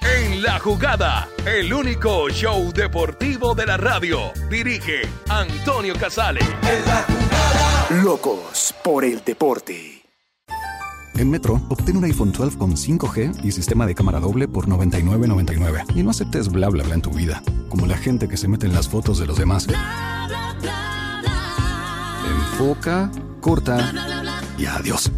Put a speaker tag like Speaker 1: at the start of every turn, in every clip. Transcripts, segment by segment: Speaker 1: En la jugada, el único show deportivo de la radio. Dirige Antonio Casale.
Speaker 2: Locos por el deporte.
Speaker 3: En Metro, obtén un iPhone 12 con 5G y sistema de cámara doble por $99.99. Y no aceptes bla bla bla en tu vida, como la gente que se mete en las fotos de los demás. Enfoca, corta y adiós.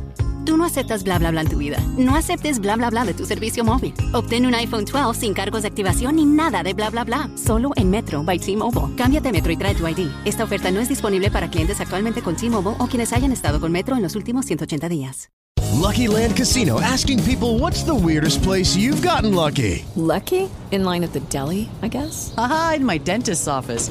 Speaker 4: Tú no aceptas bla bla bla en tu vida. No aceptes bla bla bla de tu servicio móvil. Obtén un iPhone 12 sin cargos de activación ni nada de bla bla bla. Solo en Metro by T-Mobile. Cámbiate a Metro y trae tu ID. Esta oferta no es disponible para clientes actualmente con T-Mobile o quienes hayan estado con Metro en los últimos 180 días.
Speaker 5: Lucky Land Casino asking people what's the weirdest place you've gotten lucky?
Speaker 6: Lucky? In line at the deli, I guess?
Speaker 7: Aha, in my dentist's office.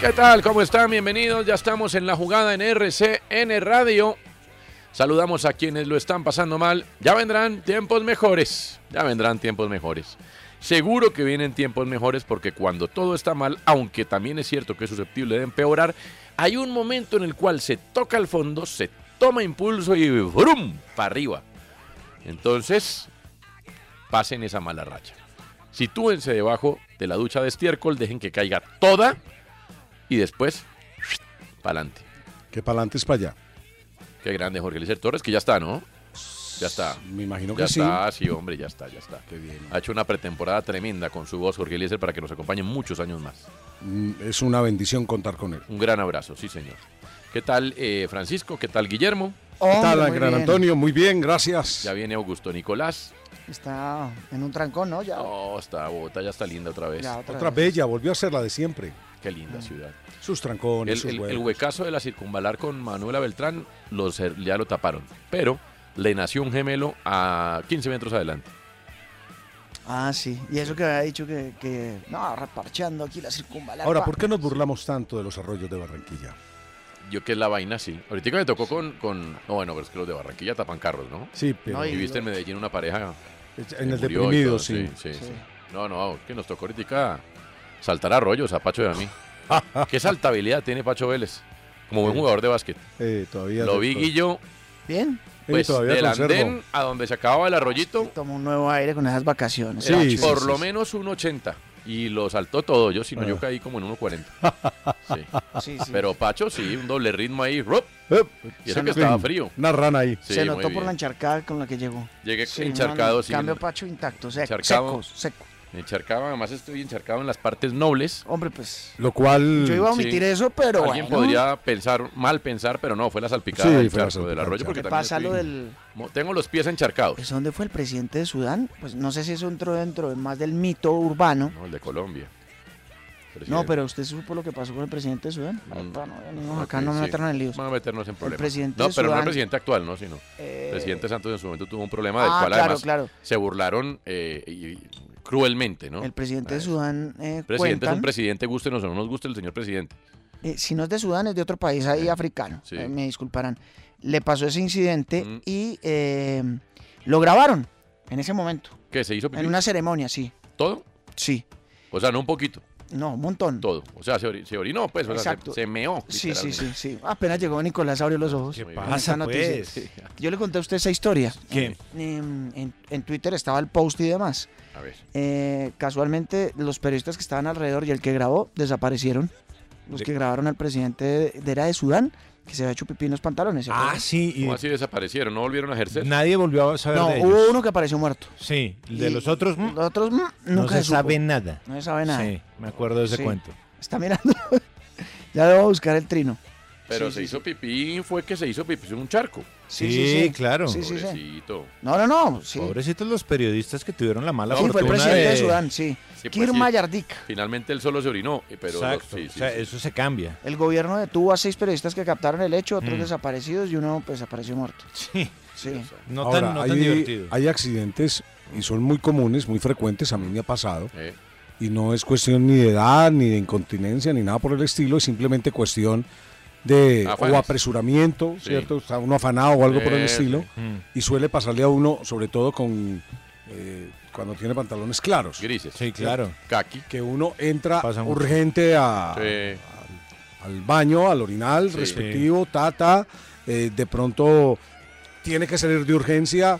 Speaker 8: ¿Qué tal? ¿Cómo están? Bienvenidos. Ya estamos en la jugada en RCN Radio. Saludamos a quienes lo están pasando mal. Ya vendrán tiempos mejores. Ya vendrán tiempos mejores. Seguro que vienen tiempos mejores porque cuando todo está mal, aunque también es cierto que es susceptible de empeorar, hay un momento en el cual se toca el fondo, se toma impulso y ¡brum! para arriba. Entonces, pasen esa mala racha. Sitúense debajo de la ducha de estiércol, dejen que caiga toda y después pa'lante.
Speaker 9: Que pa'lante es para allá.
Speaker 8: Qué grande Jorge Licer Torres, que ya está, ¿no? Ya está.
Speaker 9: Me imagino
Speaker 8: ya
Speaker 9: que sí.
Speaker 8: está, sí, hombre, ya está, ya está. Ha hecho una pretemporada tremenda con su voz, Jorge Eliezer, para que nos acompañe muchos años más.
Speaker 9: Mm, Es una bendición contar con él.
Speaker 8: Un gran abrazo, sí, señor. ¿Qué tal, eh, Francisco? ¿Qué tal, Guillermo?
Speaker 9: ¿Qué tal, Gran Antonio? Muy bien, gracias.
Speaker 8: Ya viene Augusto Nicolás.
Speaker 10: Está en un trancón, ¿no? Ya.
Speaker 8: Oh, está Bogotá, ya está linda otra vez.
Speaker 10: Ya, otra
Speaker 9: Otra bella, volvió a ser la de siempre.
Speaker 8: Qué linda ciudad.
Speaker 9: Sus trancones,
Speaker 8: El,
Speaker 9: sus
Speaker 8: el- el
Speaker 9: huevos.
Speaker 8: huecazo de la circunvalar con Manuela Beltrán los, eh, ya lo taparon, pero le nació un gemelo a 15 metros adelante.
Speaker 10: Ah, sí. Y eso que había dicho que, que no, reparcheando aquí la circunvalar. Ah,
Speaker 9: Ahora,
Speaker 10: pa.
Speaker 9: ¿por qué nos burlamos tanto de los arroyos de Barranquilla?
Speaker 8: Yo que es la vaina, sí. Ahorita me tocó con, con... No, bueno, pero es que los de Barranquilla tapan carros, ¿no?
Speaker 9: Sí, pero
Speaker 10: No,
Speaker 8: Y
Speaker 10: y-
Speaker 8: viste en Medellín una pareja
Speaker 9: en el
Speaker 8: que murió y
Speaker 9: deprimido,
Speaker 8: todo,
Speaker 9: sí.
Speaker 8: Sí, sí.
Speaker 10: Sí.
Speaker 8: No, no, que nos tocó ahorita saltar a rollos a Pacho y a mí. ¿Qué saltabilidad tiene Pacho Vélez? Como buen jugador de básquet.
Speaker 9: Eh, todavía
Speaker 8: Lo vi,
Speaker 9: to-
Speaker 8: Guillo,
Speaker 10: Bien.
Speaker 9: eh,
Speaker 8: pues
Speaker 9: todavía
Speaker 8: del
Speaker 9: conservo.
Speaker 8: andén a donde se acababa el arroyito,
Speaker 10: Toma un nuevo aire con esas vacaciones.
Speaker 9: Sí,
Speaker 8: era
Speaker 10: Pacho.
Speaker 8: por
Speaker 9: sí,
Speaker 8: lo
Speaker 9: sí.
Speaker 8: menos un 80. Y lo saltó todo. Yo, si no, yo
Speaker 9: Ah.
Speaker 8: caí como en 1.40. Sí.
Speaker 9: Sí, sí.
Speaker 8: Pero Pacho, sí, un doble ritmo ahí. ¡rup!
Speaker 9: Hup.
Speaker 8: Y eso
Speaker 9: Se
Speaker 8: que
Speaker 9: notó.
Speaker 8: estaba frío.
Speaker 9: Una rana ahí.
Speaker 8: Sí,
Speaker 10: Se
Speaker 8: muy
Speaker 10: notó por
Speaker 8: bien.
Speaker 10: la encharcada con la que llegó.
Speaker 8: Llegué
Speaker 10: Sí,
Speaker 8: encharcado,
Speaker 10: no, no,
Speaker 8: sí.
Speaker 10: Cambio Pacho intacto, sec-
Speaker 8: Encharcado.
Speaker 10: secos, seco.
Speaker 8: Encharcado, además estoy encharcado en las partes nobles.
Speaker 10: Hombre, pues.
Speaker 9: Lo cual.
Speaker 10: Yo iba a omitir eso, pero
Speaker 8: Alguien
Speaker 10: bueno.
Speaker 8: podría pensar, mal pensar, pero no, fue la salpicada
Speaker 9: Sí,
Speaker 8: del
Speaker 9: fue la
Speaker 8: charco, del
Speaker 9: salpicada
Speaker 8: arroyo.
Speaker 9: del
Speaker 8: Porque
Speaker 10: charco.
Speaker 8: también
Speaker 10: Pasa lo
Speaker 8: estoy- mo- Tengo los pies encharcados.
Speaker 10: Pues, ¿dónde fue el presidente de Sudán? Pues no sé si eso entró dentro de más del mito urbano.
Speaker 8: No, el de Colombia.
Speaker 10: No, pero usted supo lo que pasó con el presidente de Sudán.
Speaker 8: Mm.
Speaker 10: Ahorita no venimos acá, no me metan en líos.
Speaker 8: Vamos a meternos en problemas.
Speaker 10: presidente
Speaker 8: no,
Speaker 10: de
Speaker 8: pero no el
Speaker 10: Sudán-
Speaker 8: presidente actual, no, sino.
Speaker 10: Eh,
Speaker 8: El presidente Santos en su momento tuvo un problema del
Speaker 10: Ah,
Speaker 8: cual
Speaker 10: claro,
Speaker 8: además
Speaker 10: claro.
Speaker 8: se burlaron eh, y- y cruelmente, ¿no?
Speaker 10: El presidente de Sudán eh,
Speaker 8: El presidente es
Speaker 10: cuentan-
Speaker 8: un presidente, gustenos o no nos guste el señor presidente.
Speaker 10: eh, si no es de Sudán, es de otro país ahí africano.
Speaker 8: sí.
Speaker 10: eh, me disculparán. Le pasó ese incidente y eh, lo grabaron en ese momento.
Speaker 8: ¿Qué se hizo? pipí?
Speaker 10: En una ceremonia, sí.
Speaker 8: ¿Todo?
Speaker 10: Sí.
Speaker 8: O sea, no un poquito.
Speaker 10: No, un montón.
Speaker 8: Todo. O sea, se, ori- se orinó, pues. o sea, se-
Speaker 10: Exacto.
Speaker 8: se, meó.
Speaker 10: Sí, sí, sí,
Speaker 8: literalmente.
Speaker 10: sí. Apenas llegó Nicolás, abrió los ojos. ¿Qué
Speaker 8: pasa, pues?
Speaker 10: Yo le conté a usted esa historia. Eh,
Speaker 8: ¿Qué?
Speaker 10: En, en- en Twitter estaba el post y demás.
Speaker 8: A ver.
Speaker 10: Eh, casualmente, los periodistas que estaban alrededor y el que grabó desaparecieron. Los
Speaker 8: De-
Speaker 10: que grabaron al presidente de, de- era de Sudán, que se había hecho pipí en los pantalones. ¿se
Speaker 8: Ah,
Speaker 10: acuerdan?
Speaker 8: ¿Cómo así desaparecieron? ¿No volvieron a ejercer?
Speaker 11: Nadie volvió a saber
Speaker 10: No,
Speaker 11: de
Speaker 10: hubo
Speaker 11: ellos.
Speaker 10: uno que apareció muerto.
Speaker 11: Sí, el de
Speaker 10: Y
Speaker 11: los otros mm,
Speaker 10: Los otros mm,
Speaker 11: no
Speaker 10: nunca
Speaker 11: se
Speaker 10: supo.
Speaker 11: sabe nada.
Speaker 10: No se sabe nada.
Speaker 11: Sí, me acuerdo de ese
Speaker 10: Sí.
Speaker 11: cuento.
Speaker 10: Está mirando. ya debo buscar el trino.
Speaker 8: Pero se hizo pipí, fue que se hizo pipí en un charco.
Speaker 10: Sí, sí, sí.
Speaker 11: claro.
Speaker 10: Sí, sí, sí.
Speaker 8: Pobrecito.
Speaker 10: No, no, no. Sí.
Speaker 11: Pobrecitos los periodistas que tuvieron la mala
Speaker 10: Sí, fue el
Speaker 11: fortuna
Speaker 10: presidente de,
Speaker 11: de-
Speaker 10: Sudán, sí.
Speaker 8: Sí, pues,
Speaker 10: Kir
Speaker 8: sí.
Speaker 10: Mayardik.
Speaker 8: Finalmente él solo se orinó. eh, Pero
Speaker 11: Exacto,
Speaker 8: sí, sí,
Speaker 11: o sea,
Speaker 8: sí.
Speaker 11: eso se cambia.
Speaker 10: El gobierno detuvo a seis periodistas que captaron el hecho, otros
Speaker 11: Mm.
Speaker 10: desaparecidos y uno pues apareció muerto.
Speaker 11: Sí.
Speaker 10: Sí.
Speaker 11: No
Speaker 9: Ahora,
Speaker 11: tan, no
Speaker 9: hay,
Speaker 11: tan divertido.
Speaker 9: hay accidentes y son muy comunes, muy frecuentes, a mí me ha pasado.
Speaker 8: Eh.
Speaker 9: Y no es cuestión ni de edad, ni de incontinencia, ni nada por el estilo, es simplemente cuestión de
Speaker 8: Afanes.
Speaker 9: o apresuramiento, ¿cierto? Está uno afanado o algo por el
Speaker 8: Eh,
Speaker 9: estilo.
Speaker 8: sí. Mm.
Speaker 9: Y suele pasarle a uno, sobre todo con eh, cuando tiene pantalones claros.
Speaker 8: Grises.
Speaker 11: Sí, claro.
Speaker 8: Kaki.
Speaker 9: Que uno entra
Speaker 11: Pasa mucho.
Speaker 9: urgente a,
Speaker 8: Sí.
Speaker 9: al baño, al orinal
Speaker 8: Sí.
Speaker 9: respectivo, ta, ta. eh, de pronto tiene que salir de urgencia,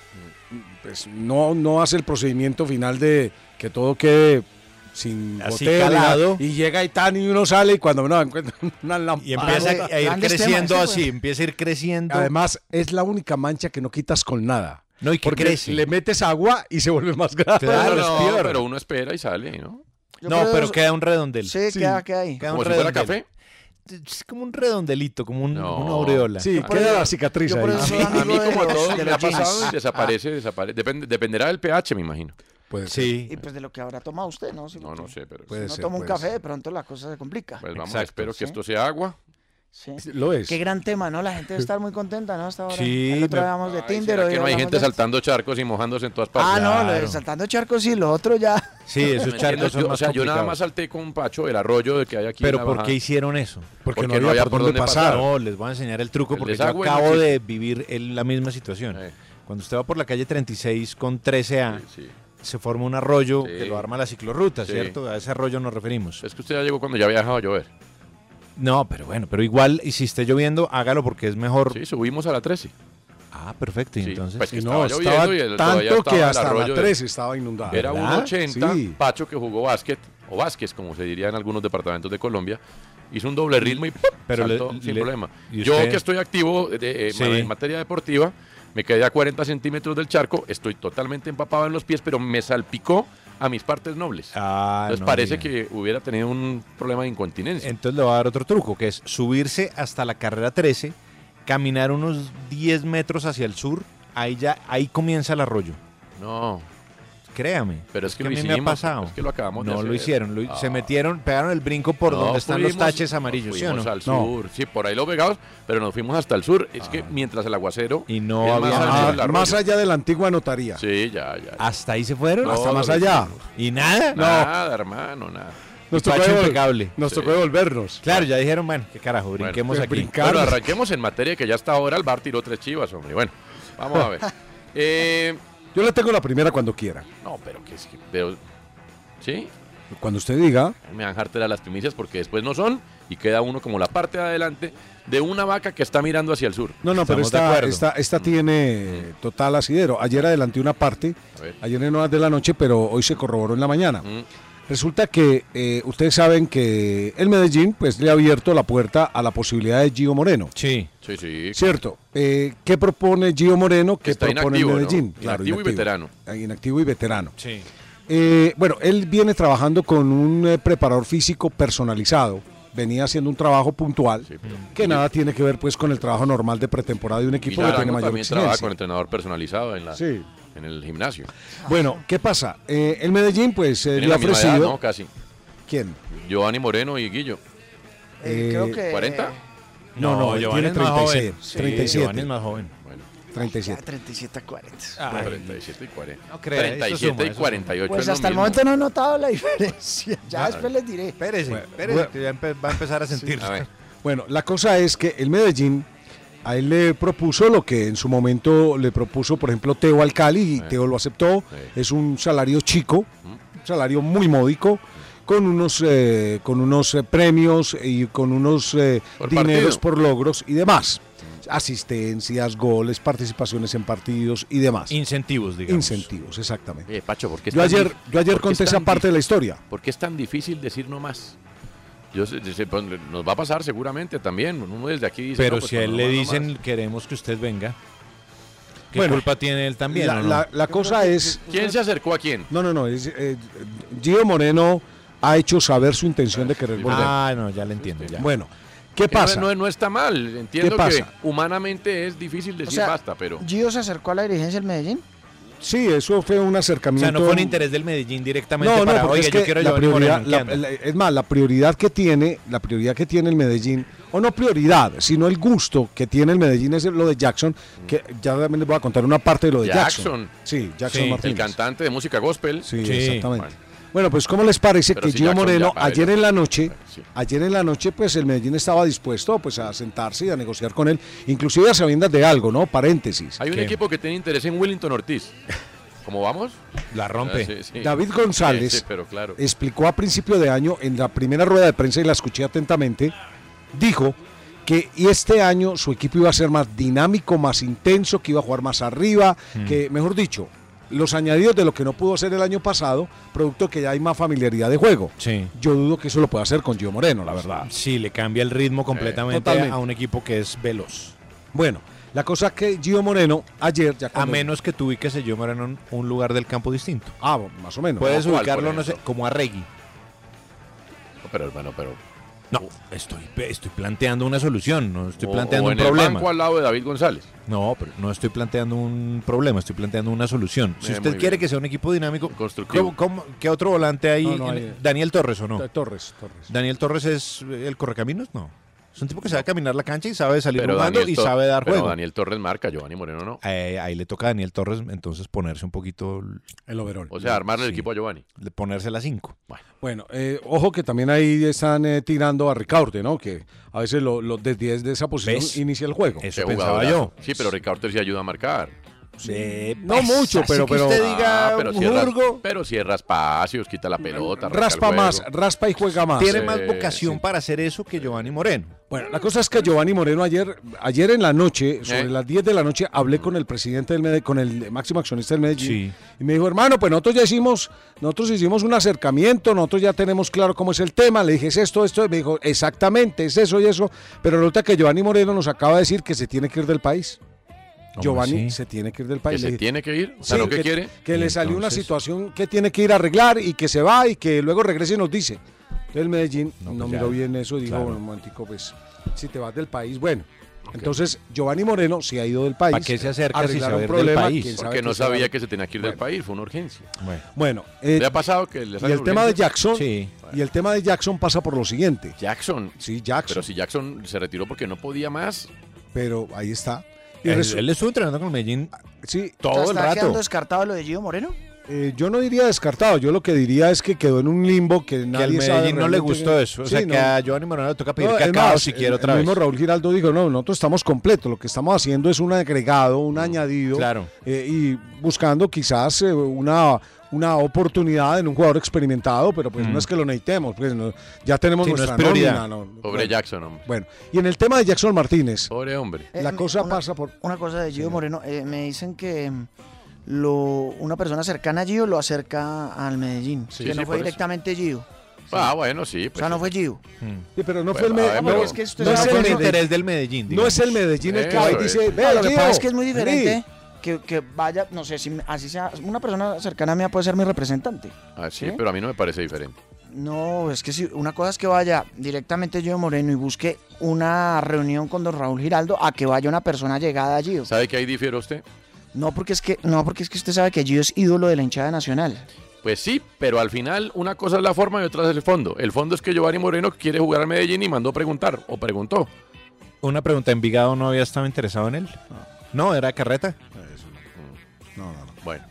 Speaker 9: pues no, no hace el procedimiento final de que todo quede sin
Speaker 11: Así
Speaker 9: goteo ni nada,
Speaker 11: calado.
Speaker 9: Y llega y tan y uno sale y cuando menos encuentra una lámpara.
Speaker 11: Y empieza a ir creciendo así, empieza a ir creciendo.
Speaker 9: Además, es la única mancha que no quitas con nada.
Speaker 11: No, y que
Speaker 9: porque
Speaker 11: crece.
Speaker 9: le metes agua y se vuelve más grave.
Speaker 8: Claro,
Speaker 11: es
Speaker 8: no,
Speaker 11: peor.
Speaker 8: pero uno espera y sale, ¿no?
Speaker 10: Yo
Speaker 11: no,
Speaker 10: creo
Speaker 11: pero
Speaker 10: eso-
Speaker 11: queda un redondel.
Speaker 10: Sí, queda, queda ahí.
Speaker 11: Queda un
Speaker 8: Como si fuera
Speaker 11: redondel.
Speaker 8: café.
Speaker 11: Es como un redondelito, como un-
Speaker 8: No.
Speaker 11: una aureola.
Speaker 9: Sí,
Speaker 10: por
Speaker 9: queda
Speaker 10: eso-
Speaker 9: la cicatriz
Speaker 10: yo
Speaker 9: ahí.
Speaker 10: por eso soy
Speaker 8: Ah. A mí
Speaker 10: amigo de
Speaker 8: como a
Speaker 10: los- Ah.
Speaker 8: todos
Speaker 10: de
Speaker 8: le
Speaker 10: los
Speaker 8: ha pasado
Speaker 10: jeans.
Speaker 8: y desaparece, desaparece. Depende- dependerá del pH, me imagino.
Speaker 9: Puede ser,
Speaker 11: Sí.
Speaker 10: Y pues de lo que habrá tomado usted, ¿no? Si
Speaker 8: No,
Speaker 10: lo-
Speaker 8: no sé, pero
Speaker 9: puede
Speaker 10: si no
Speaker 9: ser,
Speaker 10: toma un
Speaker 9: puede
Speaker 10: café,
Speaker 9: ser.
Speaker 10: de pronto la cosa se complica.
Speaker 8: pues vamos,
Speaker 11: Exacto,
Speaker 8: espero
Speaker 10: sí.
Speaker 8: que esto sea agua.
Speaker 10: Sí.
Speaker 9: Lo es.
Speaker 10: Qué gran tema, ¿no? La gente debe estar muy contenta, ¿no? Hasta ahora.
Speaker 11: Sí,
Speaker 10: El otro
Speaker 11: me-
Speaker 10: día hablamos de
Speaker 8: Ay,
Speaker 10: Tinder.
Speaker 8: ¿será
Speaker 10: hoy
Speaker 8: que no hay
Speaker 10: hablamos
Speaker 8: gente
Speaker 10: de-
Speaker 8: saltando charcos y mojándose en todas partes.
Speaker 10: Ah, no,
Speaker 11: Claro.
Speaker 10: lo de saltando charcos y lo otro ya.
Speaker 11: Sí, esos
Speaker 8: ¿Me
Speaker 11: charcos
Speaker 8: entiendes?
Speaker 11: son
Speaker 8: Yo-
Speaker 11: más
Speaker 8: o sea, yo nada
Speaker 11: complicados.
Speaker 8: más salté con un pacho del arroyo de que hay aquí. en
Speaker 11: Pero
Speaker 8: la
Speaker 11: ¿por
Speaker 8: bajada.
Speaker 11: qué hicieron eso?
Speaker 9: Porque, no había por dónde pasar.
Speaker 11: No, Oh, les voy a enseñar el truco
Speaker 8: El
Speaker 11: porque yo
Speaker 8: desagüe no
Speaker 11: acabo
Speaker 8: existe.
Speaker 11: de vivir en la misma situación.
Speaker 8: Eh,
Speaker 11: Cuando usted va por la calle 36 con 13A,
Speaker 8: sí.
Speaker 11: se forma un arroyo
Speaker 8: Sí.
Speaker 11: que lo arma la ciclorruta,
Speaker 8: Sí.
Speaker 11: ¿cierto? A ese arroyo nos referimos.
Speaker 8: Es que usted ya llegó cuando ya había dejado de llover.
Speaker 11: No, pero bueno, pero igual, y si está lloviendo, hágalo porque es mejor.
Speaker 8: Sí, subimos a la 13.
Speaker 11: Ah, perfecto. Y
Speaker 8: Sí,
Speaker 11: entonces,
Speaker 8: pues que
Speaker 9: Y no,
Speaker 8: estaba
Speaker 9: estaba
Speaker 8: lloviendo y el- todavía
Speaker 9: tanto
Speaker 8: estaba
Speaker 9: que
Speaker 8: el
Speaker 9: hasta la
Speaker 8: arroyo de-
Speaker 9: 3 estaba inundada.
Speaker 8: Era un
Speaker 11: ¿Verdad?
Speaker 8: 80,
Speaker 9: Sí.
Speaker 8: Pacho que jugó básquet, o básquet, como se diría en algunos departamentos de Colombia, hizo un doble ritmo y ¡pum!
Speaker 11: Pero le-
Speaker 8: saltó sin
Speaker 11: le-
Speaker 8: problema.
Speaker 11: ¿y
Speaker 8: Yo
Speaker 11: usted?
Speaker 8: que estoy activo eh, de- eh,
Speaker 11: Sí.
Speaker 8: en materia deportiva, me quedé a 40 centímetros del charco, estoy totalmente empapado en los pies, pero me salpicó a mis partes nobles.
Speaker 11: Ah,
Speaker 8: Entonces
Speaker 11: no
Speaker 8: parece
Speaker 11: diga.
Speaker 8: que hubiera tenido un problema de incontinencia.
Speaker 11: Entonces le voy a dar otro truco, que es subirse hasta la carrera 13, caminar unos 10 metros hacia el sur, ahí ya, ahí comienza el arroyo.
Speaker 8: no,
Speaker 11: Créame.
Speaker 8: pero es, que,
Speaker 11: a
Speaker 8: lo
Speaker 11: mí
Speaker 8: hicimos.
Speaker 11: me ha pasado.
Speaker 8: Es que lo acabamos de
Speaker 11: no
Speaker 8: hacer.
Speaker 11: lo hicieron. lo- Se
Speaker 8: Ah.
Speaker 11: metieron, pegaron el brinco por
Speaker 8: No,
Speaker 11: donde están los
Speaker 8: fuimos-
Speaker 11: taches amarillos,
Speaker 8: nos
Speaker 11: ¿sí o no? Ah.
Speaker 8: fuimos al
Speaker 9: No.
Speaker 8: sur, sí, por ahí lo pegamos, pero nos fuimos hasta el sur. Es que mientras el aguacero...
Speaker 11: Y no
Speaker 8: es
Speaker 11: había
Speaker 8: más,
Speaker 11: nada.
Speaker 8: ancho
Speaker 9: Ah,
Speaker 8: el arroyo.
Speaker 9: más allá de la antigua notaría.
Speaker 8: Sí, ya, ya.
Speaker 11: Hasta ahí se fueron.
Speaker 8: No,
Speaker 9: hasta más
Speaker 8: no,
Speaker 9: allá.
Speaker 11: Y nada.
Speaker 8: Nada, hermano, nada.
Speaker 9: Nos
Speaker 11: Pacho
Speaker 9: tocó, devol-
Speaker 11: impecable.
Speaker 9: nos
Speaker 8: Sí.
Speaker 9: tocó devolvernos.
Speaker 11: Claro, ya dijeron, bueno, qué carajo,
Speaker 8: Bueno,
Speaker 11: brinquemos
Speaker 9: pues
Speaker 11: aquí.
Speaker 9: brinca-
Speaker 8: Bueno,
Speaker 9: Carlos.
Speaker 8: arranquemos en materia que ya hasta ahora el bar tiró tres chivas, hombre. Bueno, vamos a ver. Eh,
Speaker 9: Yo le tengo la primera cuando quiera.
Speaker 8: no, pero que es que veo. Sí,
Speaker 9: Cuando usted diga,
Speaker 8: me van a hartar a las primicias porque después no son y queda uno como la parte de adelante de una vaca que está mirando hacia el sur.
Speaker 9: No, no, pero
Speaker 11: Estamos de
Speaker 9: esta,
Speaker 11: acuerdo.
Speaker 9: esta, esta tiene eh, total asidero. Ayer adelanté una parte,
Speaker 8: A ver.
Speaker 9: ayer en horas de la noche, pero hoy se corroboró en la mañana.
Speaker 8: Mm.
Speaker 9: Resulta que eh, ustedes saben que el Medellín pues le ha abierto la puerta a la posibilidad de Gio Moreno.
Speaker 11: Sí.
Speaker 8: Sí, sí.
Speaker 9: Cierto. Eh, ¿Qué propone Gio Moreno? ¿Qué
Speaker 8: Está
Speaker 9: propone el
Speaker 8: inactivo, ¿no?
Speaker 9: Medellín?
Speaker 8: Inactivo y veterano.
Speaker 9: Ah, Inactivo y veterano.
Speaker 11: Sí.
Speaker 9: Eh, bueno, él viene trabajando con un eh, preparador físico personalizado. Venía haciendo un trabajo puntual que nada tiene que ver pues con el trabajo normal de pretemporada de un equipo que
Speaker 8: Villarano
Speaker 9: tiene mayor
Speaker 8: también trabaja
Speaker 9: exigencia.
Speaker 8: con entrenador personalizado en, la,
Speaker 9: Sí.
Speaker 8: en el gimnasio.
Speaker 9: Bueno, ¿qué pasa? Eh, el Medellín pues eh,
Speaker 8: Tienen
Speaker 9: le ha
Speaker 8: la misma edad,
Speaker 9: ofrecido...
Speaker 8: ¿no? Casi.
Speaker 9: ¿Quién?
Speaker 8: Giovanni Moreno y Guillo.
Speaker 9: Eh, creo que-
Speaker 8: ¿40?
Speaker 9: No, no, él
Speaker 11: Giovanni
Speaker 9: tiene
Speaker 11: es más
Speaker 9: 36,
Speaker 11: joven. Sí,
Speaker 9: 37.
Speaker 11: Giovanni es más joven.
Speaker 9: 37.
Speaker 10: 37 a 40.
Speaker 11: Ah,
Speaker 8: 37 y 40.
Speaker 11: No crea, eso
Speaker 8: 37
Speaker 11: suma,
Speaker 8: y
Speaker 11: eso
Speaker 8: 48
Speaker 10: Pues
Speaker 8: es lo
Speaker 10: hasta el
Speaker 8: mismo.
Speaker 10: momento no he notado la diferencia. Ya
Speaker 9: Ah,
Speaker 10: después les diré.
Speaker 11: Espérese, espérese, que ya empe- va a empezar a sentir.
Speaker 9: Bueno, la cosa es que el Medellín a él le propuso lo que en su momento le propuso, por ejemplo, Teo al Cali, y Teo lo aceptó. Es un salario chico, un salario muy módico, con unos, eh, con unos eh, premios y con unos eh,
Speaker 8: Por
Speaker 9: dineros
Speaker 8: partido.
Speaker 9: por logros y demás. Asistencias, goles, participaciones en partidos y demás.
Speaker 11: Incentivos, digamos.
Speaker 9: Incentivos, exactamente.
Speaker 8: Eh, Pacho, ¿por qué es
Speaker 9: Yo
Speaker 8: tan
Speaker 9: ayer,
Speaker 8: dif-
Speaker 9: yo ayer
Speaker 8: por qué es
Speaker 9: conté esa
Speaker 8: tan
Speaker 9: parte de la
Speaker 8: dif-
Speaker 9: historia.
Speaker 8: ¿Por qué es tan difícil decir no más? Yo sé- sé- pues, nos va a pasar seguramente también. Uno desde aquí dice.
Speaker 11: Pero
Speaker 8: no, pues,
Speaker 11: si a él
Speaker 8: cuando no
Speaker 11: le
Speaker 8: más, no
Speaker 11: dicen,
Speaker 8: más.
Speaker 11: queremos que usted venga, ¿qué
Speaker 9: Bueno,
Speaker 11: culpa tiene él también?
Speaker 9: La,
Speaker 11: o no?
Speaker 9: la- la cosa es...
Speaker 8: ¿Quién se acercó a quién?
Speaker 9: No, no, no. es, eh, Gio Moreno ha hecho saber su intención de querer volver.
Speaker 11: Ah, no, ya le entiendo.
Speaker 8: Este,
Speaker 11: ya.
Speaker 9: bueno, ¿qué
Speaker 8: Que no-
Speaker 9: pasa?
Speaker 8: No, no está mal. Entiendo que
Speaker 9: pasa?
Speaker 8: humanamente es difícil decir
Speaker 10: sea,
Speaker 8: basta, pero.
Speaker 10: ¿Gio se acercó a la dirigencia del Medellín?
Speaker 9: Sí, eso fue un
Speaker 11: O
Speaker 9: acercamiento.
Speaker 11: sea, no fue un interés del Medellín directamente
Speaker 9: No, no,
Speaker 11: para,
Speaker 9: porque
Speaker 11: oiga,
Speaker 9: es
Speaker 11: yo
Speaker 9: que
Speaker 11: quiero
Speaker 9: la
Speaker 11: llevar
Speaker 9: prioridad,
Speaker 11: Moreno, ¿en qué
Speaker 9: la-
Speaker 11: anda?
Speaker 9: la- eh, es más, la prioridad que tiene, la prioridad que tiene el Medellín, o no prioridad, sino el gusto que tiene el Medellín es lo de Jackson, que ya también les voy a contar una parte de lo de Jackson.
Speaker 8: Jackson.
Speaker 9: Sí, Jackson
Speaker 8: El
Speaker 9: Martínez.
Speaker 8: cantante de música gospel.
Speaker 9: Sí, exactamente. Bueno, pues ¿cómo les parece
Speaker 8: Pero
Speaker 9: que
Speaker 8: si
Speaker 9: Gio
Speaker 8: Jackson
Speaker 9: Moreno
Speaker 8: ya- a ver,
Speaker 9: ayer en la noche,
Speaker 8: sí.
Speaker 9: ayer en la noche pues el Medellín estaba dispuesto pues a sentarse y a negociar con él, inclusive a sabiendas de algo, ¿no? Paréntesis.
Speaker 8: Hay un equipo que tiene interés en Willington Ortiz. ¿Cómo vamos?
Speaker 11: La
Speaker 8: rompe. Ah, Sí, sí.
Speaker 9: David González
Speaker 8: Sí, sí, pero claro.
Speaker 9: explicó a principio de año en la primera rueda de prensa y la escuché atentamente, dijo que este año su equipo iba a ser más dinámico, más intenso, que iba a jugar más arriba,
Speaker 11: Mm.
Speaker 9: que mejor dicho, los añadidos de lo que no pudo hacer el año pasado, producto que ya hay más familiaridad de juego.
Speaker 11: Sí.
Speaker 9: Yo dudo que eso lo pueda hacer con Gio Moreno, la verdad.
Speaker 11: Sí, le cambia el ritmo completamente
Speaker 9: totalmente.
Speaker 11: a un equipo que es veloz.
Speaker 9: Bueno, la cosa es que Gio Moreno ayer ya
Speaker 11: A
Speaker 9: cuando-
Speaker 11: menos que tú ubiques a Gio Moreno en un lugar del campo distinto.
Speaker 9: Ah, bueno, más o menos.
Speaker 11: Puedes
Speaker 8: ¿cuál, por
Speaker 11: ubicarlo, no sé,
Speaker 8: ejemplo?
Speaker 11: como a Reggie.
Speaker 8: Pero hermano, pero.
Speaker 11: No, estoy, estoy planteando una solución, no estoy
Speaker 8: o-
Speaker 11: planteando
Speaker 8: o
Speaker 11: un
Speaker 8: en el
Speaker 11: problema.
Speaker 8: banco al lado de David González.
Speaker 11: No, pero no estoy planteando un problema, estoy planteando una solución. Si
Speaker 8: Eh,
Speaker 11: usted
Speaker 8: muy
Speaker 11: quiere
Speaker 8: bien.
Speaker 11: que sea un equipo dinámico,
Speaker 8: Constructivo.
Speaker 11: ¿cómo- cómo- qué otro volante hay?
Speaker 9: No, no,
Speaker 11: en-
Speaker 9: hay- eh,
Speaker 11: ¿Daniel Torres o no?
Speaker 9: Torres, Torres.
Speaker 11: ¿Daniel Torres es eh, el correcaminos? No. Es un tipo que sabe caminar la cancha y sabe salir
Speaker 8: Pero
Speaker 11: jugando
Speaker 8: Daniel
Speaker 11: y
Speaker 8: Tor-
Speaker 11: sabe dar
Speaker 8: pero
Speaker 11: juego.
Speaker 8: Daniel Torres marca, Giovanni Moreno no.
Speaker 11: Eh, ahí le toca a Daniel Torres entonces ponerse un poquito, l-
Speaker 9: El overall.
Speaker 8: O sea, armarle el
Speaker 11: Sí.
Speaker 8: equipo a Giovanni.
Speaker 11: le- ponerse las 5.
Speaker 9: Bueno, eh, ojo que también ahí están eh, tirando a Ricaurte, ¿no? Que a veces lo, lo desde desde esa posición
Speaker 11: ¿Ves?
Speaker 9: inicia el juego.
Speaker 11: Eso
Speaker 8: Qué
Speaker 11: pensaba
Speaker 8: jugadorazo.
Speaker 11: yo.
Speaker 8: Sí, pero Ricardo sí ayuda a marcar.
Speaker 11: Sí,
Speaker 9: No mucho,
Speaker 11: así
Speaker 9: pero-
Speaker 11: que
Speaker 9: pero-
Speaker 11: usted diga
Speaker 8: Ah, pero
Speaker 11: un
Speaker 8: cierra,
Speaker 11: jurgo,
Speaker 8: pero cierra espacios, quita la pelota, arranca el
Speaker 9: raspa
Speaker 8: juego.
Speaker 9: más, raspa y juega más.
Speaker 11: tiene
Speaker 8: sí,
Speaker 11: más vocación
Speaker 8: sí.
Speaker 11: para hacer eso que Giovanni Moreno.
Speaker 9: Bueno, la cosa es que Giovanni Moreno ayer, ayer en la noche, sobre
Speaker 8: Eh.
Speaker 9: las 10 de la noche, hablé con el presidente del Medellín, con el máximo accionista del Medellín.
Speaker 11: Sí.
Speaker 9: Y me dijo, hermano, pues nosotros ya hicimos, nosotros hicimos un acercamiento, nosotros ya tenemos claro cómo es el tema. Le dije, es esto, esto. Y me dijo, exactamente, es eso y eso. Pero resulta que Giovanni Moreno nos acaba de decir que se tiene que ir del país.
Speaker 11: ¿Cómo
Speaker 9: Giovanni
Speaker 11: así?
Speaker 9: se tiene que ir del
Speaker 8: Que
Speaker 9: país. Le
Speaker 8: se
Speaker 9: dije,
Speaker 8: tiene que ir. O sea,
Speaker 9: Sí,
Speaker 8: ¿no que, quiere?
Speaker 9: que
Speaker 11: Y
Speaker 9: le salió una
Speaker 11: entonces-
Speaker 9: situación que tiene que ir a arreglar y que se va y que luego regrese y nos dice. Entonces el Medellín
Speaker 11: No,
Speaker 9: no,
Speaker 11: pues ya.
Speaker 9: miró bien eso y dijo,
Speaker 11: Claro.
Speaker 9: bueno, un momentico, pues, si te vas del país, bueno. Entonces, Giovanni Moreno se ha ido del país.
Speaker 11: ¿Para qué se acerca si
Speaker 9: arreglar
Speaker 11: se va a ir del país?
Speaker 9: quién sabe
Speaker 8: Porque
Speaker 9: qué
Speaker 8: no
Speaker 9: se va a-
Speaker 8: sabía que se tenía que ir del
Speaker 9: Bueno.
Speaker 8: país, fue una urgencia.
Speaker 11: Bueno,
Speaker 9: Bueno, eh,
Speaker 8: ¿Le ha pasado que le
Speaker 9: y
Speaker 8: sale
Speaker 9: el tema de
Speaker 8: urgencia?
Speaker 9: Jackson,
Speaker 11: sí.
Speaker 9: y el tema de Jackson pasa por lo siguiente.
Speaker 8: Jackson.
Speaker 9: Sí, Jackson,
Speaker 8: Pero si Jackson se retiró porque no podía más,
Speaker 9: pero ahí está. Y
Speaker 11: Él,
Speaker 9: resu-
Speaker 11: él estuvo entrenando con Medellín
Speaker 9: sí,
Speaker 11: todo el
Speaker 10: ¿Está quedando
Speaker 11: rato.
Speaker 10: descartado lo de Gio Moreno?
Speaker 9: eh, yo no diría descartado, yo lo que diría es que quedó en un limbo que
Speaker 11: Que al
Speaker 9: nadie sabe
Speaker 11: Medellín no le
Speaker 9: realmente-
Speaker 11: gustó eso. O
Speaker 9: Sí,
Speaker 11: sea, que
Speaker 9: no.
Speaker 11: a Giovanni Moreno le toca pedir
Speaker 9: No, es
Speaker 11: cacao
Speaker 9: más,
Speaker 11: si
Speaker 9: el-
Speaker 11: quiere otra
Speaker 9: el
Speaker 11: vez.
Speaker 9: mismo Raúl Giraldo dijo, no, nosotros estamos completos, lo que estamos haciendo es un agregado, un añadido,
Speaker 11: Mm, Claro.
Speaker 9: eh, y buscando quizás eh, una, una oportunidad en un jugador experimentado, pero pues
Speaker 11: Mm.
Speaker 9: no es que lo necesitemos, pues no- ya tenemos
Speaker 11: Sí, no
Speaker 9: nuestra
Speaker 11: es prioridad.
Speaker 9: nómina, no.
Speaker 8: pobre
Speaker 9: bueno,
Speaker 8: Jackson, hombre.
Speaker 9: bueno, y en el tema de Jackson Martínez,
Speaker 8: Pobre hombre.
Speaker 10: Eh,
Speaker 9: la
Speaker 10: me-
Speaker 9: cosa
Speaker 10: una-
Speaker 9: pasa por...
Speaker 10: Una cosa de Gio Moreno, eh, me dicen que mm, lo, una persona cercana a Gio lo acerca al Medellín.
Speaker 8: Sí,
Speaker 10: que
Speaker 8: sí,
Speaker 10: no fue
Speaker 8: por eso.
Speaker 10: directamente Gio.
Speaker 8: Ah, bueno, sí.
Speaker 10: O sea, no fue Gio.
Speaker 9: pero no fue
Speaker 8: Pues,
Speaker 9: el
Speaker 8: a ver,
Speaker 9: Medellín.
Speaker 8: pero-
Speaker 9: es que esto
Speaker 8: no
Speaker 9: es
Speaker 8: fue
Speaker 9: el
Speaker 8: el
Speaker 9: Medellín.
Speaker 8: interés del Medellín,
Speaker 9: No es
Speaker 8: digamos.
Speaker 9: el Medellín el que
Speaker 8: Eso
Speaker 9: va y
Speaker 8: es.
Speaker 9: dice,
Speaker 10: Ah,
Speaker 9: vea,
Speaker 10: lo que
Speaker 9: Gio,
Speaker 10: pasa es que es muy
Speaker 9: vení".
Speaker 10: diferente que, que vaya, no sé, si me- así sea, una persona cercana mía puede ser mi representante.
Speaker 8: Ah, sí,
Speaker 10: ¿Sí?
Speaker 8: pero a mí no me parece diferente.
Speaker 10: No, es que si una cosa es que vaya directamente Gio Moreno y busque una reunión con don Raúl Giraldo a que vaya una persona llegada a Gio.
Speaker 8: ¿Sabe que ahí difiere usted?
Speaker 10: No porque es que no porque es que usted sabe que Gio es ídolo de la hinchada nacional.
Speaker 8: Pues sí, pero al final una cosa es la forma y otra es el fondo. El fondo es que Giovanni Moreno quiere jugar al Medellín y mandó preguntar, o preguntó.
Speaker 11: Una pregunta, ¿Envigado no había estado interesado en él? No, era Carreta.
Speaker 9: No, no, no.
Speaker 8: Bueno.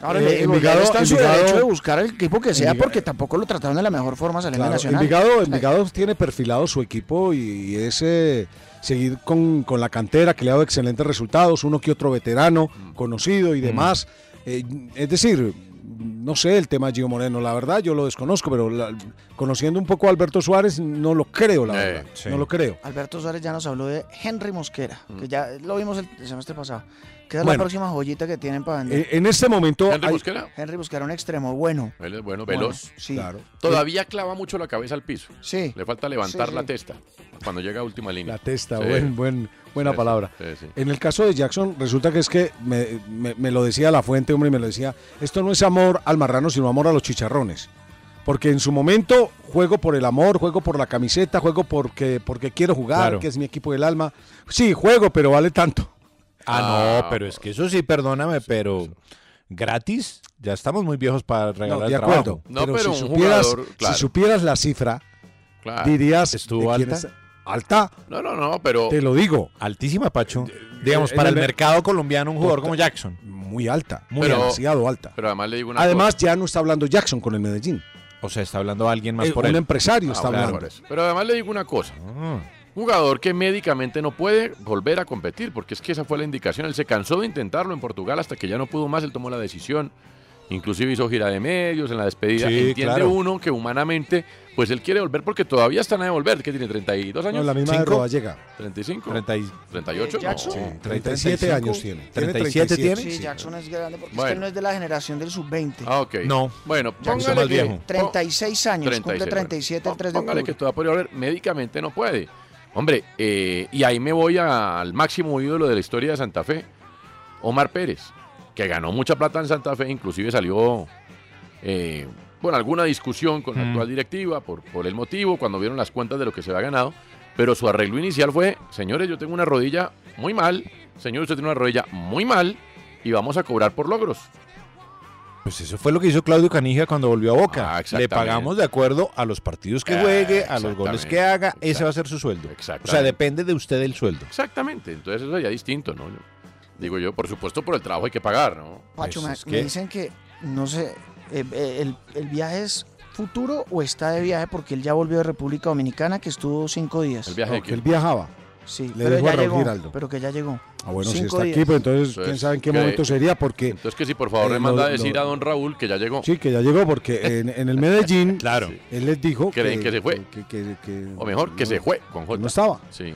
Speaker 10: Ahora
Speaker 9: Eh,
Speaker 10: le digo,
Speaker 9: Envigado-
Speaker 10: él está en su
Speaker 9: Envigado-
Speaker 10: derecho de buscar el equipo que sea
Speaker 9: Envigado-
Speaker 10: porque tampoco lo trataron de la mejor forma saliendo
Speaker 9: Claro,
Speaker 10: nacional.
Speaker 9: Envigado, Envigado tiene perfilado su equipo y, y es eh, seguir con, con la cantera que le ha dado excelentes resultados, uno que otro veterano,
Speaker 8: Mm.
Speaker 9: conocido y demás. Eh, es decir, no sé el tema de Gio Moreno, la verdad yo lo desconozco, pero la- conociendo un poco a Alberto Suárez, no lo creo,
Speaker 8: Eh,
Speaker 9: la verdad. No lo creo.
Speaker 10: Alberto Suárez ya nos habló de Henry Mosquera,
Speaker 8: Mm.
Speaker 10: que ya lo vimos el semestre pasado. Que es la
Speaker 9: Bueno.
Speaker 10: próxima joyita que tienen para vender.
Speaker 9: Eh, en este momento...
Speaker 8: ¿Henry Mosquera?
Speaker 10: Henry Mosquera, un extremo bueno.
Speaker 8: Él es bueno,
Speaker 10: Bueno,
Speaker 8: veloz.
Speaker 10: sí. Claro.
Speaker 8: Todavía clava mucho la cabeza al piso.
Speaker 10: Sí.
Speaker 8: Le falta levantar
Speaker 10: Sí, sí.
Speaker 8: la testa cuando llega a última línea.
Speaker 9: La testa,
Speaker 8: Sí.
Speaker 9: buen, buen- buena
Speaker 8: Sí, sí,
Speaker 9: palabra.
Speaker 8: sí, sí.
Speaker 9: En el caso de Jackson, resulta que es que me, me- me lo decía la fuente, hombre, y me lo decía, esto no es amor al marrano, sino amor a los chicharrones. Porque en su momento juego por el amor, juego por la camiseta, juego porque, porque quiero jugar,
Speaker 11: Claro.
Speaker 9: que es mi equipo del alma. Sí, juego, pero vale tanto.
Speaker 11: Ah, no, pero es que eso sí, perdóname, pero gratis, ya estamos muy viejos para regalar
Speaker 9: No, de
Speaker 11: el
Speaker 9: acuerdo.
Speaker 11: trabajo.
Speaker 8: No, pero
Speaker 9: si,
Speaker 8: un
Speaker 9: supieras,
Speaker 8: jugador,
Speaker 9: si
Speaker 8: claro.
Speaker 9: supieras la cifra,
Speaker 8: Claro.
Speaker 9: dirías,
Speaker 11: ¿Estuvo
Speaker 9: ¿de quién
Speaker 11: alta?
Speaker 9: es? Alta,
Speaker 8: No, no, no, pero.
Speaker 9: te lo digo. eh,
Speaker 11: Altísima, Pacho. Digamos,
Speaker 9: en
Speaker 11: para
Speaker 9: el
Speaker 11: el
Speaker 9: mer-
Speaker 11: mercado colomdiano, un jugador como
Speaker 9: Total.
Speaker 11: Jackson.
Speaker 9: Muy alta, muy
Speaker 8: Pero-
Speaker 9: demasiado alta.
Speaker 8: Pero además le digo una
Speaker 9: Además, ya no está hablando Jackson con el Medellín.
Speaker 11: O sea, está hablando alguien más
Speaker 9: Eh,
Speaker 11: por
Speaker 9: un
Speaker 11: él.
Speaker 9: empresario
Speaker 8: cosa. Ah,
Speaker 9: está
Speaker 8: bueno,
Speaker 9: hablando. Ah.
Speaker 8: por eso. Pero además le digo una cosa. Jugador que médicamente no puede volver a competir, porque es que esa fue la indicación. Él se cansó de intentarlo en Portugal hasta que ya no pudo más, él tomó la decisión. Inclusive hizo gira de medios en la despedida.
Speaker 11: Sí,
Speaker 8: Entiende
Speaker 11: claro.
Speaker 8: uno que humanamente, pues él quiere volver porque todavía está nada de volver, que tiene 32 años.
Speaker 9: No, la misma de
Speaker 8: ¿Cinco?
Speaker 9: Rodallega.
Speaker 8: 35.
Speaker 11: 30 y-
Speaker 8: 38. no.
Speaker 10: Jackson. Sí.
Speaker 9: 37
Speaker 11: 35.
Speaker 9: años tiene. Tiene
Speaker 11: 37 tiene.
Speaker 10: Sí, Jackson es grande porque es que
Speaker 8: Bueno.
Speaker 10: él no es de la generación del sub-20.
Speaker 8: Ah, ok.
Speaker 11: No.
Speaker 8: Bueno,
Speaker 10: Jackson
Speaker 8: póngale
Speaker 11: más
Speaker 8: que-
Speaker 11: viejo.
Speaker 10: 36 años, cumple
Speaker 8: 36,
Speaker 10: 37 el 3 de
Speaker 8: Póngale que
Speaker 10: octubre.
Speaker 8: todavía podría volver, médicamente no puede. Hombre, eh, y ahí me voy a- al máximo ídolo de la historia de Santa Fe, Omar Pérez, que ganó mucha plata en Santa Fe, inclusive salió eh, bueno, alguna discusión con la
Speaker 11: Mm.
Speaker 8: actual directiva por, por el motivo, cuando vieron las cuentas de lo que se había ganado, pero su arreglo inicial fue, señores, yo tengo una rodilla muy mal, señor, usted tiene una rodilla muy mal, y vamos a cobrar por logros.
Speaker 11: Pues eso fue lo que hizo Claudio Canija cuando volvió a Boca.
Speaker 8: Ah,
Speaker 11: Le
Speaker 8: exactamente.
Speaker 11: pagamos de acuerdo a los partidos que
Speaker 8: Ah,
Speaker 11: juegue, a los goles que haga.
Speaker 8: exactamente,
Speaker 11: Ese va a ser su sueldo. O sea,
Speaker 8: exactamente.
Speaker 11: depende de usted el sueldo.
Speaker 8: Exactamente, entonces eso ya es distinto, ¿no? Yo- digo yo, por supuesto, por el trabajo hay que pagar, ¿no?
Speaker 10: Pacho,
Speaker 11: Pues
Speaker 10: me,
Speaker 11: es
Speaker 10: me
Speaker 11: que-
Speaker 10: dicen que, no sé, eh, eh, el, el viaje es futuro o está de viaje porque él ya volvió de República Dominicana que estuvo cinco días.
Speaker 8: El viaje
Speaker 9: No,
Speaker 8: de
Speaker 9: que él
Speaker 8: que
Speaker 9: viajaba.
Speaker 10: Sí,
Speaker 9: Le
Speaker 10: pero
Speaker 9: dijo a
Speaker 10: ya
Speaker 9: Raúl
Speaker 10: llegó.
Speaker 9: Giraldo.
Speaker 10: Pero que ya llegó.
Speaker 9: Ah, bueno, si
Speaker 10: Cinco
Speaker 9: está
Speaker 10: días.
Speaker 9: aquí, pues entonces,
Speaker 8: Entonces,
Speaker 9: quién sabe en qué
Speaker 8: que-
Speaker 9: momento sería, porque
Speaker 8: Entonces que si por favor
Speaker 9: Eh,
Speaker 8: le manda
Speaker 9: lo-
Speaker 8: a decir
Speaker 9: lo-
Speaker 8: a don Raúl que ya llegó.
Speaker 9: sí, que ya llegó, porque en, en el Medellín
Speaker 11: Claro.
Speaker 9: él les dijo
Speaker 8: Creen que se fue.
Speaker 9: que- que- que-
Speaker 8: O mejor, que
Speaker 9: no,
Speaker 8: se fue con J.
Speaker 9: no estaba.
Speaker 8: Sí.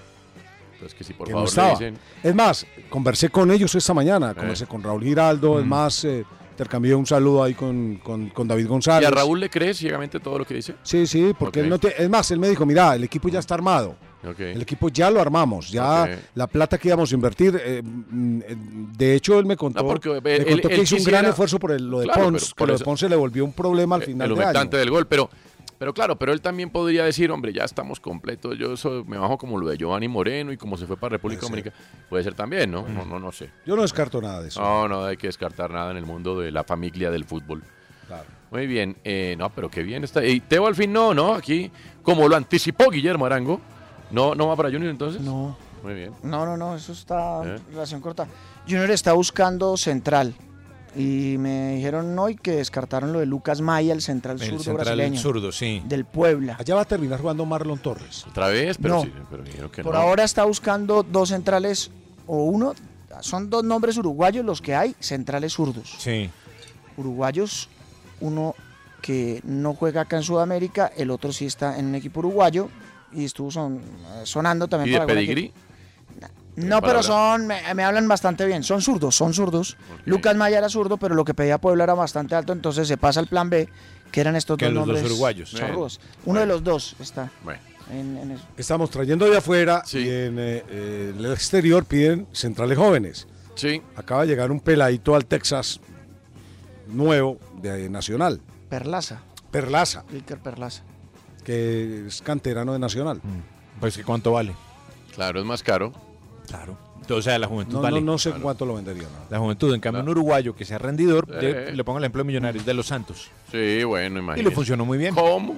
Speaker 8: Entonces que si por
Speaker 9: que no
Speaker 8: favor le
Speaker 9: estaba.
Speaker 8: dicen... Eh.
Speaker 9: Es más, conversé con ellos esta mañana, conversé con Raúl Giraldo,
Speaker 8: Mm.
Speaker 9: es más, eh, intercambié un saludo ahí con, con- con David
Speaker 8: ¿Y
Speaker 9: González.
Speaker 8: a Raúl le cree ciegamente todo lo que dice?
Speaker 9: Sí, sí, porque
Speaker 8: Ok.
Speaker 9: él no te- es más, él me dijo, mira, el equipo ya está armado.
Speaker 8: Ok.
Speaker 9: El equipo ya lo armamos, ya
Speaker 8: Ok.
Speaker 9: la plata que íbamos a invertir. eh, mm, eh, de hecho, él me contó,
Speaker 8: No, porque, eh,
Speaker 9: me
Speaker 8: él-
Speaker 9: contó que
Speaker 8: él
Speaker 9: hizo un
Speaker 8: quisiera-
Speaker 9: gran esfuerzo por el- lo de
Speaker 8: Claro, pero
Speaker 9: Pons, que
Speaker 8: por
Speaker 9: lo de
Speaker 8: eso- Eh,
Speaker 9: Pons se le volvió un problema al final
Speaker 8: el
Speaker 9: de año.
Speaker 8: aumentante del gol, pero, pero claro, pero él también podría decir, hombre, ya estamos completos, yo eso me bajo como lo de Giovanni Moreno y como se fue para República
Speaker 9: Puede
Speaker 8: Dominicana. Puede ser también, ¿no? No, no, no sé.
Speaker 9: Yo no descarto nada de eso.
Speaker 8: No, no hay que descartar nada en el mundo de la familia del fútbol.
Speaker 9: Claro.
Speaker 8: Muy bien, eh, no, pero qué bien está. Y Teo al fin no, ¿no? Aquí, como lo anticipó Guillermo Arango, ¿no, no va para Junior entonces?
Speaker 10: No.
Speaker 8: Muy bien.
Speaker 10: No, no, no, eso está
Speaker 8: ¿Eh?
Speaker 10: relación corta. Junior está buscando central. Y me dijeron hoy que descartaron lo de Lucas Maya, el central
Speaker 11: El
Speaker 10: zurdo
Speaker 11: central
Speaker 10: brasileño.
Speaker 11: zurdo, sí.
Speaker 10: Del Puebla.
Speaker 9: Allá va a terminar jugando Marlon Torres.
Speaker 8: Otra vez, pero
Speaker 10: No.
Speaker 8: sí, pero dijeron que
Speaker 10: Por
Speaker 8: no.
Speaker 10: ahora está buscando dos centrales o uno. Son dos nombres uruguayos los que hay, centrales zurdos.
Speaker 11: Sí.
Speaker 10: Uruguayos, uno que no juega acá en Sudamérica, el otro sí está en un equipo uruguayo y estuvo son- sonando también
Speaker 8: ¿Y de
Speaker 10: para algún
Speaker 8: pedigrí? Eh,
Speaker 10: equipo. No,
Speaker 8: para
Speaker 10: pero
Speaker 8: hablar.
Speaker 10: son, me, me hablan bastante bien. Son zurdos, son zurdos. Lucas Maya era zurdo, pero lo que pedía Puebla era bastante alto, entonces se pasa al plan B, que eran estos
Speaker 9: Que
Speaker 10: dos
Speaker 9: los dos
Speaker 10: nombres
Speaker 9: uruguayos.
Speaker 10: charrúas.
Speaker 9: Bueno.
Speaker 10: Uno de los dos está.
Speaker 8: Bueno.
Speaker 10: En, en eso.
Speaker 9: Estamos trayendo de afuera y en eh, eh, el exterior piden centrales jóvenes.
Speaker 8: Sí.
Speaker 9: Acaba de llegar un peladito al Texas nuevo de eh, Nacional.
Speaker 10: Perlaza.
Speaker 9: Perlaza.
Speaker 10: Iker Perlaza.
Speaker 9: Que es canterano de Nacional. Mm.
Speaker 11: Pues que cuánto vale.
Speaker 8: Claro, es más caro.
Speaker 11: Claro. O sea, la juventud
Speaker 9: No,
Speaker 11: vale.
Speaker 9: no, no sé cuánto lo vendería. no.
Speaker 11: La juventud, en cambio, un uruguayo que sea rendidor,
Speaker 8: Ah. Eh.
Speaker 11: de- le pongo el ejemplo de Millonarios, de los Santos.
Speaker 8: Sí, bueno,
Speaker 11: Y
Speaker 8: imagínate.
Speaker 11: le funcionó muy bien. Pues,
Speaker 8: ¿Cómo?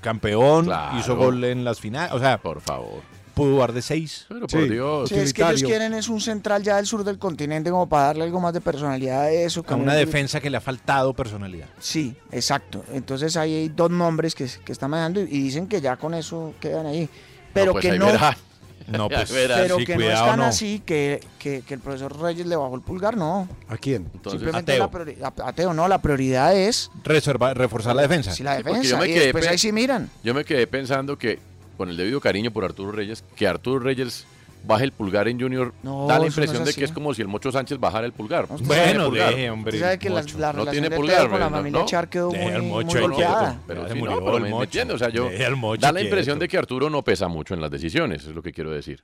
Speaker 11: campeón,
Speaker 8: Claro.
Speaker 11: hizo gol en las finales. O sea,
Speaker 8: por favor.
Speaker 11: Pudo jugar de seis.
Speaker 8: Pero por Dios.
Speaker 10: Sí, es que ellos quieren es un central ya del sur del continente como para darle algo más de personalidad a eso.
Speaker 11: A
Speaker 10: cambiar
Speaker 11: una
Speaker 10: el-
Speaker 11: defensa que le ha faltado personalidad.
Speaker 10: Sí, exacto. Entonces ahí hay dos nombres que, que están manejando y, y dicen que ya con eso quedan ahí. Pero
Speaker 11: pues,
Speaker 10: que
Speaker 11: ahí
Speaker 10: no.
Speaker 11: verá. No,
Speaker 10: pero
Speaker 11: pues, sí,
Speaker 10: que
Speaker 11: cuidado,
Speaker 10: no están
Speaker 11: no.
Speaker 10: así, que, que, que el profesor Reyes le bajó el pulgar, no.
Speaker 9: ¿A quién?
Speaker 10: Simplemente la priori- a- ateo, no, la prioridad es.
Speaker 11: Reserva- reforzar la defensa.
Speaker 10: Sí, la
Speaker 8: Sí, porque
Speaker 10: defensa.
Speaker 8: yo me
Speaker 10: y
Speaker 8: quedé
Speaker 10: después
Speaker 8: pe-
Speaker 10: ahí sí miran.
Speaker 8: Yo me quedé pensando que, con el debido cariño por Arturo Reyes, que Arturo Reyes baje el pulgar en Junior,
Speaker 10: No,
Speaker 8: da
Speaker 10: eso
Speaker 8: la impresión
Speaker 10: no es
Speaker 8: de que
Speaker 10: así.
Speaker 8: es como si el Mocho Sánchez bajara el pulgar. No
Speaker 11: Bueno,
Speaker 8: tiene pulgar.
Speaker 11: deje, hombre,
Speaker 10: Usted sabe que la, la
Speaker 8: no
Speaker 10: relación
Speaker 8: tiene
Speaker 10: de
Speaker 8: pulgar, pues,
Speaker 10: Teo con la
Speaker 8: ¿no?
Speaker 10: familia
Speaker 8: ¿no?
Speaker 10: Char quedó
Speaker 11: Deje
Speaker 10: muy,
Speaker 11: al
Speaker 10: muy
Speaker 11: Mocho
Speaker 10: golpeada.
Speaker 11: quieto.
Speaker 8: Pero
Speaker 11: Ya se
Speaker 8: sí,
Speaker 11: murió
Speaker 8: no, pero
Speaker 11: el
Speaker 8: me- me
Speaker 11: Mocho.
Speaker 8: entiende, o sea, yo
Speaker 11: Deje al Mocho
Speaker 8: da la
Speaker 11: quieto.
Speaker 8: impresión de que Arturo no pesa mucho en las decisiones, es lo que quiero decir.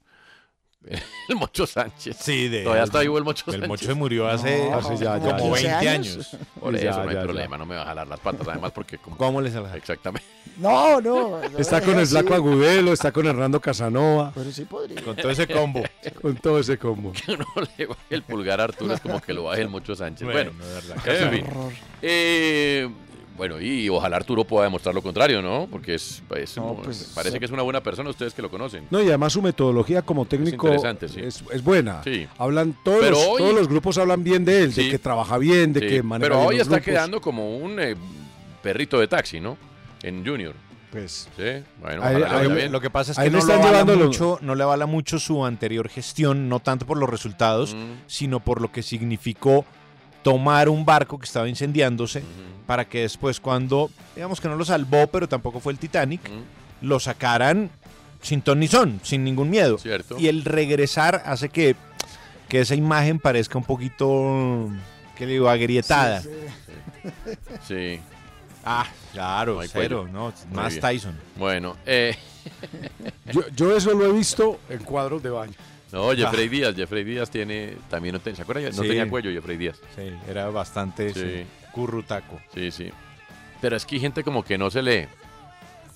Speaker 8: El Mocho Sánchez.
Speaker 11: Sí, de
Speaker 8: Todavía
Speaker 11: él.
Speaker 8: está vivo el Mocho
Speaker 11: El
Speaker 8: Sánchez.
Speaker 11: Mocho se murió hace- No, hace ya- como ya- 15 20 años. años.
Speaker 8: Por
Speaker 11: Ya,
Speaker 8: eso no hay
Speaker 11: ya, ya.
Speaker 8: problema, no me va a jalar las patas, además, porque... Como,
Speaker 11: ¿Cómo les jalar?
Speaker 8: Exactamente.
Speaker 10: No, no.
Speaker 9: Está con el
Speaker 10: así.
Speaker 9: Flaco Agudelo, está con Hernando Casanova.
Speaker 10: Pero sí podría.
Speaker 11: Con todo ese combo.
Speaker 9: Con todo ese combo.
Speaker 8: que uno le baje el pulgar a Arturo es como que lo baje el Mocho Sánchez.
Speaker 11: Bueno,
Speaker 8: Bueno,
Speaker 11: de verdad,
Speaker 8: en
Speaker 11: qué
Speaker 8: fin.
Speaker 11: horror.
Speaker 8: Eh, bueno, y ojalá Arturo pueda demostrar lo contrario, ¿no? Porque es, es-
Speaker 9: pues,
Speaker 8: parece
Speaker 9: sí.
Speaker 8: que es una buena persona, ustedes que lo conocen.
Speaker 9: No, y además su metodología como técnico
Speaker 8: interesante, sí.
Speaker 9: es, es buena.
Speaker 8: Sí.
Speaker 9: Hablan todos,
Speaker 8: Pero
Speaker 9: los,
Speaker 8: hoy-
Speaker 9: todos los grupos hablan bien de él, de que trabaja bien, de
Speaker 8: Sí,
Speaker 9: que maneja
Speaker 8: pero
Speaker 9: bien
Speaker 8: hoy
Speaker 9: los
Speaker 8: está
Speaker 9: grupos.
Speaker 8: quedando como un eh, perrito de taxi, ¿no? En Junior.
Speaker 9: Pues.
Speaker 8: Sí, bueno,
Speaker 11: Ahí-
Speaker 8: ojalá le vaya
Speaker 11: ahí-
Speaker 8: bien.
Speaker 11: lo que pasa es
Speaker 9: Ahí le
Speaker 11: que no, lo
Speaker 9: están
Speaker 11: avala
Speaker 9: llevando los-
Speaker 11: mucho, no le avala mucho su anterior gestión, no tanto por los resultados, sino por lo que significó tomar un barco que estaba incendiándose para que después cuando, digamos que no lo salvó, pero tampoco fue el Titanic,
Speaker 8: Mm,
Speaker 11: lo sacaran sin ton ni son, sin ningún miedo.
Speaker 8: Cierto.
Speaker 11: Y el regresar hace que, que esa imagen parezca un poquito, ¿qué le digo?, agrietada.
Speaker 8: Sí.
Speaker 11: Ah, claro,
Speaker 8: hay
Speaker 11: cero,
Speaker 8: cuello.
Speaker 11: no,
Speaker 8: Muy
Speaker 11: más
Speaker 8: bien.
Speaker 11: Tyson.
Speaker 8: Bueno, eh,
Speaker 9: Yo, yo eso lo he visto en cuadros de baño.
Speaker 8: no, Jeffrey Díaz, Jeffrey Díaz tiene, también no, te- ¿se acuerdan? No
Speaker 11: Ah. Sí.
Speaker 8: tenía cuello Jeffrey Díaz.
Speaker 11: Sí, era bastante
Speaker 8: Sí.
Speaker 11: sí, currutaco.
Speaker 8: Sí, sí. Pero es que hay gente como que no se le.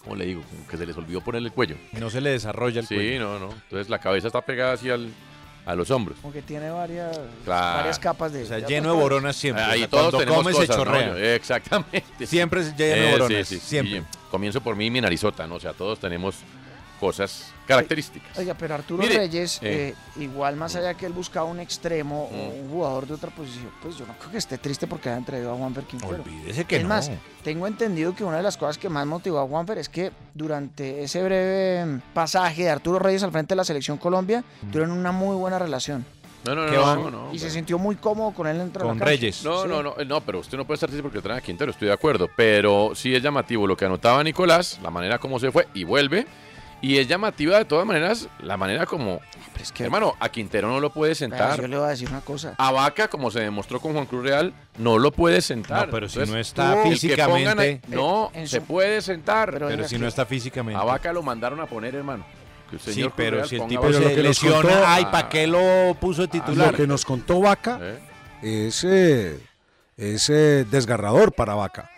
Speaker 8: ¿Cómo le digo? Como que se les olvidó ponerle el cuello.
Speaker 11: No se le desarrolla el
Speaker 8: sí,
Speaker 11: cuello.
Speaker 8: no, no. Entonces la cabeza está pegada así al, a los hombros.
Speaker 10: Como que tiene varias,
Speaker 8: Claro.
Speaker 10: varias capas de. pues,
Speaker 11: O sea, lleno de boronas siempre.
Speaker 8: Ahí
Speaker 11: O sea,
Speaker 8: todos
Speaker 11: cuando
Speaker 8: tenemos
Speaker 11: comes
Speaker 8: cosas,
Speaker 11: se
Speaker 8: ¿no?
Speaker 11: chorrea.
Speaker 8: Exactamente.
Speaker 11: Siempre es lleno de
Speaker 8: Eh,
Speaker 11: boronas,
Speaker 8: sí, sí, sí.
Speaker 11: siempre.
Speaker 8: Y Comienzo por mí y mi narizota, ¿no? O sea, todos tenemos cosas características.
Speaker 10: Oiga, pero Arturo
Speaker 8: Mire,
Speaker 10: Reyes,
Speaker 8: eh,
Speaker 10: eh, igual más allá que él buscaba un extremo o
Speaker 8: Mm.
Speaker 10: un jugador de otra posición, pues yo no creo que esté triste porque haya entregado a Juanfer Quintero.
Speaker 11: Olvídese que
Speaker 10: es
Speaker 11: no.
Speaker 10: más, tengo entendido que una de las cosas que más motivó a Juanfer es que durante ese breve mm, pasaje de Arturo Reyes al frente de la selección Colombia, tuvieron una muy buena relación.
Speaker 8: No, no, no,
Speaker 11: Mm. ¿Qué
Speaker 8: no,
Speaker 11: va?
Speaker 8: no, no,
Speaker 10: y se
Speaker 8: pero-
Speaker 10: sintió muy cómodo con él dentro de la
Speaker 11: Con
Speaker 10: cancha.
Speaker 11: Reyes.
Speaker 8: No,
Speaker 10: Sí.
Speaker 8: no, no, eh, no, pero usted no puede estar triste porque traen a Quintero, estoy de acuerdo. Pero sí es llamativo lo que anotaba Nicolás, la manera como se fue y vuelve. Y es llamativa de todas maneras la manera como.
Speaker 10: Ah, que-
Speaker 8: Hermano, a Quintero no lo puede
Speaker 10: Pero
Speaker 8: sentar.
Speaker 10: Yo le voy a decir una cosa.
Speaker 8: A Vaca, como se demostró con Juan Cruz Real, no lo puede sentar.
Speaker 11: No, pero si
Speaker 8: Entonces,
Speaker 11: no está
Speaker 8: el que
Speaker 11: físicamente-
Speaker 8: pongan ahí- no,
Speaker 9: Eh,
Speaker 10: En
Speaker 8: se
Speaker 10: su-
Speaker 8: puede sentar.
Speaker 10: Pero
Speaker 11: Pero si no está físicamente.
Speaker 8: A Vaca lo mandaron a poner, hermano. Que el
Speaker 11: Sí,
Speaker 8: señor Cruz
Speaker 11: pero
Speaker 8: Real
Speaker 11: si el
Speaker 8: ponga
Speaker 11: tipo
Speaker 8: Vaca.
Speaker 11: se
Speaker 9: que nos
Speaker 11: lesiona,
Speaker 9: contó-
Speaker 8: Ah.
Speaker 11: ay, ¿para qué lo puso de titular?
Speaker 9: Ah, Lo que nos contó Vaca es, eh, es, eh, desgarrador para Vaca.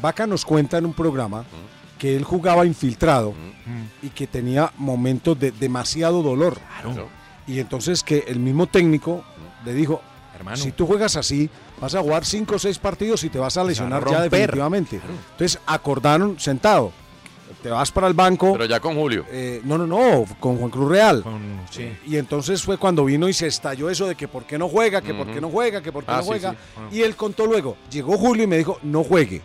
Speaker 9: Vaca nos cuenta en un programa
Speaker 8: Mm.
Speaker 9: que él jugaba infiltrado
Speaker 11: Mm.
Speaker 9: y que tenía momentos de demasiado dolor.
Speaker 11: Claro.
Speaker 9: Y entonces que el mismo técnico
Speaker 8: Mm.
Speaker 9: le dijo,
Speaker 11: Hermano.
Speaker 9: si tú juegas así, vas a jugar cinco o seis partidos y te vas a lesionar ya
Speaker 11: romper.
Speaker 9: definitivamente. Entonces acordaron sentado, te vas para el banco.
Speaker 8: Pero ya con Julio.
Speaker 9: Eh, no, no, no, con Juan Cruz Real. Eh,
Speaker 11: Con- sí.
Speaker 9: Y entonces fue cuando vino y se estalló eso de que por qué no juega, que por qué no juega, que por qué
Speaker 8: Ah,
Speaker 9: no
Speaker 8: sí,
Speaker 9: juega.
Speaker 8: sí. Ah.
Speaker 9: Y él contó luego, llegó Julio y me dijo, no juegue,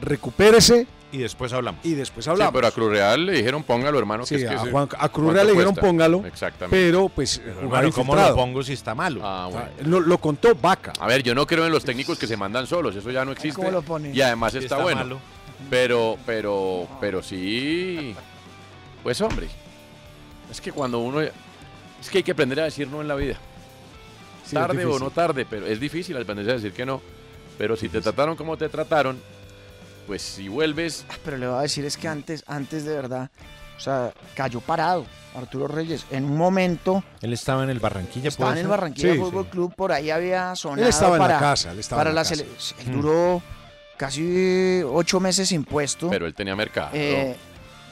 Speaker 9: recupérese
Speaker 11: Y después hablamos.
Speaker 9: y después
Speaker 8: Sí,
Speaker 9: hablamos.
Speaker 8: pero a Cruz Real le dijeron póngalo, hermano.
Speaker 9: Sí,
Speaker 8: que es que
Speaker 9: a,
Speaker 8: ese-
Speaker 9: Juan- a Cruz
Speaker 8: ¿cuánto
Speaker 9: Real le dijeron
Speaker 8: cuesta?
Speaker 9: póngalo,
Speaker 8: Exactamente.
Speaker 9: pero pues jugaba
Speaker 11: Hermano, ¿cómo
Speaker 9: infiltrado.
Speaker 11: lo pongo si está malo?
Speaker 8: Ah, bueno.
Speaker 9: Lo, lo contó Vaca.
Speaker 8: A ver, yo no creo en los técnicos que se mandan solos, eso ya no existe.
Speaker 10: ¿Cómo lo pone?
Speaker 8: Y además
Speaker 11: Sí,
Speaker 8: está,
Speaker 11: está
Speaker 8: bueno.
Speaker 11: malo.
Speaker 8: Pero, pero, pero sí. Pues hombre. Es que cuando uno. Es que hay que aprender a decir no en la vida.
Speaker 9: Sí, es
Speaker 8: tarde o
Speaker 9: difícil.
Speaker 8: no tarde, pero es difícil aprender a decir que no. Pero si te trataron como te trataron, pues si vuelves,
Speaker 10: ah, Pero le voy a decir es que antes, antes de verdad, o sea, cayó parado Arturo Reyes. En un momento
Speaker 11: Él estaba en el Barranquilla.
Speaker 10: estaba en
Speaker 11: ¿puede
Speaker 10: el
Speaker 11: ser?
Speaker 10: Barranquilla pues, Fútbol Club, por ahí había sonado
Speaker 11: estaba en la
Speaker 10: para,
Speaker 11: casa, él estaba
Speaker 10: para
Speaker 11: en la
Speaker 10: la
Speaker 11: casa.
Speaker 10: sele-
Speaker 11: Mm.
Speaker 10: Él duró casi ocho meses sin puesto.
Speaker 8: pero él tenía mercado.
Speaker 10: Eh,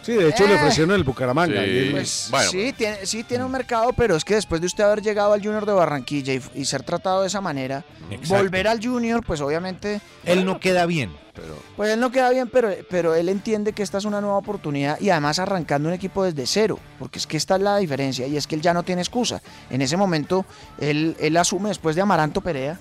Speaker 9: Sí, de hecho le
Speaker 10: Eh.
Speaker 9: ofrecieron el Bucaramanga.
Speaker 8: Sí,
Speaker 9: y él-
Speaker 8: pues, bueno.
Speaker 10: sí, tiene, sí
Speaker 11: Mm.
Speaker 10: tiene un mercado, pero es que después de usted haber llegado al Junior de Barranquilla y, y ser tratado de esa manera,
Speaker 11: Exacto.
Speaker 10: volver al Junior, pues obviamente,
Speaker 11: Él no queda bien.
Speaker 10: pues él no queda bien, pero, pero él entiende que esta es una nueva oportunidad y además arrancando un equipo desde cero, porque es que esta es la diferencia y es que él ya no tiene excusa. En ese momento, él, él asume después de Amaranto Perea.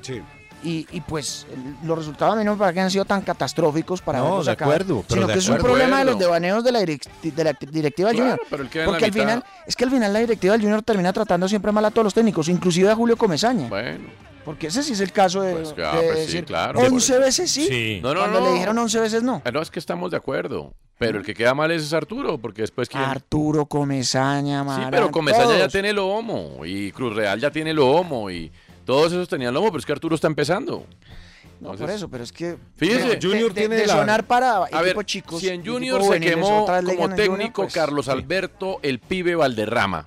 Speaker 10: Y, y, pues el- los resultados a mí no me parece que han sido tan catastróficos para
Speaker 11: No,
Speaker 10: verlos
Speaker 11: de
Speaker 10: acá,
Speaker 11: acuerdo, pero
Speaker 10: sino
Speaker 11: de
Speaker 10: que es un
Speaker 11: acuerdo.
Speaker 10: problema de los
Speaker 11: Acuerdo.
Speaker 10: devaneos de la, directi- de la directiva del
Speaker 8: Claro,
Speaker 10: Junior.
Speaker 8: pero él queda en la
Speaker 10: porque al
Speaker 8: mitad.
Speaker 10: final, es que al final la directiva del Junior termina tratando siempre mal a todos los técnicos, inclusive a Julio Comesaña.
Speaker 8: Bueno.
Speaker 10: Porque ese sí es el caso de,
Speaker 8: Pues, ah,
Speaker 10: de
Speaker 8: pues sí,
Speaker 10: decir,
Speaker 8: claro,
Speaker 10: 11
Speaker 8: por-
Speaker 10: veces sí,
Speaker 8: No, no,
Speaker 10: cuando
Speaker 8: no.
Speaker 10: le dijeron 11 veces no.
Speaker 8: Ah, No, es que estamos de acuerdo. Pero el que queda mal es Arturo, porque después quién.
Speaker 10: Arturo Comesaña,
Speaker 8: Sí,
Speaker 10: Amaranto,
Speaker 8: pero Comesaña ya
Speaker 10: Ah, todos.
Speaker 8: tiene lo homo y Cruz Real ya tiene lo homo y todos esos tenían lo homo, pero es que Arturo está empezando.
Speaker 10: No,
Speaker 8: Entonces,
Speaker 10: por eso, pero es que
Speaker 8: pues. Fíjese,
Speaker 10: de- de-
Speaker 8: Junior
Speaker 10: de-
Speaker 8: tiene
Speaker 10: de
Speaker 8: la-
Speaker 10: sonar para
Speaker 8: A ver,
Speaker 10: equipos chicos.
Speaker 8: si en
Speaker 10: y
Speaker 8: Junior
Speaker 10: equipos
Speaker 8: se
Speaker 10: juveniles
Speaker 8: quemó
Speaker 10: otra vez le
Speaker 8: como
Speaker 10: ganan al Junior,
Speaker 8: técnico
Speaker 10: pues,
Speaker 8: Carlos Alberto el pibe Valderrama,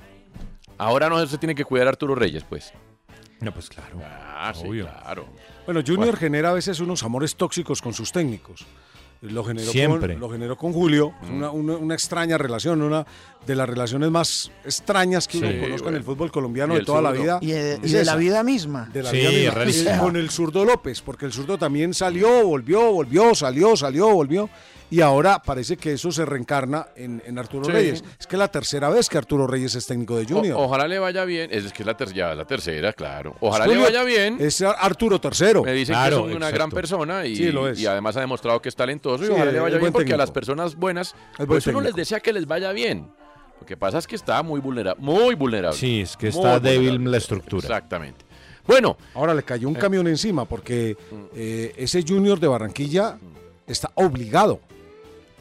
Speaker 8: ahora no se tiene que cuidar Arturo Reyes, pues.
Speaker 11: No, pues claro.
Speaker 8: Ah, sí, claro.
Speaker 9: Bueno, Junior genera a veces unos amores tóxicos con sus técnicos. Lo generó
Speaker 11: Siempre.
Speaker 9: Con, lo generó con Julio, una, una- una extraña relación, una de las relaciones más extrañas que uno
Speaker 11: Sí,
Speaker 9: conozca en
Speaker 11: bueno.
Speaker 9: el fútbol colombiano
Speaker 11: Y
Speaker 9: de
Speaker 11: el
Speaker 9: toda la
Speaker 11: zurdo.
Speaker 9: vida.
Speaker 10: Y de,
Speaker 9: es
Speaker 10: y de
Speaker 9: esa,
Speaker 10: la vida misma.
Speaker 9: de la
Speaker 11: Sí,
Speaker 9: vida misma.
Speaker 11: es rarísimo.
Speaker 9: Y con el zurdo López, porque el zurdo también salió, volvió, volvió, salió, salió, volvió. Y ahora parece que eso se reencarna en, en Arturo
Speaker 8: Sí.
Speaker 9: Reyes. Es que es la tercera vez que Arturo Reyes es técnico de Junior.
Speaker 8: O- ojalá le vaya bien, es que es la, ter- ya es la tercera, claro. Ojalá le
Speaker 9: Julio
Speaker 8: vaya bien.
Speaker 9: Es Arturo tercero.
Speaker 8: Me dicen
Speaker 9: Claro,
Speaker 8: que es una
Speaker 9: exacto.
Speaker 8: gran persona y,
Speaker 9: Sí, lo es.
Speaker 8: y además ha demostrado que es talentoso y
Speaker 9: Sí,
Speaker 8: ojalá le
Speaker 9: es
Speaker 8: vaya
Speaker 9: buen
Speaker 8: bien porque a
Speaker 9: técnico.
Speaker 8: las personas buenas
Speaker 9: buen
Speaker 8: pues uno les
Speaker 9: técnico.
Speaker 8: desea que les vaya bien. Lo que pasa es que está muy vulnerable, muy vulnerable.
Speaker 11: Sí, es que
Speaker 8: Muy
Speaker 11: está débil
Speaker 8: vulnerable.
Speaker 11: la estructura.
Speaker 8: Exactamente. Bueno.
Speaker 9: Ahora le cayó un
Speaker 8: Eh.
Speaker 9: camión encima porque eh, ese Junior de Barranquilla está obligado.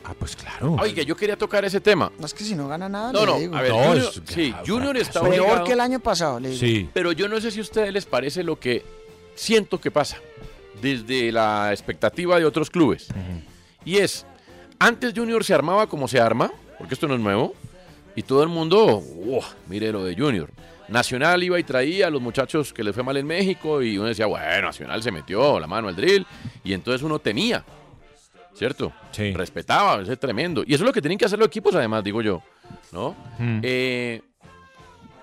Speaker 11: Ah, pues claro.
Speaker 8: Oiga, yo quería tocar ese tema.
Speaker 10: No es que si no gana nada,
Speaker 8: No,
Speaker 10: le
Speaker 8: no,
Speaker 10: digo.
Speaker 8: a ver,
Speaker 11: No,
Speaker 8: Junior,
Speaker 11: es-
Speaker 8: sí, Junior está
Speaker 10: Peor
Speaker 8: obligado,
Speaker 10: que el año pasado, le digo.
Speaker 11: Sí.
Speaker 8: pero yo no sé si a ustedes les parece lo que siento que pasa desde la expectativa de otros clubes. Y es, antes Junior se armaba como se arma, porque esto no es nuevo, y todo el mundo, "Uah, mire lo de Junior. Nacional iba y traía a los muchachos que le fue mal en México y uno decía, bueno, Nacional se metió la mano al drill y entonces uno temía, ¿cierto?
Speaker 11: Sí.
Speaker 8: Respetaba, eso es tremendo. Y eso es lo que tienen que hacer los equipos además, digo yo, ¿no?
Speaker 11: Mm.
Speaker 8: Eh,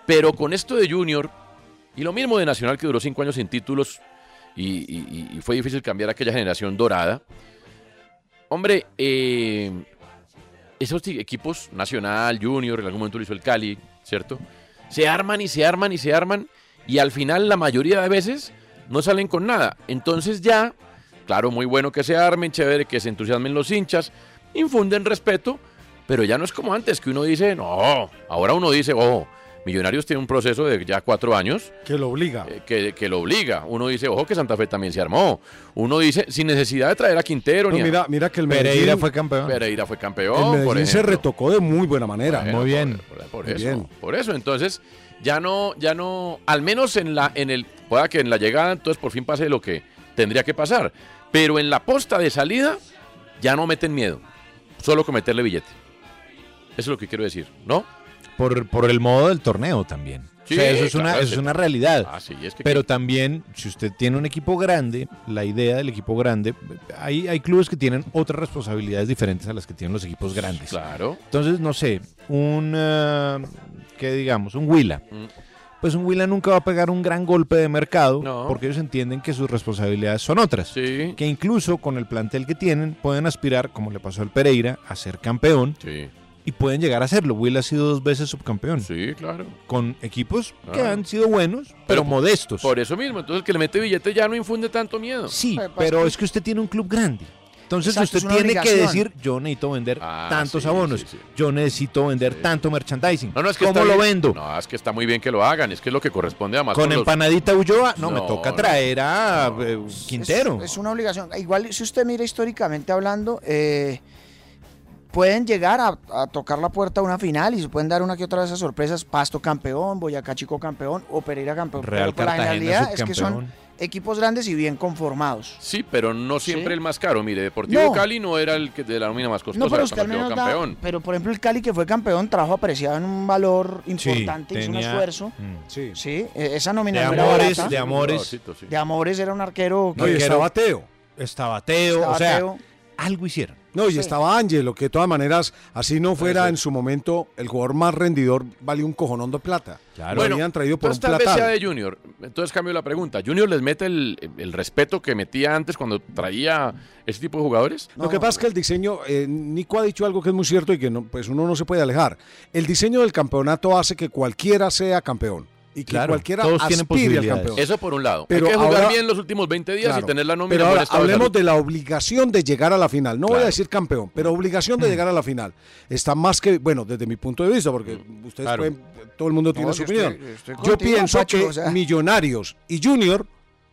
Speaker 8: pero con esto de Junior y lo mismo de Nacional que duró cinco años sin títulos y, y- y- y fue difícil cambiar aquella generación dorada, Hombre, eh, esos ti- equipos, Nacional, Junior, en algún momento lo hizo el Cali, ¿cierto? Se arman y se arman y se arman y al final la mayoría de veces no salen con nada. Entonces ya, claro, muy bueno que se armen, chévere, que se entusiasmen los hinchas, infunden respeto, pero ya no es como antes, que uno dice, no, ahora uno dice, ojo, Millonarios tiene un proceso de ya cuatro años
Speaker 9: Que lo obliga.
Speaker 8: eh, que, que lo obliga. Uno dice, ojo que Santa Fe también se armó. Uno dice, sin necesidad de traer a Quintero
Speaker 9: No,
Speaker 8: ni a-
Speaker 9: Pues mira, mira que el
Speaker 11: Pereira
Speaker 9: Medellín,
Speaker 11: fue campeón.
Speaker 8: Pereira fue
Speaker 9: el
Speaker 8: campeón, por
Speaker 9: Medellín se
Speaker 8: ejemplo.
Speaker 9: retocó de muy buena manera.
Speaker 8: Bueno,
Speaker 11: Muy bien.
Speaker 8: Por, por- por
Speaker 9: Muy
Speaker 8: eso,
Speaker 9: bien.
Speaker 8: por eso. Entonces, ya no, ya no, al menos en la, en el, pueda que en la llegada, entonces por fin pase lo que tendría que pasar. Pero en la posta de salida, ya no meten miedo. Solo con meterle billete. Eso es lo que quiero decir, ¿no?
Speaker 11: Por, por el modo del torneo también.
Speaker 8: Sí,
Speaker 11: o sea, eso es,
Speaker 8: claro,
Speaker 11: una, eso
Speaker 8: sí.
Speaker 11: es una realidad.
Speaker 8: Ah, sí, es que
Speaker 11: Pero también, si usted tiene un equipo grande, la idea del equipo grande, hay, hay clubes que tienen otras responsabilidades diferentes a las que tienen los equipos grandes.
Speaker 8: claro.
Speaker 11: Entonces, no sé, un, eh, ¿qué digamos? Un Huila.
Speaker 8: Mm.
Speaker 11: Pues un Huila nunca va a pegar un gran golpe de mercado
Speaker 8: No.
Speaker 11: porque ellos entienden que sus responsabilidades son otras.
Speaker 8: Sí.
Speaker 11: Que incluso con el plantel que tienen pueden aspirar, como le pasó al Pereira, a ser campeón
Speaker 8: Sí,
Speaker 11: y pueden llegar a serlo. Huila ha sido dos veces subcampeón
Speaker 8: sí, claro.
Speaker 11: con equipos que
Speaker 8: Ah.
Speaker 11: han sido buenos, pero,
Speaker 8: Pero-
Speaker 11: modestos.
Speaker 8: Por eso mismo, entonces el que le mete billete ya no infunde tanto miedo.
Speaker 11: Sí,
Speaker 10: Lo que pasa
Speaker 11: pero
Speaker 10: es que-
Speaker 11: es que usted tiene un club grande. Entonces
Speaker 10: Pues, Exacto, es
Speaker 11: usted
Speaker 10: una
Speaker 11: tiene que
Speaker 10: obligación.
Speaker 11: decir, yo necesito vender
Speaker 8: Ah,
Speaker 11: tantos
Speaker 8: sí,
Speaker 11: abonos,
Speaker 8: sí, sí.
Speaker 11: yo necesito vender tanto merchandising.
Speaker 8: No, no, es que
Speaker 11: ¿Cómo
Speaker 8: está
Speaker 11: lo
Speaker 8: bien-
Speaker 11: vendo?
Speaker 8: No, es que está muy bien que lo hagan, es que es lo que corresponde además.
Speaker 11: ¿Con
Speaker 8: los-
Speaker 11: empanadita Ulloa? No,
Speaker 8: No,
Speaker 11: me toca
Speaker 8: no,
Speaker 11: traer a
Speaker 8: no.
Speaker 11: eh,
Speaker 10: Es-
Speaker 11: Quintero.
Speaker 10: Es, una obligación. Igual, si usted mira históricamente hablando, eh, pueden llegar a, a tocar la puerta a una final y se pueden dar una que otra de esas sorpresas. Pasto campeón, Boyacá Chico campeón o Pereira campeón.
Speaker 8: Real
Speaker 10: Pero la
Speaker 8: Cartagena
Speaker 10: realidad es que
Speaker 8: subcampeón.
Speaker 10: son equipos grandes y bien conformados.
Speaker 8: Sí, pero no siempre el más caro. Mire, Deportivo
Speaker 10: No.
Speaker 8: Cali no era el que de la nómina más costosa,
Speaker 10: No, pero
Speaker 8: era
Speaker 10: usted al
Speaker 8: campeón,
Speaker 10: menos da-
Speaker 8: campeón.
Speaker 10: pero por ejemplo el Cali que fue campeón trajo apreciado en un valor importante, hizo un
Speaker 8: tenía-
Speaker 10: esfuerzo.
Speaker 8: Mm.
Speaker 10: Sí. e- esa nominación
Speaker 11: De
Speaker 10: era
Speaker 11: amores,
Speaker 10: barata.
Speaker 11: de amores.
Speaker 10: De amores era un arquero
Speaker 11: No, y estaba Teo. Estaba Teo,
Speaker 9: Estaba
Speaker 11: o sea,
Speaker 9: Teo.
Speaker 11: algo hicieron.
Speaker 9: No, y
Speaker 11: Sí.
Speaker 9: estaba Ángelo, que de todas maneras, así no fuera en su momento el jugador más rendidor, valió un cojonón de plata. Lo
Speaker 8: Bueno,
Speaker 9: habían traído por un
Speaker 8: entonces tal vez
Speaker 9: platal.
Speaker 8: sea de Junior. Entonces cambio la pregunta. ¿Junior les mete el, el respeto que metía antes cuando traía ese tipo de jugadores?
Speaker 9: Lo que pasa es que el diseño, eh, Nico ha dicho algo que es muy cierto y que no, pues uno no se puede alejar. El diseño del campeonato hace que cualquiera sea campeón y que
Speaker 8: Claro,
Speaker 9: cualquiera
Speaker 8: todos tienen
Speaker 9: aspire al campeón.
Speaker 8: Eso por un lado.
Speaker 9: Pero
Speaker 8: Hay que jugar
Speaker 9: ahora-
Speaker 8: bien los últimos 20 días
Speaker 9: Claro.
Speaker 8: y tener la nómina
Speaker 9: Pero
Speaker 8: en
Speaker 9: ahora
Speaker 8: buen estado de
Speaker 9: hablemos
Speaker 8: salud.
Speaker 9: de la obligación de llegar a la final. No voy a decir campeón, pero
Speaker 8: Mm.
Speaker 9: obligación de llegar a la final. Está más que, bueno, desde mi punto de vista, porque ustedes
Speaker 8: Mm. Claro.
Speaker 9: pueden- todo el mundo
Speaker 8: No,
Speaker 9: tiene su
Speaker 8: yo
Speaker 9: opinión.
Speaker 8: estoy- yo estoy
Speaker 9: yo
Speaker 8: contigo,
Speaker 9: pienso
Speaker 8: Pacho,
Speaker 9: que
Speaker 8: o sea.
Speaker 9: Millonarios y Junior,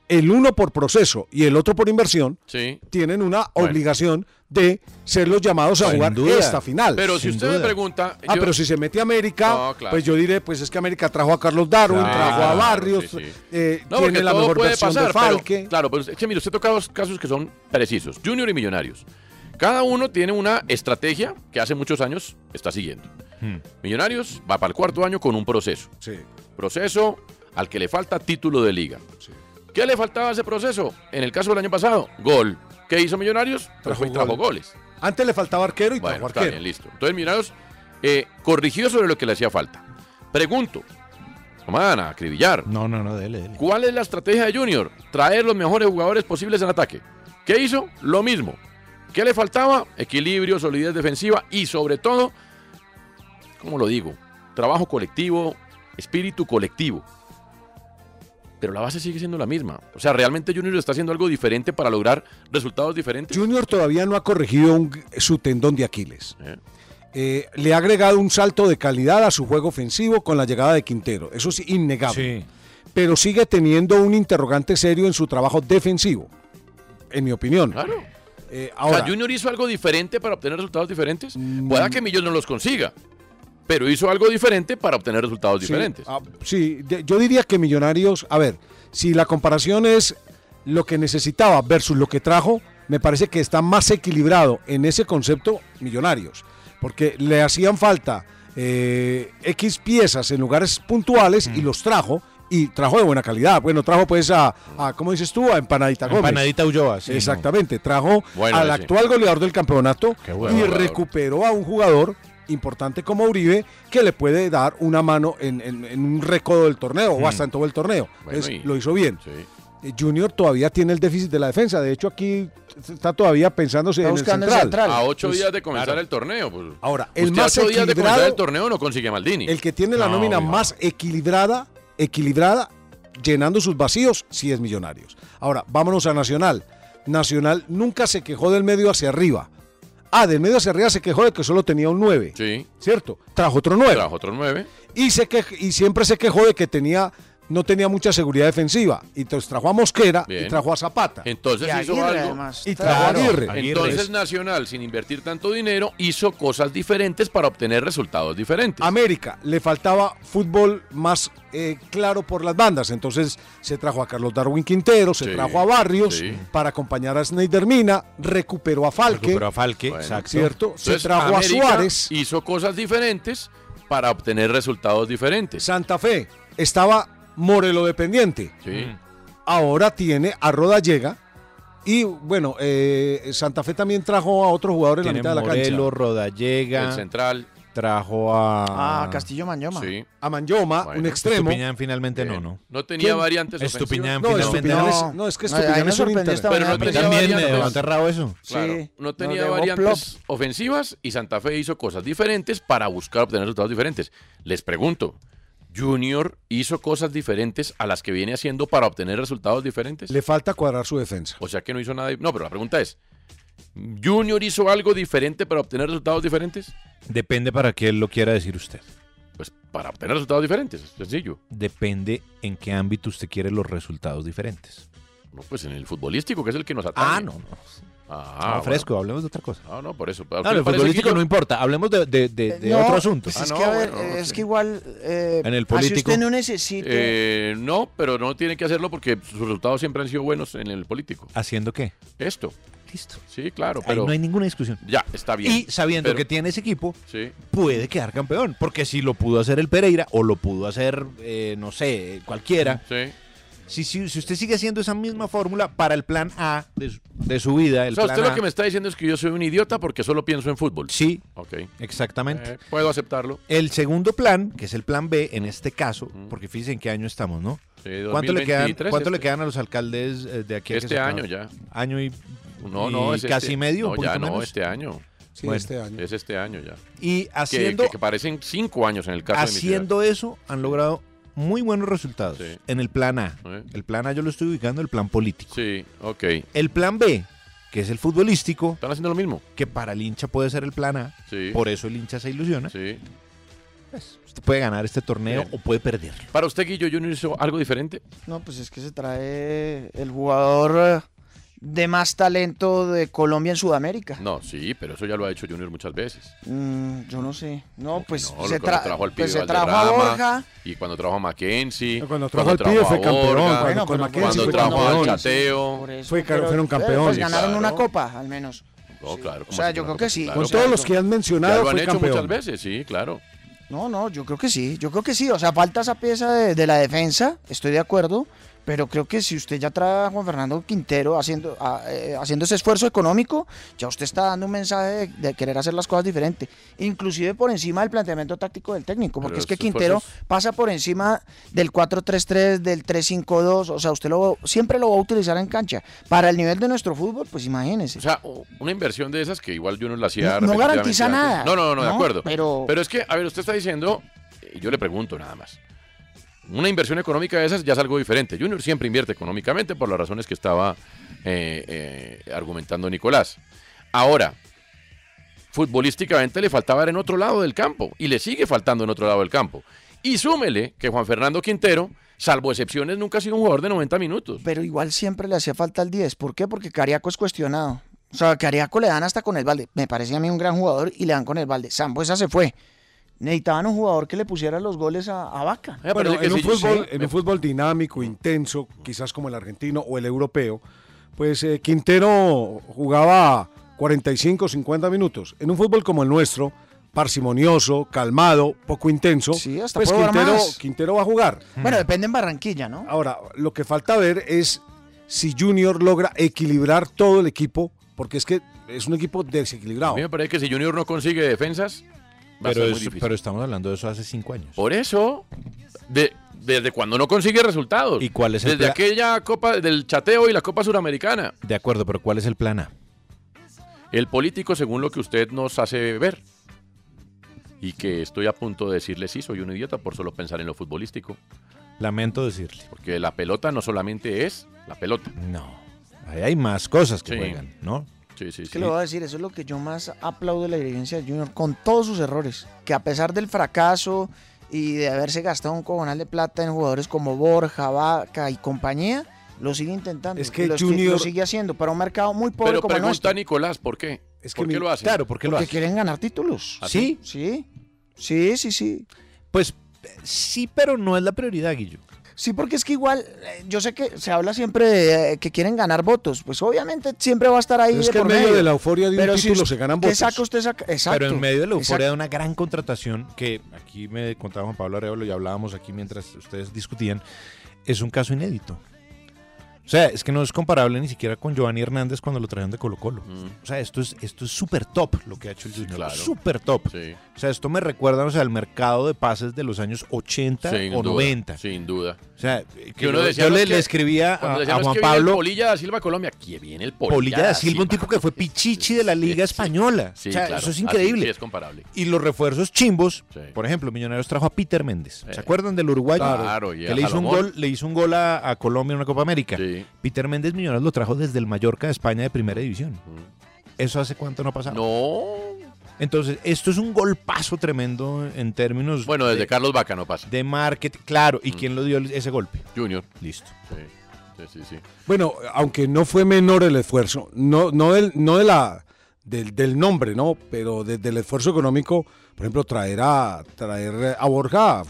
Speaker 9: el uno por proceso y el otro por inversión,
Speaker 8: Sí.
Speaker 9: tienen una
Speaker 8: Bueno.
Speaker 9: obligación de ser los llamados a
Speaker 8: Sin
Speaker 9: jugar
Speaker 8: duda.
Speaker 9: esta final.
Speaker 8: Pero si usted me pregunta...
Speaker 9: Ah,
Speaker 8: yo-
Speaker 9: pero si se mete América,
Speaker 8: No, claro.
Speaker 9: pues yo diré, pues es que América trajo a Carlos Darwin,
Speaker 8: Claro,
Speaker 9: trajo a
Speaker 8: claro,
Speaker 9: Barrios,
Speaker 8: sí, sí.
Speaker 9: eh,
Speaker 8: No,
Speaker 9: tiene
Speaker 8: porque
Speaker 9: la
Speaker 8: todo
Speaker 9: mejor
Speaker 8: puede
Speaker 9: versión de
Speaker 8: pasar, pero-
Speaker 9: Falque.
Speaker 8: claro, pero es que mire, usted toca dos casos que son precisos, Junior y Millonarios. Cada uno tiene una estrategia que hace muchos años está siguiendo. Hmm. Millonarios va para el cuarto año con un proceso. Proceso al que le falta título de liga. ¿Qué le faltaba a ese proceso? En el caso del año pasado, gol. ¿Qué hizo Millonarios? Pues
Speaker 9: Trajo
Speaker 8: fue y trajo
Speaker 9: gol.
Speaker 8: goles.
Speaker 9: Antes le faltaba arquero y trajo
Speaker 8: Bueno, está
Speaker 9: arquero.
Speaker 8: bien, listo. Entonces Millonarios eh, corrigió sobre lo que le hacía falta. Pregunto, no me van a acribillar.
Speaker 11: No, no, no, dele, dele.
Speaker 8: ¿Cuál es la estrategia de Junior? Traer los mejores jugadores posibles en ataque. ¿Qué hizo? Lo mismo. ¿Qué le faltaba? Equilibrio, solidez defensiva y sobre todo, ¿cómo lo digo? Trabajo colectivo, espíritu colectivo. Pero la base sigue siendo la misma. O sea, realmente Junior está haciendo algo diferente para lograr resultados diferentes.
Speaker 9: Junior todavía no ha corregido un- su tendón de Aquiles. Eh, le ha agregado un salto de calidad a su juego ofensivo con la llegada de Quintero. Eso es innegable. Pero sigue teniendo un interrogante serio en su trabajo defensivo, en mi opinión.
Speaker 8: Claro.
Speaker 9: Eh,
Speaker 8: O sea,
Speaker 9: ahora, Mm.
Speaker 8: Junior hizo algo diferente para obtener resultados diferentes. Pueda que Millón no los consiga, pero hizo algo diferente para obtener resultados
Speaker 9: Sí,
Speaker 8: diferentes.
Speaker 9: ah, sí, de- yo diría que Millonarios, a ver, si la comparación es lo que necesitaba versus lo que trajo, me parece que está más equilibrado en ese concepto Millonarios, porque le hacían falta eh, X piezas en lugares puntuales
Speaker 11: Mm.
Speaker 9: y los trajo. Y trajo de buena calidad. Bueno, trajo pues a, a ¿cómo dices tú? A Empanadita Gómez.
Speaker 11: Empanadita Ulloa, sí,
Speaker 9: Exactamente. Trajo
Speaker 11: Bueno,
Speaker 9: al
Speaker 11: sí.
Speaker 9: actual goleador del campeonato
Speaker 11: bueno
Speaker 9: y
Speaker 11: jugador.
Speaker 9: recuperó a un jugador importante como Uribe que le puede dar una mano en, en- en un recodo del torneo o hasta en todo el torneo.
Speaker 8: Hmm. Bueno,
Speaker 9: Entonces,
Speaker 8: y-
Speaker 9: lo hizo bien. Eh, Junior todavía tiene el déficit de la defensa. De hecho, aquí está todavía pensándose en el central.
Speaker 8: A ocho
Speaker 9: Pues,
Speaker 8: días de comenzar
Speaker 9: claro.
Speaker 8: el torneo. pues.
Speaker 9: Ahora, el
Speaker 8: Usted a
Speaker 9: más
Speaker 8: ocho días de comenzar
Speaker 9: equilibrado-
Speaker 8: el torneo no consigue a Maldini.
Speaker 9: El que tiene la
Speaker 8: No,
Speaker 9: nómina
Speaker 8: obvio.
Speaker 9: más equilibrada, equilibrada, llenando sus vacíos, sí es Millonarios. Ahora, vámonos a Nacional. Nacional nunca se quejó del medio hacia arriba. Ah, del medio hacia arriba se quejó de que solo tenía un 9.
Speaker 8: Sí.
Speaker 9: ¿Cierto? Trajo otro 9.
Speaker 8: Trajo otros nueve.
Speaker 9: Y, se quej- y siempre se quejó de que tenía, no tenía mucha seguridad defensiva. Y entonces trajo a Mosquera
Speaker 8: Bien.
Speaker 9: y trajo a Zapata.
Speaker 8: Entonces
Speaker 9: Y
Speaker 8: hizo
Speaker 9: Aguirre,
Speaker 8: algo.
Speaker 9: además. Y trajo a Claro, Aguirre. Aguirre.
Speaker 8: Entonces Nacional, sin invertir tanto dinero, hizo cosas diferentes para obtener resultados diferentes.
Speaker 9: América le faltaba fútbol más eh, claro por las bandas. Entonces se trajo a Carlos Darwin Quintero, se
Speaker 11: Sí,
Speaker 9: trajo a Barrios
Speaker 11: sí.
Speaker 9: para acompañar a Snyder Mina, recuperó a Falque.
Speaker 11: Recuperó a Falque, exacto.
Speaker 9: Cierto,
Speaker 8: Entonces,
Speaker 9: se trajo
Speaker 8: América
Speaker 9: a Suárez.
Speaker 8: Hizo cosas diferentes para obtener resultados diferentes.
Speaker 9: Santa Fe estaba Morelo dependiente.
Speaker 8: Sí.
Speaker 9: Ahora tiene a Rodallega. Y bueno, eh, Santa Fe también trajo a otro jugador en la
Speaker 11: Tiene
Speaker 9: mitad de la cancha.
Speaker 11: Morelo, Rodallega.
Speaker 8: El central.
Speaker 11: Trajo a.
Speaker 9: Ah, Castillo
Speaker 10: Mañoma.
Speaker 8: Sí. Eh,
Speaker 9: A Manlloma, Ah, un extremo.
Speaker 11: Estupiñán finalmente no, ¿no?
Speaker 8: No tenía
Speaker 9: ¿Quién?
Speaker 8: variantes ofensivas.
Speaker 11: Estupiñán
Speaker 9: No,
Speaker 11: finalmente
Speaker 9: Estupiñán es- no, es que Estupiñán es un internet.
Speaker 8: Pero no
Speaker 11: A mí
Speaker 8: tenía
Speaker 11: también me
Speaker 8: variantes.
Speaker 11: dejó aterrado eso.
Speaker 8: Claro,
Speaker 11: Sí,
Speaker 8: no
Speaker 11: nos
Speaker 8: tenía
Speaker 11: dejó
Speaker 8: variantes ofensivas y Santa Fe hizo cosas diferentes para buscar obtener resultados diferentes. Les pregunto, ¿Junior hizo cosas diferentes a las que viene haciendo para obtener resultados diferentes?
Speaker 9: Le falta cuadrar su defensa.
Speaker 8: O sea que no hizo nada. di- No, pero la pregunta es, ¿Junior hizo algo diferente para obtener resultados diferentes?
Speaker 11: Depende para qué lo quiera decir usted.
Speaker 8: Pues para obtener resultados diferentes, es sencillo.
Speaker 11: Depende en qué ámbito usted quiere los resultados diferentes.
Speaker 8: No, pues en el futbolístico, que es el que nos atañe. Ah, no,
Speaker 11: no.
Speaker 8: Ah,
Speaker 11: No, fresco, hablemos de otra cosa.
Speaker 8: No, no, por eso.
Speaker 11: No, lo futbolístico no importa, hablemos de, de- de- de
Speaker 10: No,
Speaker 11: otro asunto.
Speaker 10: pues
Speaker 8: Ah,
Speaker 10: es que, a ver, eh, es que igual. eh,
Speaker 8: En el
Speaker 10: Así
Speaker 8: político.
Speaker 10: usted no necesita.
Speaker 8: Eh, no, pero no tiene que hacerlo porque sus resultados siempre han sido buenos en el político.
Speaker 11: ¿Haciendo qué?
Speaker 8: Esto.
Speaker 11: Listo.
Speaker 8: Sí, claro,
Speaker 11: Ahí
Speaker 8: pero
Speaker 11: no hay ninguna discusión.
Speaker 8: ya está bien.
Speaker 11: Y sabiendo
Speaker 8: Pero-
Speaker 11: que tiene ese equipo,
Speaker 8: Sí.
Speaker 11: puede quedar campeón. Porque si lo pudo hacer el Pereira o lo pudo hacer, eh, no sé, cualquiera. Si, si, si usted sigue haciendo esa misma fórmula para el plan A de su, de su vida, el
Speaker 8: o sea,
Speaker 11: plan
Speaker 8: usted
Speaker 11: A,
Speaker 8: lo que me está diciendo es que yo soy un idiota porque solo pienso en fútbol.
Speaker 11: Sí.
Speaker 8: Ok.
Speaker 11: Exactamente.
Speaker 8: Eh, puedo aceptarlo.
Speaker 11: El segundo plan, que es el plan B en este caso, porque fíjense en qué año estamos, ¿no?
Speaker 8: Sí,
Speaker 11: ¿Cuánto, le quedan,
Speaker 8: 2023
Speaker 11: cuánto le
Speaker 8: este.
Speaker 11: quedan a los alcaldes eh, de aquí? a que se
Speaker 8: Este
Speaker 11: acabe?
Speaker 8: año ya.
Speaker 11: Año y,
Speaker 8: No,
Speaker 11: y
Speaker 8: no, es este-
Speaker 11: casi medio.
Speaker 8: No,
Speaker 11: un poquito
Speaker 8: ya no,
Speaker 11: menos.
Speaker 8: este año.
Speaker 11: Sí, Bueno. este año.
Speaker 8: Es este año ya.
Speaker 11: Y
Speaker 8: Que-
Speaker 11: haciendo-
Speaker 8: Que, que parecen cinco años en el caso
Speaker 11: Haciendo eso han logrado muy buenos resultados en el plan A. El plan A yo lo estoy ubicando en el plan político.
Speaker 8: de mi ciudad. Sí, ok.
Speaker 11: El plan B, que es el futbolístico.
Speaker 8: Están haciendo lo mismo.
Speaker 11: Que para el hincha puede ser el plan A.
Speaker 8: Sí.
Speaker 11: Por eso el hincha se ilusiona.
Speaker 8: Sí.
Speaker 11: Usted puede ganar este torneo
Speaker 8: Bien.
Speaker 11: o puede perder.
Speaker 8: Para usted, Guillo Junior hizo algo diferente.
Speaker 10: No, pues es que se trae el jugador eh, de más talento de Colombia en Sudamérica.
Speaker 8: No, sí, pero eso ya lo ha hecho Junior muchas veces.
Speaker 10: Mm, yo no sé. No, pues
Speaker 8: No,
Speaker 10: se,
Speaker 8: cuando
Speaker 10: tra-
Speaker 8: trajo al pibe
Speaker 10: pues se trajo
Speaker 8: Valderrama,
Speaker 10: a Borja.
Speaker 8: Y cuando trajo a Mackenzie.
Speaker 9: cuando trajo al pibe fue campeón, cuando
Speaker 8: Bueno,
Speaker 9: con
Speaker 8: pero
Speaker 9: Mackenzie
Speaker 8: cuando
Speaker 9: fue
Speaker 8: trajo al
Speaker 9: campeón.
Speaker 8: Chateo.
Speaker 10: Por eso,
Speaker 9: Fue-
Speaker 10: pero-
Speaker 9: fueron
Speaker 10: pero,
Speaker 9: campeones.
Speaker 10: Pues ganaron
Speaker 8: Claro.
Speaker 10: una copa, al menos.
Speaker 8: No, claro.
Speaker 10: O sea, yo creo que sí.
Speaker 9: Con todos los que han mencionado,
Speaker 8: Ya lo han
Speaker 9: fue
Speaker 8: hecho
Speaker 9: campeón.
Speaker 8: muchas veces, sí, claro.
Speaker 10: No, no, yo creo que sí, yo creo que sí. O sea, falta esa pieza de, de la defensa, estoy de acuerdo, pero creo que si usted ya trae a Juan Fernando Quintero haciendo, a- eh, haciendo ese esfuerzo económico, ya usted está dando un mensaje de, de querer hacer las cosas diferente, inclusive por encima del planteamiento táctico del técnico, porque
Speaker 8: Pero
Speaker 10: es que
Speaker 8: esos
Speaker 10: Quintero
Speaker 8: esfuerzos-
Speaker 10: pasa por encima del 4-3-3, del 3-5-2, o sea, usted lo, siempre lo va a utilizar en cancha. Para el nivel de nuestro fútbol, pues imagínese.
Speaker 8: O sea, o- una inversión de esas que igual Junior la
Speaker 10: No-
Speaker 8: hacía.
Speaker 10: no
Speaker 8: repetidamente
Speaker 10: garantiza
Speaker 8: antes.
Speaker 10: nada,
Speaker 8: No, no, no, de
Speaker 10: ¿no?
Speaker 8: acuerdo.
Speaker 10: Pero-
Speaker 8: es que, a ver, usted está diciendo, y yo le pregunto nada más. Una inversión económica de esas ya es algo diferente. Junior siempre invierte económicamente por las razones que estaba eh, eh, argumentando Nicolás. Ahora, futbolísticamente le faltaba en otro lado del campo y le sigue faltando en otro lado del campo. Y súmele que Juan Fernando Quintero, salvo excepciones, nunca ha sido un jugador de 90 minutos.
Speaker 10: Pero igual siempre le hacía falta el 10. ¿Por qué? Porque Cariaco es cuestionado. O sea, Cariaco le dan hasta con el balde. Me parece a mí un gran jugador y le dan con el balde. Zambuesa se fue. Necesitaban un jugador que le pusiera los goles a, a Vaca.
Speaker 9: Bueno, en, un fútbol, en un fútbol dinámico, intenso, quizás como el argentino o el europeo, pues eh, Quintero jugaba 45, 50 minutos. En un fútbol como el nuestro, parsimonioso, calmado, poco intenso,
Speaker 10: hasta
Speaker 9: pues
Speaker 10: puede jugar
Speaker 9: Quintero,
Speaker 10: más. Mm.
Speaker 9: Quintero va a jugar.
Speaker 10: Bueno, depende en Barranquilla, ¿no?
Speaker 9: Ahora, lo que falta ver es si Junior logra equilibrar todo el equipo, porque es que es un equipo
Speaker 8: A
Speaker 9: desequilibrado.
Speaker 8: mí me parece que si Junior no consigue defensas, va a
Speaker 11: Pero,
Speaker 8: ser
Speaker 11: es-
Speaker 8: muy difícil.
Speaker 11: pero estamos hablando de eso hace cinco años.
Speaker 8: Por eso, de- desde cuando no consigue resultados. ¿Y cuál
Speaker 11: es el
Speaker 8: Desde
Speaker 11: pla-
Speaker 8: aquella Copa del Chateo y la Copa Suramericana.
Speaker 11: De acuerdo, pero ¿cuál es el plan A?
Speaker 8: El político, según lo que usted nos hace ver. Y que estoy a punto de decirle, sí, soy un idiota por solo pensar en lo futbolístico.
Speaker 11: Lamento decirle.
Speaker 8: Porque la pelota no solamente es la pelota.
Speaker 11: No. Ahí hay más cosas que
Speaker 8: Sí.
Speaker 11: juegan, ¿no?
Speaker 8: Sí, sí,
Speaker 10: Es que le voy a decir, eso es lo que yo más aplaudo de la dirigencia de Junior, con todos sus errores. Que a pesar del fracaso y de haberse gastado un cojonal de plata en jugadores como Borja, Vaca y compañía, lo sigue intentando.
Speaker 9: Es que
Speaker 10: Y lo, si-
Speaker 9: Junior-
Speaker 10: lo sigue haciendo para un mercado muy pobre
Speaker 8: Pero
Speaker 10: como el nuestro.
Speaker 8: pregunta a Nicolás, ¿por qué? ¿Por qué lo hace?
Speaker 10: Porque quieren ganar títulos.
Speaker 8: ¿Ah,
Speaker 11: sí?
Speaker 10: Sí. Sí, sí, sí.
Speaker 11: Pues sí, pero no es la prioridad, Guillo.
Speaker 10: Sí, porque es que igual, eh, yo sé que se habla siempre de eh, que quieren ganar votos. Pues obviamente siempre va a estar ahí.
Speaker 9: Pero es
Speaker 10: de
Speaker 9: que en
Speaker 10: por
Speaker 9: medio de la euforia de un
Speaker 10: Pero
Speaker 9: título
Speaker 10: us-
Speaker 9: se ganan
Speaker 10: ¿qué
Speaker 9: votos.
Speaker 10: saca usted? Saca- Exacto.
Speaker 11: Pero en medio de la euforia de
Speaker 10: Exacto.
Speaker 11: una gran contratación, que aquí me contaba Juan Pablo Arevalo y hablábamos aquí mientras ustedes discutían, es un caso inédito. O sea, es que no es comparable ni siquiera con Giovanni Hernández cuando lo trajeron de Colo Colo. O sea, esto es esto es súper top lo que ha hecho el Junior.
Speaker 8: Mm. claro.
Speaker 11: Súper top. O sea, esto me recuerda o sea, al mercado de pases de los años 80
Speaker 8: Sin
Speaker 11: o
Speaker 8: duda,
Speaker 11: 90.
Speaker 8: Sin duda.
Speaker 11: O sea,
Speaker 8: Que
Speaker 11: que
Speaker 8: uno
Speaker 11: yo,
Speaker 8: decía,
Speaker 11: yo
Speaker 8: no,
Speaker 11: le,
Speaker 8: es que-
Speaker 11: le escribía
Speaker 8: cuando
Speaker 11: a,
Speaker 8: decían,
Speaker 11: a
Speaker 8: "No, es
Speaker 11: Juan
Speaker 8: que viene el
Speaker 11: Pablo
Speaker 8: Polilla da Silva Colombia. Aquí viene el Polilla,
Speaker 11: Polilla da Silva, un tipo que fue pichichi de la Liga Española.
Speaker 8: Sí,
Speaker 11: O sea,
Speaker 8: claro.
Speaker 11: eso es
Speaker 8: Así
Speaker 11: increíble.
Speaker 8: sí es comparable.
Speaker 11: Y los refuerzos chimbos, por ejemplo, Millonarios trajo a Peter Méndez. ¿Se acuerdan del uruguayo?
Speaker 8: Claro, y a
Speaker 11: que le hizo, un
Speaker 8: Salomón.
Speaker 11: gol, le hizo un gol a, a Colombia en una Copa América. Peter Méndez Millonarios lo trajo desde el Mallorca de España de Primera División. ¿Eso hace cuánto no ha pasado?
Speaker 8: Mm. No.
Speaker 11: Entonces, esto es un golpazo tremendo en términos...
Speaker 8: Bueno, desde Mm.
Speaker 11: de-
Speaker 8: Carlos Vaca no pasa.
Speaker 11: De marketing, claro. ¿Y quién lo dio ese golpe?
Speaker 8: Junior.
Speaker 11: Listo.
Speaker 8: Sí, sí. Sí, sí, sí.
Speaker 9: Bueno, aunque no fue menor el esfuerzo, no, no, del, no de la, del, del nombre, ¿no? Pero desde el esfuerzo económico, por ejemplo, traer a, traer a Borja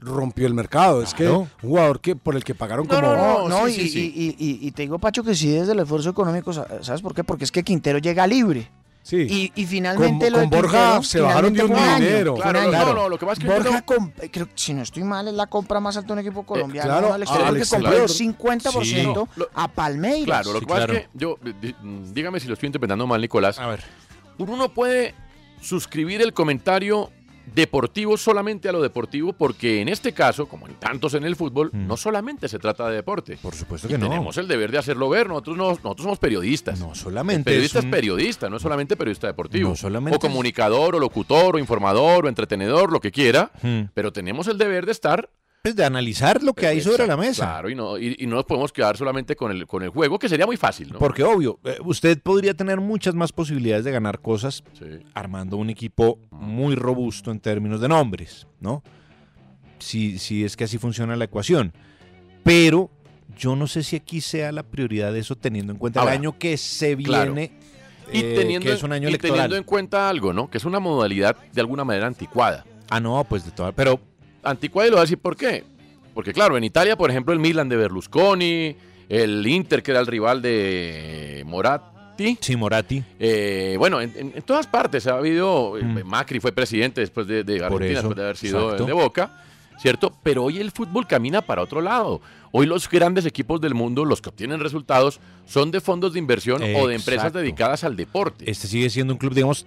Speaker 9: rompió el mercado. Es que
Speaker 10: Claro.
Speaker 9: un jugador que, por el que pagaron como...
Speaker 10: No, no, y, y- y- y- y te digo, Pacho, que sí, desde el esfuerzo económico, sa- ¿sabes por qué? Porque es que Quintero llega libre.
Speaker 9: Sí.
Speaker 10: Y, y finalmente
Speaker 9: Con-
Speaker 10: lo de
Speaker 9: con Borja
Speaker 10: Quintero,
Speaker 9: se bajaron de
Speaker 10: finalmente
Speaker 9: un
Speaker 10: fue año,
Speaker 9: dinero.
Speaker 10: fue
Speaker 9: Claro,
Speaker 10: un año.
Speaker 9: claro. No, no, lo que pasa es que
Speaker 10: Borja,
Speaker 9: Quintero-
Speaker 10: comp- eh, creo, que si no estoy mal, es la compra más alta de un equipo colombiano.
Speaker 8: claro,
Speaker 10: ¿no, Alex? Creo
Speaker 8: Alex
Speaker 10: que compró el
Speaker 8: Taylor.
Speaker 10: 50%
Speaker 8: Sí. Lo-
Speaker 10: a Palmeiras.
Speaker 8: Claro, lo que pasa es que yo, di- mm, dígame si lo estoy interpretando mal, Nicolás. A
Speaker 11: ver.
Speaker 8: Uno puede suscribir el comentario deportivo solamente a lo deportivo, porque en este caso, como en tantos en el fútbol, no solamente se trata de deporte. Por
Speaker 11: Mm. supuesto
Speaker 8: que
Speaker 11: no.
Speaker 8: Tenemos el deber de hacerlo ver. Nosotros, no, nosotros somos periodistas. No
Speaker 11: solamente
Speaker 8: El periodista es,
Speaker 11: es un-
Speaker 8: periodista, no es solamente periodista deportivo.
Speaker 11: No solamente
Speaker 8: o comunicador, o locutor, o informador, o entretenedor, lo que quiera. Pero tenemos el deber de estar
Speaker 11: Pues de analizar lo que hay sobre la mesa.
Speaker 8: Claro, y no, y, y no nos podemos quedar solamente con el, con el juego, que sería muy fácil, ¿no?
Speaker 11: Porque obvio, eh, usted podría tener muchas más posibilidades de ganar cosas armando un equipo muy robusto en términos de nombres, ¿no? Si, si es que así funciona la ecuación. Pero yo no sé si aquí sea la prioridad de eso teniendo en cuenta
Speaker 8: Ahora,
Speaker 11: el año que se
Speaker 8: claro.
Speaker 11: viene,
Speaker 8: y
Speaker 11: eh,
Speaker 8: teniendo,
Speaker 11: que es un año
Speaker 8: y
Speaker 11: electoral.
Speaker 8: teniendo en cuenta algo, ¿no? Que es una modalidad de alguna manera anticuada.
Speaker 11: Ah, no, pues de todas. Pero.
Speaker 8: Anticuada y lo voy a decir por qué. Porque, claro, en Italia, por ejemplo, el Milan de Berlusconi, el Inter, que era el rival de Moratti. Eh,
Speaker 11: Sí, Moratti.
Speaker 8: bueno, en, en- en todas partes ha habido. eh, Macri fue presidente después de, de Argentina,
Speaker 11: Mm. eso,
Speaker 8: después de haber sido
Speaker 11: exacto.
Speaker 8: el de Boca, ¿cierto? Pero hoy el fútbol camina para otro lado. Hoy los grandes equipos del mundo, los que obtienen resultados, son de fondos de inversión o de empresas
Speaker 11: Exacto.
Speaker 8: dedicadas al deporte.
Speaker 11: Este sigue siendo un club, digamos,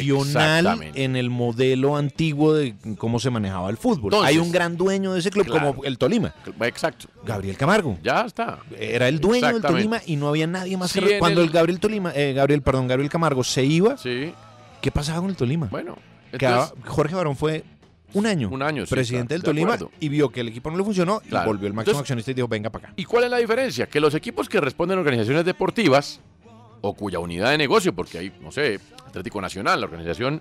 Speaker 11: tradicional
Speaker 8: Exactamente.
Speaker 11: en el modelo antiguo de cómo se manejaba el fútbol.
Speaker 8: Entonces,
Speaker 11: Hay un gran dueño de ese club,
Speaker 8: claro.
Speaker 11: como el Tolima.
Speaker 8: Exacto.
Speaker 11: Gabriel Camargo.
Speaker 8: Ya está.
Speaker 11: Era el dueño del
Speaker 8: Exactamente.
Speaker 11: Tolima y no había nadie más
Speaker 8: Sí,
Speaker 11: que
Speaker 8: en
Speaker 11: cuando el,
Speaker 8: el-
Speaker 11: Gabriel Tolima, eh, Gabriel, perdón, Gabriel Camargo se iba. ¿Qué pasaba con el Tolima?
Speaker 8: Bueno,
Speaker 11: Quedaba-
Speaker 8: entonces-
Speaker 11: Jorge Barón fue un año,
Speaker 8: Un año, sí,
Speaker 11: presidente
Speaker 8: claro,
Speaker 11: del
Speaker 8: de
Speaker 11: Tolima
Speaker 8: acuerdo.
Speaker 11: y vio que el equipo no le funcionó y
Speaker 8: Claro.
Speaker 11: volvió el máximo
Speaker 8: Entonces-
Speaker 11: accionista y dijo, venga para acá.
Speaker 8: ¿Y cuál es la diferencia? Que los equipos que responden a organizaciones deportivas o cuya unidad de negocio, porque hay, no sé, Atlético Nacional, la organización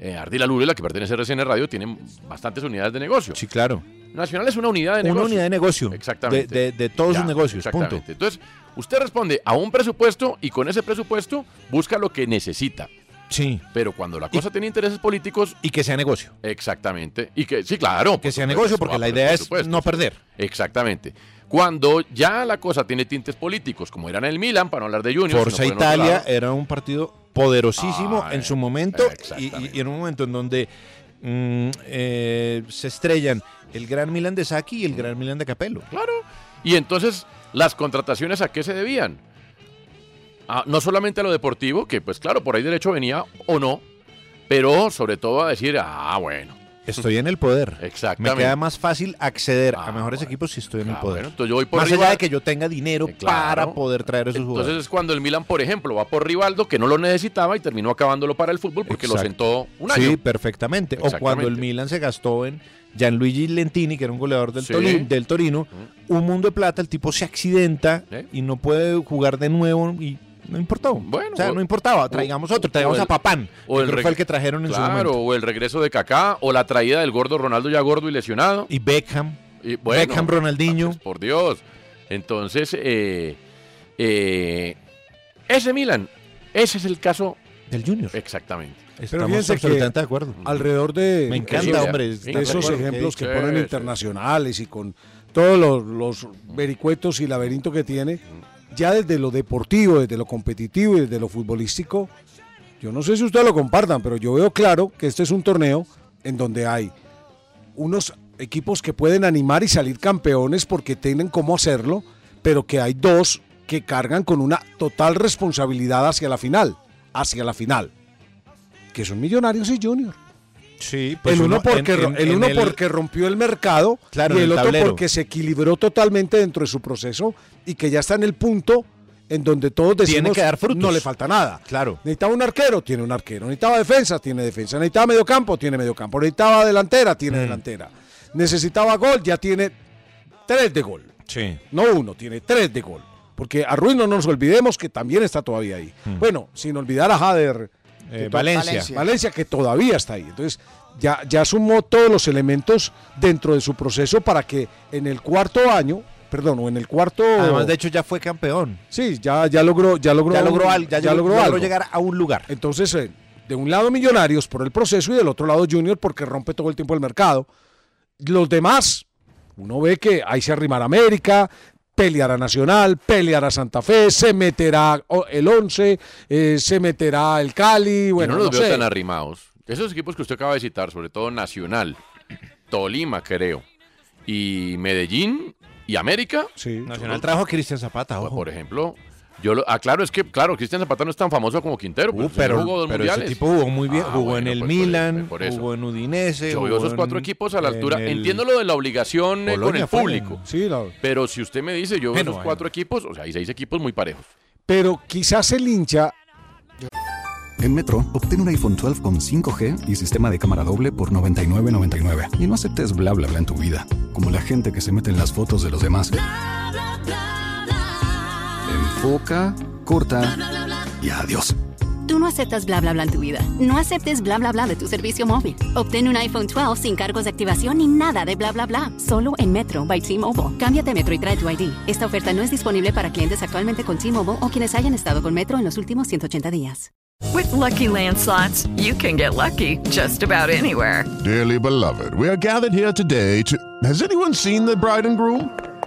Speaker 8: eh, Ardila Lula, la que pertenece a RCN Radio, tienen bastantes unidades de negocio.
Speaker 11: Sí, claro.
Speaker 8: Nacional es una unidad de
Speaker 11: Una
Speaker 8: negocio.
Speaker 11: unidad de negocio.
Speaker 8: Exactamente.
Speaker 11: De, de- de todos
Speaker 8: Ya,
Speaker 11: sus negocios, punto.
Speaker 8: exactamente. Entonces, usted responde a un presupuesto y con ese presupuesto busca lo que necesita.
Speaker 11: Sí.
Speaker 8: Pero cuando la cosa tiene intereses políticos...
Speaker 11: Y que sea negocio.
Speaker 8: Exactamente. Y que, sí, claro.
Speaker 11: Que sea negocio, porque la idea es no perder.
Speaker 8: Exactamente. Cuando ya la cosa tiene tintes políticos, como eran el Milan, para no Ah, eh, hablar de Junior. sino
Speaker 11: Forza
Speaker 8: por el otro
Speaker 11: Italia
Speaker 8: lado,
Speaker 11: era un partido poderosísimo en su momento y, y en un momento en donde mm, eh, se estrellan el gran Milan de Saki y el gran Milan de Capello.
Speaker 8: Claro. Y entonces, ¿las contrataciones a qué se debían? A- no solamente a lo deportivo, que pues claro, por ahí derecho venía o no, pero sobre todo a decir, ah, bueno.
Speaker 11: Estoy en el poder. Me
Speaker 8: Exactamente.
Speaker 11: queda más fácil acceder
Speaker 8: Ah,
Speaker 11: a mejores equipos si estoy en el poder.
Speaker 8: entonces yo voy por
Speaker 11: más allá
Speaker 8: Rival-
Speaker 11: de que yo tenga dinero
Speaker 8: claro.
Speaker 11: para poder traer a esos
Speaker 8: Entonces
Speaker 11: jugadores.
Speaker 8: es cuando el Milan, por ejemplo, va por Rivaldo, que no lo necesitaba y terminó acabándolo para el fútbol porque lo
Speaker 11: Exacto.
Speaker 8: sentó un año.
Speaker 11: Sí, perfectamente. O cuando el
Speaker 8: Exactamente.
Speaker 11: Milan se gastó en Gianluigi Lentini, que era un goleador del,
Speaker 8: Sí.
Speaker 11: Toli- del Torino, un mundo de plata, el tipo se accidenta
Speaker 8: Sí.
Speaker 11: y no puede jugar de nuevo y no importó. o sea,
Speaker 8: o-
Speaker 11: no importaba, traigamos otro, traigamos
Speaker 8: el-
Speaker 11: a Papán,
Speaker 8: o
Speaker 11: que
Speaker 8: el
Speaker 11: creo que
Speaker 8: reg-
Speaker 11: fue el que trajeron en su
Speaker 8: Claro,
Speaker 11: momento.
Speaker 8: o el regreso de Kaká, o la traída del gordo Ronaldo ya gordo y lesionado.
Speaker 11: Y Beckham.
Speaker 8: Y bueno,
Speaker 11: Beckham, Ronaldinho.
Speaker 8: pues, por Dios. Entonces, eh, eh, ese Milan, ese es el caso
Speaker 11: del Junior.
Speaker 8: Exactamente.
Speaker 9: Pero fíjense que alrededor de,
Speaker 11: Me encanta,
Speaker 9: de-
Speaker 11: hombre,
Speaker 9: de
Speaker 11: estar de
Speaker 9: esos
Speaker 11: acuerdo.
Speaker 9: ejemplos
Speaker 11: Sí,
Speaker 9: que
Speaker 11: sí,
Speaker 9: ponen
Speaker 11: sí.
Speaker 9: internacionales y con todos los, los vericuetos y laberinto que tiene, ya desde lo deportivo, desde lo competitivo y desde lo futbolístico, yo no sé si ustedes lo compartan, pero yo veo claro que este es un torneo en donde hay unos equipos que pueden animar y salir campeones porque tienen cómo hacerlo, pero que hay dos que cargan con una total responsabilidad hacia la final, hacia la final, que son Millonarios y Junior.
Speaker 11: Sí, pues
Speaker 9: el uno, porque,
Speaker 11: en-
Speaker 9: ro-
Speaker 11: en-
Speaker 9: el
Speaker 11: en
Speaker 9: uno porque rompió el mercado
Speaker 11: Claro,
Speaker 9: y
Speaker 11: en
Speaker 9: el,
Speaker 11: el
Speaker 9: otro
Speaker 11: tablero.
Speaker 9: porque se equilibró totalmente dentro de su proceso y que ya está en el punto en donde todos decimos
Speaker 11: Tiene que dar frutos.
Speaker 9: no le falta nada.
Speaker 11: Claro.
Speaker 9: Necesitaba un arquero, tiene un arquero. Necesitaba defensa, tiene defensa. Necesitaba medio campo, tiene medio campo. Necesitaba delantera,
Speaker 11: Mm.
Speaker 9: tiene delantera. Necesitaba gol, ya tiene tres de gol.
Speaker 11: Sí.
Speaker 9: No uno, tiene tres de gol. Porque a Ruiz no nos olvidemos que también está todavía ahí. Bueno, sin olvidar a Jader.
Speaker 11: Hmm. Eh,
Speaker 9: que to-
Speaker 11: Valencia.
Speaker 9: Valencia. que todavía está ahí. Entonces, ya, ya sumó todos los elementos dentro de su proceso para que en el cuarto año, perdón, o en el cuarto.
Speaker 11: Además,
Speaker 8: Oh.
Speaker 11: de hecho, ya fue campeón.
Speaker 9: Sí, ya, ya logró, ya logró,
Speaker 11: Ya logró
Speaker 9: un-
Speaker 11: al- ya llegó- logró llegar
Speaker 9: a un lugar. Entonces, eh, de un lado Millonarios por el proceso y del otro lado Junior porque rompe todo el tiempo el mercado. Los demás, uno ve que ahí se arrimará América, peleará Nacional, peleará Santa Fe, se meterá o- el 11, eh, se meterá el Cali,
Speaker 8: Yo
Speaker 9: bueno,
Speaker 8: no los
Speaker 9: no
Speaker 8: veo
Speaker 9: sé.
Speaker 8: tan arrimados. Esos equipos que usted acaba de citar, sobre todo Nacional, Tolima, creo, y Medellín y América.
Speaker 11: Nacional trajo a Cristian Zapata, ojo.
Speaker 8: Por ejemplo, yo lo, aclaro, es que, claro, Cristian Zapata no es tan famoso como Quintero, pero, sí
Speaker 11: Uh, pero,
Speaker 8: jugó Pues, dos
Speaker 11: pero ese
Speaker 8: mundiales.
Speaker 11: tipo jugó muy bien.
Speaker 8: Ah,
Speaker 11: jugó
Speaker 8: bueno,
Speaker 11: en el
Speaker 8: pues, por
Speaker 11: Milan,
Speaker 8: por eso.
Speaker 11: jugó en Udinese.
Speaker 8: Yo veo
Speaker 11: jugó
Speaker 8: esos cuatro
Speaker 11: en-
Speaker 8: equipos a la
Speaker 11: en
Speaker 8: altura.
Speaker 11: el-
Speaker 8: Entiendo lo de la obligación eh, con
Speaker 9: Polonia
Speaker 8: el
Speaker 9: fue.
Speaker 8: público.
Speaker 9: Sí, la-
Speaker 8: Pero si usted me dice, yo veo
Speaker 9: Bueno,
Speaker 8: esos cuatro equipos, o sea, hay seis equipos muy parejos.
Speaker 9: Pero quizás el hincha
Speaker 3: En Metro, obtén un iPhone 12 con 5G y sistema de cámara doble por $99.99. Y no aceptes bla bla bla en tu vida, como la gente que se mete en las fotos de los demás. Enfoca, corta y adiós.
Speaker 4: Tú no aceptas bla bla bla en tu vida. No aceptes bla bla bla de tu servicio móvil. Obtén un iPhone 12 sin cargos de activación ni nada de bla bla bla. Solo en Metro by T-Mobile. Cámbiate a Metro y trae tu ID. Esta oferta no es disponible para clientes actualmente con T-Mobile o quienes hayan estado con Metro en los últimos 180 días.
Speaker 12: With Lucky Land slots, you can get lucky just about anywhere.
Speaker 13: Dearly beloved, we are gathered here today to. Has anyone seen the bride and groom?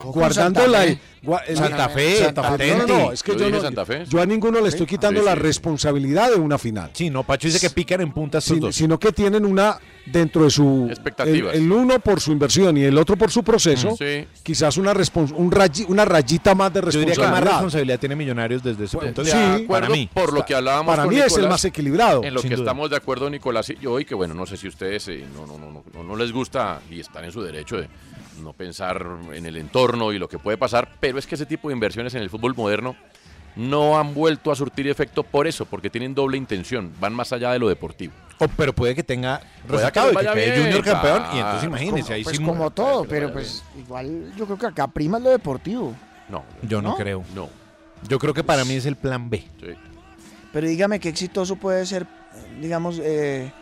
Speaker 9: guardando
Speaker 12: Santa
Speaker 9: la
Speaker 12: Fe.
Speaker 9: gua- el-
Speaker 11: Santa Fe,
Speaker 9: No, no, no,
Speaker 11: Atenti.
Speaker 9: es que
Speaker 11: Yo
Speaker 9: yo,
Speaker 11: dije
Speaker 9: no-
Speaker 11: Santa Fe.
Speaker 9: yo a ninguno le estoy
Speaker 11: Sí.
Speaker 9: quitando
Speaker 11: Sí,
Speaker 9: la
Speaker 11: sí.
Speaker 9: responsabilidad de una final.
Speaker 11: Sí, no, Pacho dice que pican en puntas estos
Speaker 9: Sin-
Speaker 11: dos.
Speaker 9: sino que tienen una dentro de su
Speaker 11: Expectativas.
Speaker 9: El, el uno por su inversión y el otro por su proceso,
Speaker 8: Mm,
Speaker 11: Sí.
Speaker 9: quizás una respons- un rayi- una rayita más de
Speaker 11: Pues Yo diría que más
Speaker 9: responsabilidad.
Speaker 11: responsabilidad tiene Millonarios desde ese punto
Speaker 8: De
Speaker 11: de vista.
Speaker 8: acuerdo,
Speaker 11: ah, para mí.
Speaker 8: por lo que hablábamos
Speaker 9: Para
Speaker 8: con
Speaker 9: mí es el
Speaker 8: Nicolás,
Speaker 9: más equilibrado,
Speaker 8: En lo
Speaker 9: sin
Speaker 8: que
Speaker 9: duda.
Speaker 8: estamos de acuerdo Nicolás y yo, y que bueno, no sé si ustedes eh, no, no, no, no, no les gusta y están en su derecho de no pensar en el entorno y lo que puede pasar, pero es que ese tipo de inversiones en el fútbol moderno no han vuelto a surtir efecto por eso, porque tienen doble intención, van más allá de lo deportivo.
Speaker 11: O- Oh, pero puede que tenga
Speaker 8: Pueda
Speaker 11: resultado
Speaker 8: Pues que le
Speaker 11: y que
Speaker 8: vaya
Speaker 11: quede
Speaker 8: bien,
Speaker 11: Junior campeón.
Speaker 8: claro.
Speaker 11: Y entonces imagínense,
Speaker 8: Como-
Speaker 11: ahí
Speaker 8: pues
Speaker 11: sí.
Speaker 10: como todo, pero pues igual yo creo que acá prima es lo deportivo.
Speaker 8: No,
Speaker 11: Yo no,
Speaker 10: ¿No?
Speaker 11: creo.
Speaker 8: No.
Speaker 11: Yo creo que para mí es el plan B.
Speaker 10: Pero dígame qué exitoso puede ser, digamos, eh,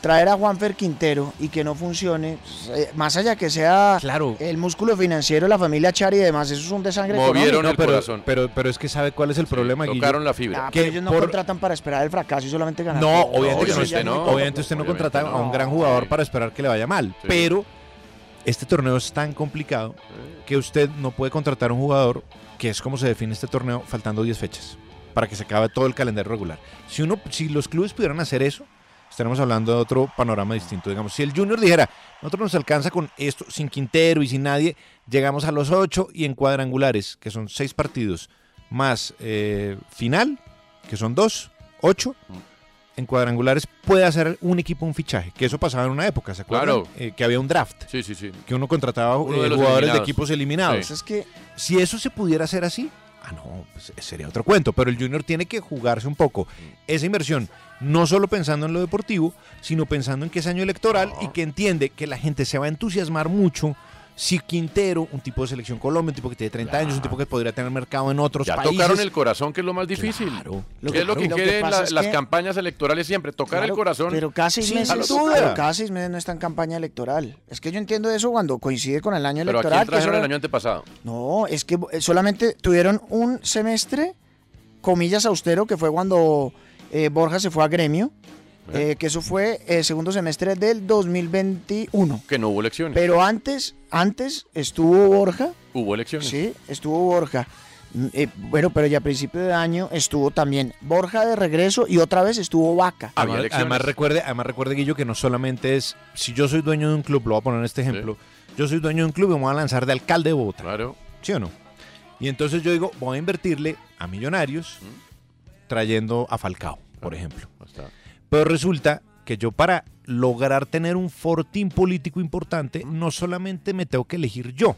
Speaker 10: traer a Juanfer Quintero y que no funcione, pues, eh, más allá que sea el músculo financiero, la familia Char y demás, eso es un desangre económico.
Speaker 11: No, pero, Pero, pero es que sabe cuál es el problema, Guillermo.
Speaker 8: tocaron la fibra.
Speaker 10: Ah,
Speaker 11: Que
Speaker 10: pero ellos no
Speaker 11: por-
Speaker 10: contratan para esperar el fracaso y solamente ganar.
Speaker 11: No, obviamente, que no,
Speaker 10: Eso ya es muy poco.
Speaker 11: obviamente usted no contrata a un gran jugador para esperar que le vaya mal. Pero este torneo es tan complicado que usted no puede contratar a un jugador que es como se define este torneo faltando 10 fechas para que se acabe todo el calendario regular. Si uno, si los clubes pudieran hacer eso, estaremos hablando de otro panorama distinto. Digamos, si el Junior dijera, nosotros nos alcanza con esto, sin Quintero y sin nadie, llegamos a los 8 y en cuadrangulares, que son 6 partidos, más eh, final, que son 2, 8, en cuadrangulares puede hacer un equipo un fichaje, que eso pasaba en una época, ¿se acuerdan?
Speaker 8: Claro.
Speaker 11: Eh, que había un draft,
Speaker 8: Sí, sí, sí.
Speaker 11: que uno contrataba
Speaker 8: Uno
Speaker 11: eh,
Speaker 8: de los
Speaker 11: jugadores de
Speaker 8: eliminados.
Speaker 11: equipos eliminados.
Speaker 8: Sí. Es
Speaker 10: que
Speaker 11: si eso se pudiera hacer así, ah no, pues, sería otro cuento, pero el Junior tiene que jugarse un poco esa inversión, no solo pensando en lo deportivo, sino pensando en que es año electoral y que entiende que la gente se va a entusiasmar mucho si Quintero, un tipo de selección Colombia, un tipo que tiene 30 años, un tipo que podría tener mercado en otros
Speaker 8: Ya
Speaker 11: países.
Speaker 8: tocaron el corazón, que es lo más difícil.
Speaker 11: Lo
Speaker 8: Lo
Speaker 11: que-
Speaker 8: es lo que
Speaker 11: lo que
Speaker 8: quieren
Speaker 11: pasa
Speaker 8: la-
Speaker 11: es
Speaker 8: las
Speaker 11: que-
Speaker 8: campañas electorales siempre, tocar el
Speaker 10: Claro,
Speaker 8: corazón.
Speaker 10: Pero cada seis,
Speaker 8: Sí,
Speaker 10: meses,
Speaker 8: sin duda.
Speaker 10: pero cada seis meses no está en campaña electoral. Es que yo entiendo eso cuando coincide con el año
Speaker 8: Pero aquí
Speaker 10: electoral. que
Speaker 8: trajeron
Speaker 10: eso-
Speaker 8: el año antepasado.
Speaker 10: No, es que eh, solamente tuvieron un semestre, comillas austero, que fue cuando eh, Borja se fue a gremio, eh, que eso fue el segundo semestre del 2021.
Speaker 8: Que no hubo elecciones.
Speaker 10: Pero antes, antes estuvo Borja,
Speaker 8: Hubo elecciones.
Speaker 10: sí, estuvo Borja. Mm, eh, bueno, pero ya a principio de año estuvo también Borja de regreso y otra vez estuvo Vaca.
Speaker 11: Además, además recuerde, además recuerde Guillo que no solamente es si yo soy dueño de un club, lo voy a poner en este ejemplo. Yo soy dueño de un club y me voy a lanzar de alcalde de Bogotá.
Speaker 8: Claro.
Speaker 11: ¿Sí o no? Y entonces yo digo, voy a invertirle a Millonarios trayendo a Falcao, por ejemplo. Pero resulta que yo para lograr tener un fortín político importante, no solamente me tengo que elegir yo,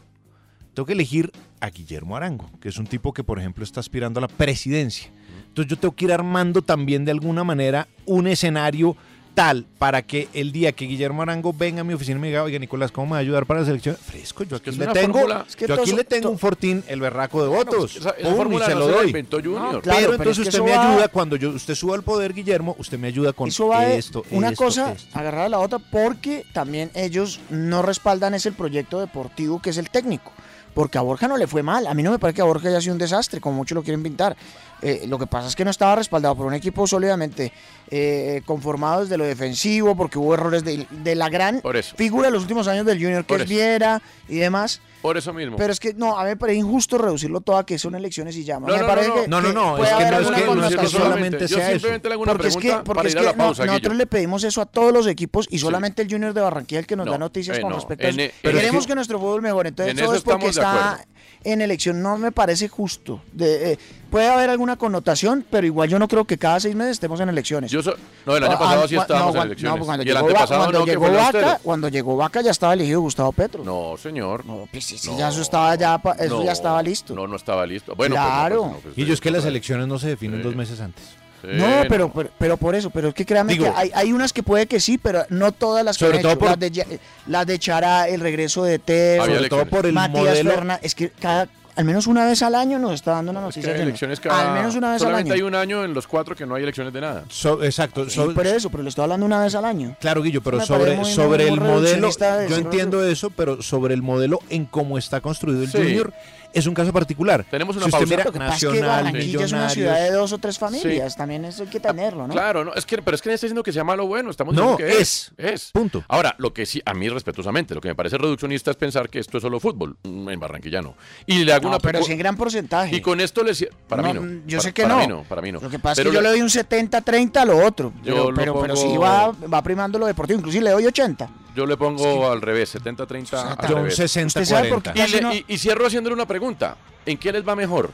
Speaker 11: tengo que elegir a Guillermo Arango, que es un tipo que, por ejemplo, está aspirando a la presidencia. Entonces yo tengo que ir armando también de alguna manera un escenario vital para que el día que Guillermo Arango venga a mi oficina y me diga, oiga, Nicolás, ¿cómo me va a ayudar para la selección? Fresco, yo aquí
Speaker 8: es
Speaker 11: le
Speaker 8: una
Speaker 11: tengo,
Speaker 8: fórmula- Es que
Speaker 11: yo aquí
Speaker 8: todo-
Speaker 11: le tengo un fortín, el berraco de
Speaker 8: Bueno,
Speaker 11: votos.
Speaker 8: pues, esa- esa
Speaker 11: Pum,
Speaker 8: fórmula
Speaker 11: y se
Speaker 8: no
Speaker 11: lo
Speaker 8: se la
Speaker 11: doy.
Speaker 8: inventó Junior.
Speaker 11: pero,
Speaker 8: Claro, pero
Speaker 11: entonces
Speaker 8: es que
Speaker 11: usted
Speaker 8: eso
Speaker 11: me
Speaker 8: va-
Speaker 11: ayuda cuando yo, usted suba al poder, Guillermo, usted me ayuda con
Speaker 10: Eso va de
Speaker 11: esto,
Speaker 10: una
Speaker 11: esto,
Speaker 10: cosa
Speaker 11: esto.
Speaker 10: agarrada a la otra porque también ellos no respaldan es el proyecto deportivo que es el técnico. Porque a Borja no le fue mal. A mí no me parece que a Borja haya sido un desastre, como muchos lo quieren pintar. Eh, lo que pasa es que no estaba respaldado por un equipo sólidamente eh, conformado desde lo defensivo, porque hubo errores de, de la gran
Speaker 8: Por eso.
Speaker 10: figura de los últimos años del Junior, que
Speaker 8: Por
Speaker 10: es
Speaker 8: eso.
Speaker 10: Viera y demás.
Speaker 8: Por eso mismo.
Speaker 10: Pero es que no, a mí me parece injusto reducirlo todo a que son elecciones y llama.
Speaker 8: No,
Speaker 10: me
Speaker 8: no, no,
Speaker 10: parece
Speaker 8: no.
Speaker 10: que-
Speaker 8: No, no, no,
Speaker 10: puede
Speaker 8: es que
Speaker 10: haber
Speaker 8: no es
Speaker 10: alguna
Speaker 8: que- no es que
Speaker 10: connotación.
Speaker 8: solamente Yo sea eso. simplemente le hago una
Speaker 10: Porque es que-
Speaker 8: pregunta
Speaker 10: porque
Speaker 8: para
Speaker 10: es
Speaker 8: ir a
Speaker 10: que
Speaker 8: la
Speaker 10: no-
Speaker 8: pausa, Guillo.
Speaker 10: Nosotros le pedimos eso a todos los equipos y solamente el Junior de Barranquilla el que nos
Speaker 8: No,
Speaker 10: da noticias
Speaker 8: eh,
Speaker 10: con
Speaker 8: no,
Speaker 10: respecto a
Speaker 8: en
Speaker 10: eso.
Speaker 8: e- pero
Speaker 10: Queremos
Speaker 8: es que-
Speaker 10: que nuestro fútbol mejore. Entonces,
Speaker 8: en
Speaker 10: todo
Speaker 8: eso
Speaker 10: es porque
Speaker 8: estamos de acuerdo.
Speaker 10: está en elección. No me parece justo. De- eh, puede haber alguna connotación, pero igual yo no creo que cada seis meses estemos en elecciones. Ah,
Speaker 8: Yo so- no, el año pasado sí
Speaker 10: cua-
Speaker 8: estábamos en
Speaker 10: cuan-
Speaker 8: elecciones.
Speaker 10: no, cuando
Speaker 8: Y el
Speaker 10: llegó Va-
Speaker 8: antepasado
Speaker 10: cuando
Speaker 8: no, que
Speaker 10: llegó
Speaker 8: fue la
Speaker 10: Vaca,
Speaker 8: Estela.
Speaker 10: cuando llegó Vaca ya estaba elegido Gustavo Petro.
Speaker 8: No, señor. No,
Speaker 10: pues sí, ya eso estaba ya pa- eso ya estaba
Speaker 8: listo. No, pues no estaba listo. Bueno,
Speaker 10: Claro.
Speaker 11: y yo es que las elecciones no se definen dos meses antes.
Speaker 8: Eh,
Speaker 10: No, pero, pero, pero por eso, pero es que créame
Speaker 11: Digo-
Speaker 10: que hay, hay unas que puede que sí, pero no todas las que
Speaker 11: Sobre
Speaker 10: han
Speaker 11: todo
Speaker 10: hecho.
Speaker 11: por-
Speaker 10: las, de, Ya- las de Chará, el regreso de Teo,
Speaker 8: Había Sobre todo elecciones. por el
Speaker 10: Matías
Speaker 8: modelo-
Speaker 10: Fernández, es que cada, al menos una vez al año nos está dando una
Speaker 8: Es
Speaker 10: noticia.
Speaker 8: que hay
Speaker 10: llena.
Speaker 8: elecciones cada...
Speaker 10: Al menos una vez al
Speaker 8: Solamente
Speaker 10: año.
Speaker 8: hay un año en los cuatro que no hay elecciones de nada.
Speaker 11: So- exacto.
Speaker 10: Sí,
Speaker 11: so-
Speaker 10: por eso, pero le estoy hablando una vez al año.
Speaker 11: Claro, Guillo, pero
Speaker 10: Me
Speaker 11: sobre,
Speaker 10: parece muy-
Speaker 11: sobre
Speaker 10: muy
Speaker 11: el modelo,
Speaker 10: reduccionista
Speaker 11: yo
Speaker 10: decirlo.
Speaker 11: entiendo eso, pero sobre el modelo en cómo está construido el
Speaker 8: Sí.
Speaker 11: Junior, es un caso particular.
Speaker 8: Tenemos una
Speaker 11: si usted
Speaker 8: pausa.
Speaker 11: mira
Speaker 8: Lo que pasa es que
Speaker 11: Nacional,
Speaker 10: Barranquilla es una
Speaker 11: Millonarios-
Speaker 10: ciudad de dos o tres familias, también eso hay que tenerlo, ¿no?
Speaker 8: Claro, no, es que, pero es que no está diciendo que sea malo o bueno, estamos
Speaker 11: No,
Speaker 8: diciendo que
Speaker 11: es.
Speaker 8: Es.
Speaker 11: Punto.
Speaker 8: Ahora, lo que sí, a mí respetuosamente, lo que me parece reduccionista es pensar que esto es solo fútbol, mm, en Barranquilla no. Y le hago
Speaker 10: No,
Speaker 8: una
Speaker 10: pero
Speaker 8: co-
Speaker 10: sí en gran porcentaje.
Speaker 8: Y con esto le... ci- Para mí
Speaker 10: No, mm,
Speaker 8: no.
Speaker 10: yo
Speaker 8: para-
Speaker 10: sé que
Speaker 8: para
Speaker 10: no.
Speaker 8: Mí no. Para mí no.
Speaker 10: Lo que pasa
Speaker 8: Pero
Speaker 10: es que yo
Speaker 8: la-
Speaker 10: le doy un 70-30 a lo otro.
Speaker 8: Yo
Speaker 10: Pero,
Speaker 8: lo
Speaker 10: pero, pero sí
Speaker 8: pongo-
Speaker 10: va, va primando lo deportivo, inclusive le doy 80.
Speaker 8: Yo le pongo al revés, 70-30 al
Speaker 11: yo un
Speaker 8: revés.
Speaker 11: 60-40.
Speaker 10: Usted sabe por qué
Speaker 8: Y,
Speaker 10: casi
Speaker 8: le-
Speaker 10: no-
Speaker 8: y- y cierro haciéndole una pregunta. ¿En qué les va mejor?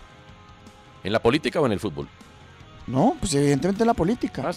Speaker 8: ¿En la política o en el fútbol?
Speaker 10: No, pues evidentemente la política.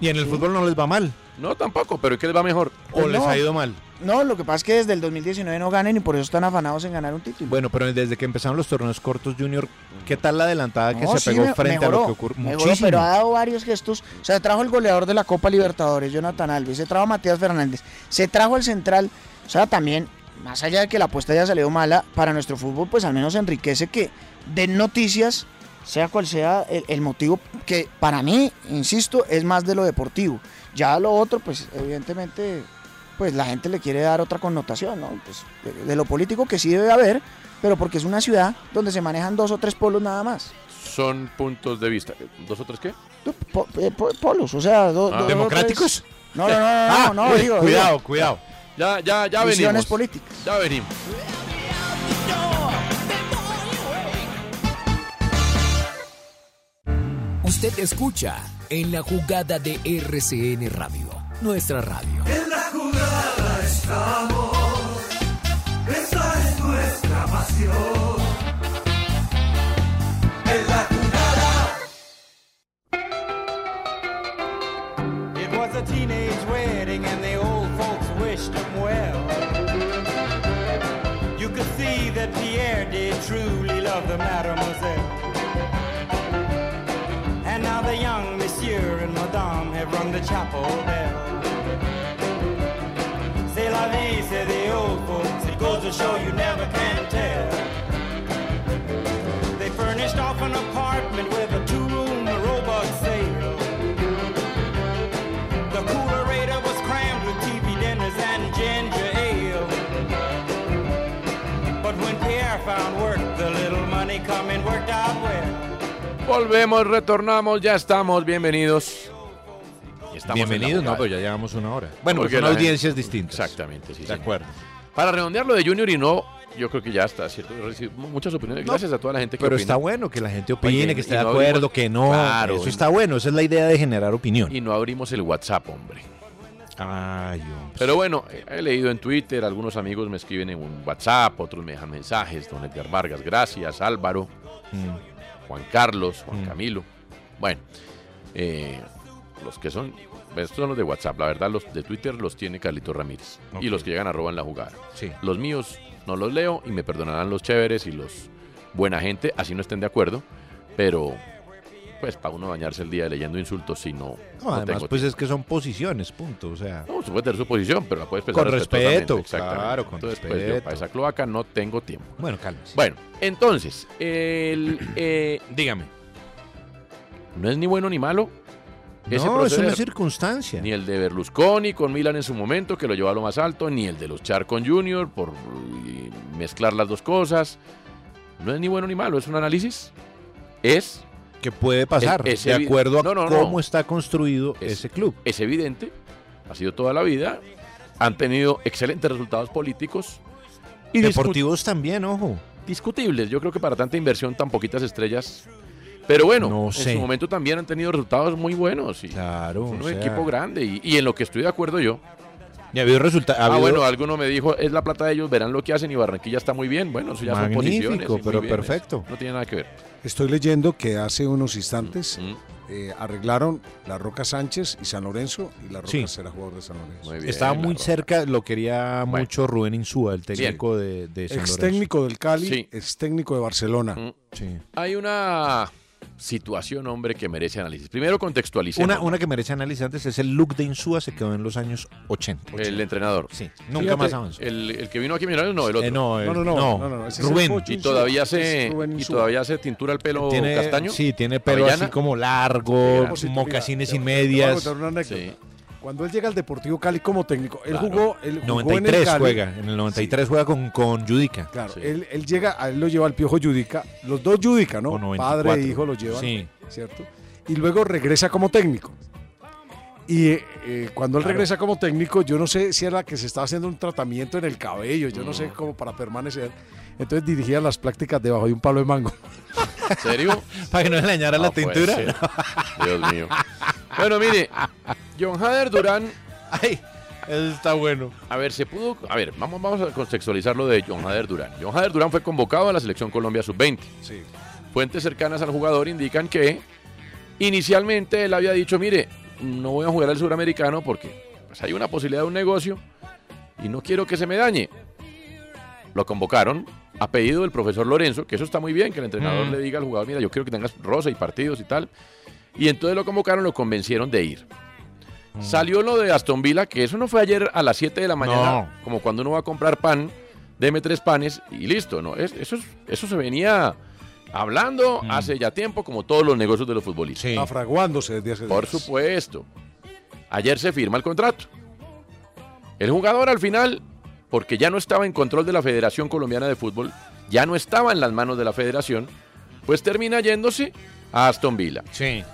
Speaker 11: Y en el fútbol no les va mal.
Speaker 8: No, tampoco, pero ¿en qué les va mejor?
Speaker 11: O les
Speaker 10: Pues no.
Speaker 11: ha ido mal.
Speaker 10: No, lo que pasa es que desde el 2019 no ganen y por eso están afanados en ganar un título.
Speaker 11: Bueno, pero desde que empezaron los torneos cortos, Junior, ¿qué tal la adelantada que
Speaker 10: No,
Speaker 11: se
Speaker 10: sí,
Speaker 11: pegó
Speaker 10: me-
Speaker 11: frente a lo
Speaker 10: mejoró,
Speaker 11: que ocurrió?
Speaker 10: mejoró,
Speaker 11: Muchísimo.
Speaker 10: pero ha dado varios gestos. O sea, trajo el goleador de la Copa Libertadores, Jonathan Alves. Se trajo a Matías Fernández. Se trajo al central. O sea, también, más allá de que la apuesta haya salido mala, para nuestro fútbol, pues al menos enriquece que den noticias, sea cual sea el, el motivo, que para mí, insisto, es más de lo deportivo. Ya lo otro, pues evidentemente, pues la gente le quiere dar otra connotación, ¿no? Pues de- de lo político que sí debe haber, pero porque es una ciudad donde se manejan dos o tres polos nada más.
Speaker 8: Son puntos de vista. ¿Dos o tres qué?
Speaker 10: Po- eh, po- polos, o sea, do-
Speaker 8: Ah.
Speaker 10: do-
Speaker 8: ¿Democráticos?
Speaker 10: otras- No, no, no, no, no, no,
Speaker 8: Ah, uy,
Speaker 10: digo,
Speaker 8: cuidado,
Speaker 10: digo,
Speaker 8: cuidado. Ya, ya, ya
Speaker 10: Visiones
Speaker 8: venimos.
Speaker 10: políticas.
Speaker 8: Ya venimos.
Speaker 14: Usted escucha en la jugada de RCN Radio, nuestra radio.
Speaker 15: En la jugada estamos, esa es nuestra pasión. En la jugada.
Speaker 16: It was a teenage wedding and the old folks wished him well. You could see that Pierre did truly love the mademoiselle. And now the young monsieur and madame have rung the chapel bell. C'est la vie, say the old folks. It goes to show you never can tell. They furnished off an apartment with a two-room robot sale. The coolerator was crammed with TV dinners and ginger ale. But when Pierre found work, the little money coming worked out well.
Speaker 8: Volvemos, retornamos, ya estamos, bienvenidos. Estamos
Speaker 11: Bienvenidos,
Speaker 8: en la
Speaker 11: no,
Speaker 8: jugada.
Speaker 11: pero ya llevamos una hora. Bueno, pues
Speaker 8: Porque
Speaker 11: son
Speaker 8: la gente-
Speaker 11: audiencias distintas.
Speaker 8: Exactamente, sí.
Speaker 11: De
Speaker 8: señor.
Speaker 11: acuerdo.
Speaker 8: Para redondear lo de Junior y no, yo creo que ya está, ¿cierto? Recibimos muchas opiniones.
Speaker 11: No,
Speaker 8: Gracias a toda la gente que
Speaker 11: Pero
Speaker 8: opina.
Speaker 11: está bueno que la gente
Speaker 8: Oye,
Speaker 11: opine,
Speaker 8: y
Speaker 11: que esté de
Speaker 8: no
Speaker 11: acuerdo,
Speaker 8: abrimos-
Speaker 11: que no.
Speaker 8: Claro,
Speaker 11: eso
Speaker 8: y-
Speaker 11: está bueno, esa es la idea de generar opinión.
Speaker 8: Y no abrimos el WhatsApp, hombre.
Speaker 11: Ay, hombre.
Speaker 8: Pero bueno, eh, he leído en Twitter, algunos amigos me escriben en un WhatsApp, otros me dejan mensajes. Don Edgar Vargas, gracias. Álvaro,
Speaker 11: Mm.
Speaker 8: Juan Carlos, Juan Camilo. Bueno, eh, los que son, estos son los de WhatsApp. La verdad, los de Twitter los tiene Carlito Ramírez.
Speaker 11: Ok.
Speaker 8: Y los que llegan arroban la jugada.
Speaker 11: Sí.
Speaker 8: Los míos no los leo y me perdonarán los chéveres y los buena gente, así no estén de acuerdo. Pero Pues para uno bañarse el día leyendo insultos, si no.
Speaker 11: No, además, pues es que son posiciones, punto. O sea,
Speaker 8: No, se puede tener su posición, pero la puedes pensar
Speaker 11: Con respeto,
Speaker 8: respetuosamente, exactamente.
Speaker 11: claro, con
Speaker 8: Entonces, pues,
Speaker 11: respeto.
Speaker 8: yo para esa cloaca no tengo tiempo.
Speaker 11: Bueno, cálmese.
Speaker 8: Bueno, entonces, el, eh, dígame. No es ni bueno ni malo. ese
Speaker 11: no, es una
Speaker 8: proceder.
Speaker 11: circunstancia.
Speaker 8: Ni el de Berlusconi con Milan en su momento, que lo llevó a lo más alto, ni el de los Char con Junior por eh, mezclar las dos cosas. No es ni bueno ni malo, es un análisis. Es.
Speaker 11: Que puede pasar,
Speaker 8: Es- es
Speaker 11: de
Speaker 8: evi-
Speaker 11: acuerdo a
Speaker 8: No, no, no.
Speaker 11: cómo está construido ese club.
Speaker 8: Es evidente, ha sido toda la vida. Han tenido excelentes resultados políticos. Y discu-
Speaker 11: Deportivos también, ojo.
Speaker 8: discutibles. Yo creo que para tanta inversión, tan poquitas estrellas. Pero bueno,
Speaker 11: No
Speaker 8: en
Speaker 11: sé.
Speaker 8: su momento también han tenido resultados muy buenos. Y
Speaker 11: claro.
Speaker 8: un
Speaker 11: o sea.
Speaker 8: equipo grande. Y, y en lo que estoy de acuerdo yo.
Speaker 11: Y ha habido resultados.
Speaker 8: Ah, bueno, alguno me dijo, es la plata de ellos, verán lo que hacen y Barranquilla está muy bien. Bueno, eso ya
Speaker 9: Magnífico,
Speaker 8: son posiciones. y muy
Speaker 9: pero
Speaker 8: bien,
Speaker 9: perfecto.
Speaker 8: No tiene nada que ver.
Speaker 9: Estoy leyendo que hace unos instantes eh, arreglaron La Roca Sánchez y San Lorenzo y La Roca
Speaker 11: Sí.
Speaker 9: será jugador de San Lorenzo.
Speaker 11: Estaba muy cerca, lo quería mucho Rubén Insúa, el técnico de, de San
Speaker 9: Ex
Speaker 11: Lorenzo.
Speaker 9: técnico del Cali,
Speaker 8: Sí.
Speaker 9: ex técnico de Barcelona.
Speaker 11: Sí.
Speaker 8: Hay una situación, hombre, que merece análisis. Primero contextualicemos.
Speaker 11: Una, una que merece análisis antes es el look de Insúa, se quedó en los años 80.
Speaker 8: El entrenador. Sí,
Speaker 11: nunca más avanzó.
Speaker 8: El, el que vino aquí a Millonarios, no, el otro.
Speaker 11: Eh, no, el- No, no, no, no. no, no, ese es el Rubén. Pocho
Speaker 8: Y
Speaker 11: Insúa.
Speaker 8: todavía
Speaker 11: Es
Speaker 8: se,
Speaker 11: Rubén
Speaker 8: y
Speaker 11: Insúa.
Speaker 8: todavía se tintura el pelo
Speaker 11: Tiene-
Speaker 8: castaño.
Speaker 11: Sí, tiene pelo
Speaker 8: Avellana.
Speaker 11: así como largo, mocasines sin medias.
Speaker 9: Te voy a contar una anécdota. Cuando él llega al Deportivo Cali como técnico, él
Speaker 11: Claro.
Speaker 9: jugó, él jugó en el
Speaker 11: 93
Speaker 9: Cali.
Speaker 11: juega, en el 93 juega con, con Judica.
Speaker 9: Claro, él, él llega, a él lo lleva al Piojo Judica, los dos Judica, ¿no?
Speaker 11: O 94.
Speaker 9: Padre e hijo lo llevan,
Speaker 11: Sí.
Speaker 9: ¿cierto? Y luego regresa como técnico. Y eh, eh, cuando él
Speaker 11: Claro.
Speaker 9: regresa como técnico, yo no sé si era que se estaba haciendo un tratamiento en el cabello, yo no sé cómo para permanecer. Entonces dirigía las prácticas debajo de un palo de mango.
Speaker 8: ¿En serio?
Speaker 11: Para que no le dañara la
Speaker 8: puede
Speaker 11: tintura.
Speaker 8: ser. Dios mío. Bueno, mire, John Hader Durán.
Speaker 11: Ay, está bueno.
Speaker 8: A ver, se pudo. A ver, vamos, vamos a contextualizar lo de John Hader Durán. John Hader Durán fue convocado a la selección Colombia sub-20.
Speaker 9: Sí.
Speaker 8: Fuentes cercanas al jugador indican que inicialmente él había dicho: mire, no voy a jugar al suramericano porque pues, hay una posibilidad de un negocio y no quiero que se me dañe. Lo convocaron a pedido del profesor Lorenzo, que eso está muy bien, que el entrenador
Speaker 11: Mm.
Speaker 8: le diga al jugador, mira, yo quiero que tengas rosa y partidos y tal. Y entonces lo convocaron, lo convencieron de ir. Salió lo de Aston Villa, que eso no fue ayer a las 7 de la mañana, como cuando uno va a comprar pan, deme tres panes y listo, ¿no? Es- eso, es- eso se venía hablando hace ya tiempo, como todos los negocios de los futbolistas.
Speaker 9: Afraguándose desde hace
Speaker 8: Por
Speaker 9: días.
Speaker 8: supuesto. Ayer se firma el contrato. El jugador al final, porque ya no estaba en control de la Federación Colombiana de Fútbol, ya no estaba en las manos de la federación, pues termina yéndose a Aston Villa.
Speaker 11: Sí.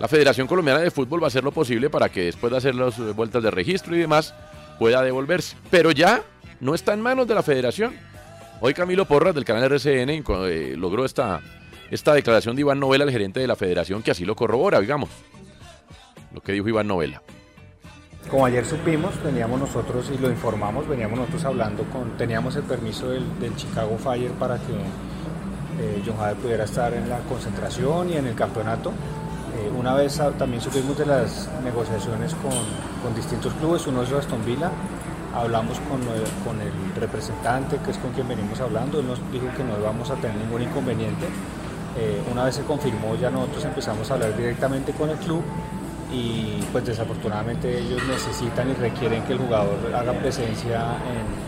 Speaker 8: La Federación Colombiana de Fútbol va a hacer lo posible para que después de hacer las eh, vueltas de registro y demás pueda devolverse. Pero ya no está en manos de la federación. Hoy Camilo Porras del canal RCN co- eh, logró esta, esta declaración de Iván Novela, el gerente de la federación, que así lo corrobora, digamos. Lo que dijo Iván Novela.
Speaker 17: Como ayer supimos, veníamos nosotros y lo informamos, veníamos nosotros hablando con, teníamos el permiso del, del Chicago Fire para que eh, John Hader pudiera estar en la concentración y en el campeonato. Eh, una vez ah, también supimos de las negociaciones con, con distintos clubes, uno es Aston Villa, hablamos con, el- con el representante, que es con quien venimos hablando, él nos dijo que no íbamos a tener ningún inconveniente. Eh, una vez se confirmó, ya nosotros empezamos a hablar directamente con el club y pues desafortunadamente ellos necesitan y requieren que el jugador haga presencia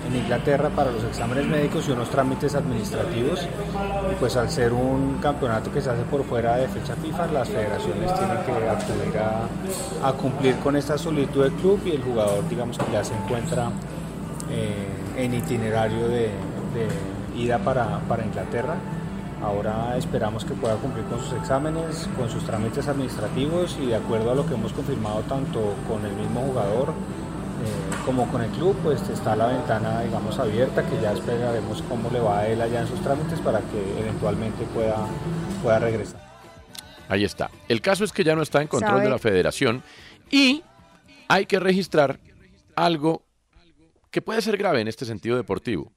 Speaker 17: en, en Inglaterra para los exámenes médicos y unos trámites administrativos. Y pues al ser un campeonato que se hace por fuera de fecha FIFA, las federaciones tienen que acudir a, a cumplir con esta solicitud del club y el jugador digamos que ya se encuentra eh, en itinerario de, de ida para, para Inglaterra. Ahora esperamos que pueda cumplir con sus exámenes, con sus trámites administrativos y de acuerdo a lo que hemos confirmado tanto con el mismo jugador eh, como con el club, pues está la ventana digamos abierta que ya esperaremos cómo le va a él allá en sus trámites para que eventualmente pueda, pueda regresar.
Speaker 8: Ahí está. El caso es que ya no está en control
Speaker 17: ¿Sabe?
Speaker 8: de la federación y hay que registrar algo que puede ser grave en este sentido deportivo.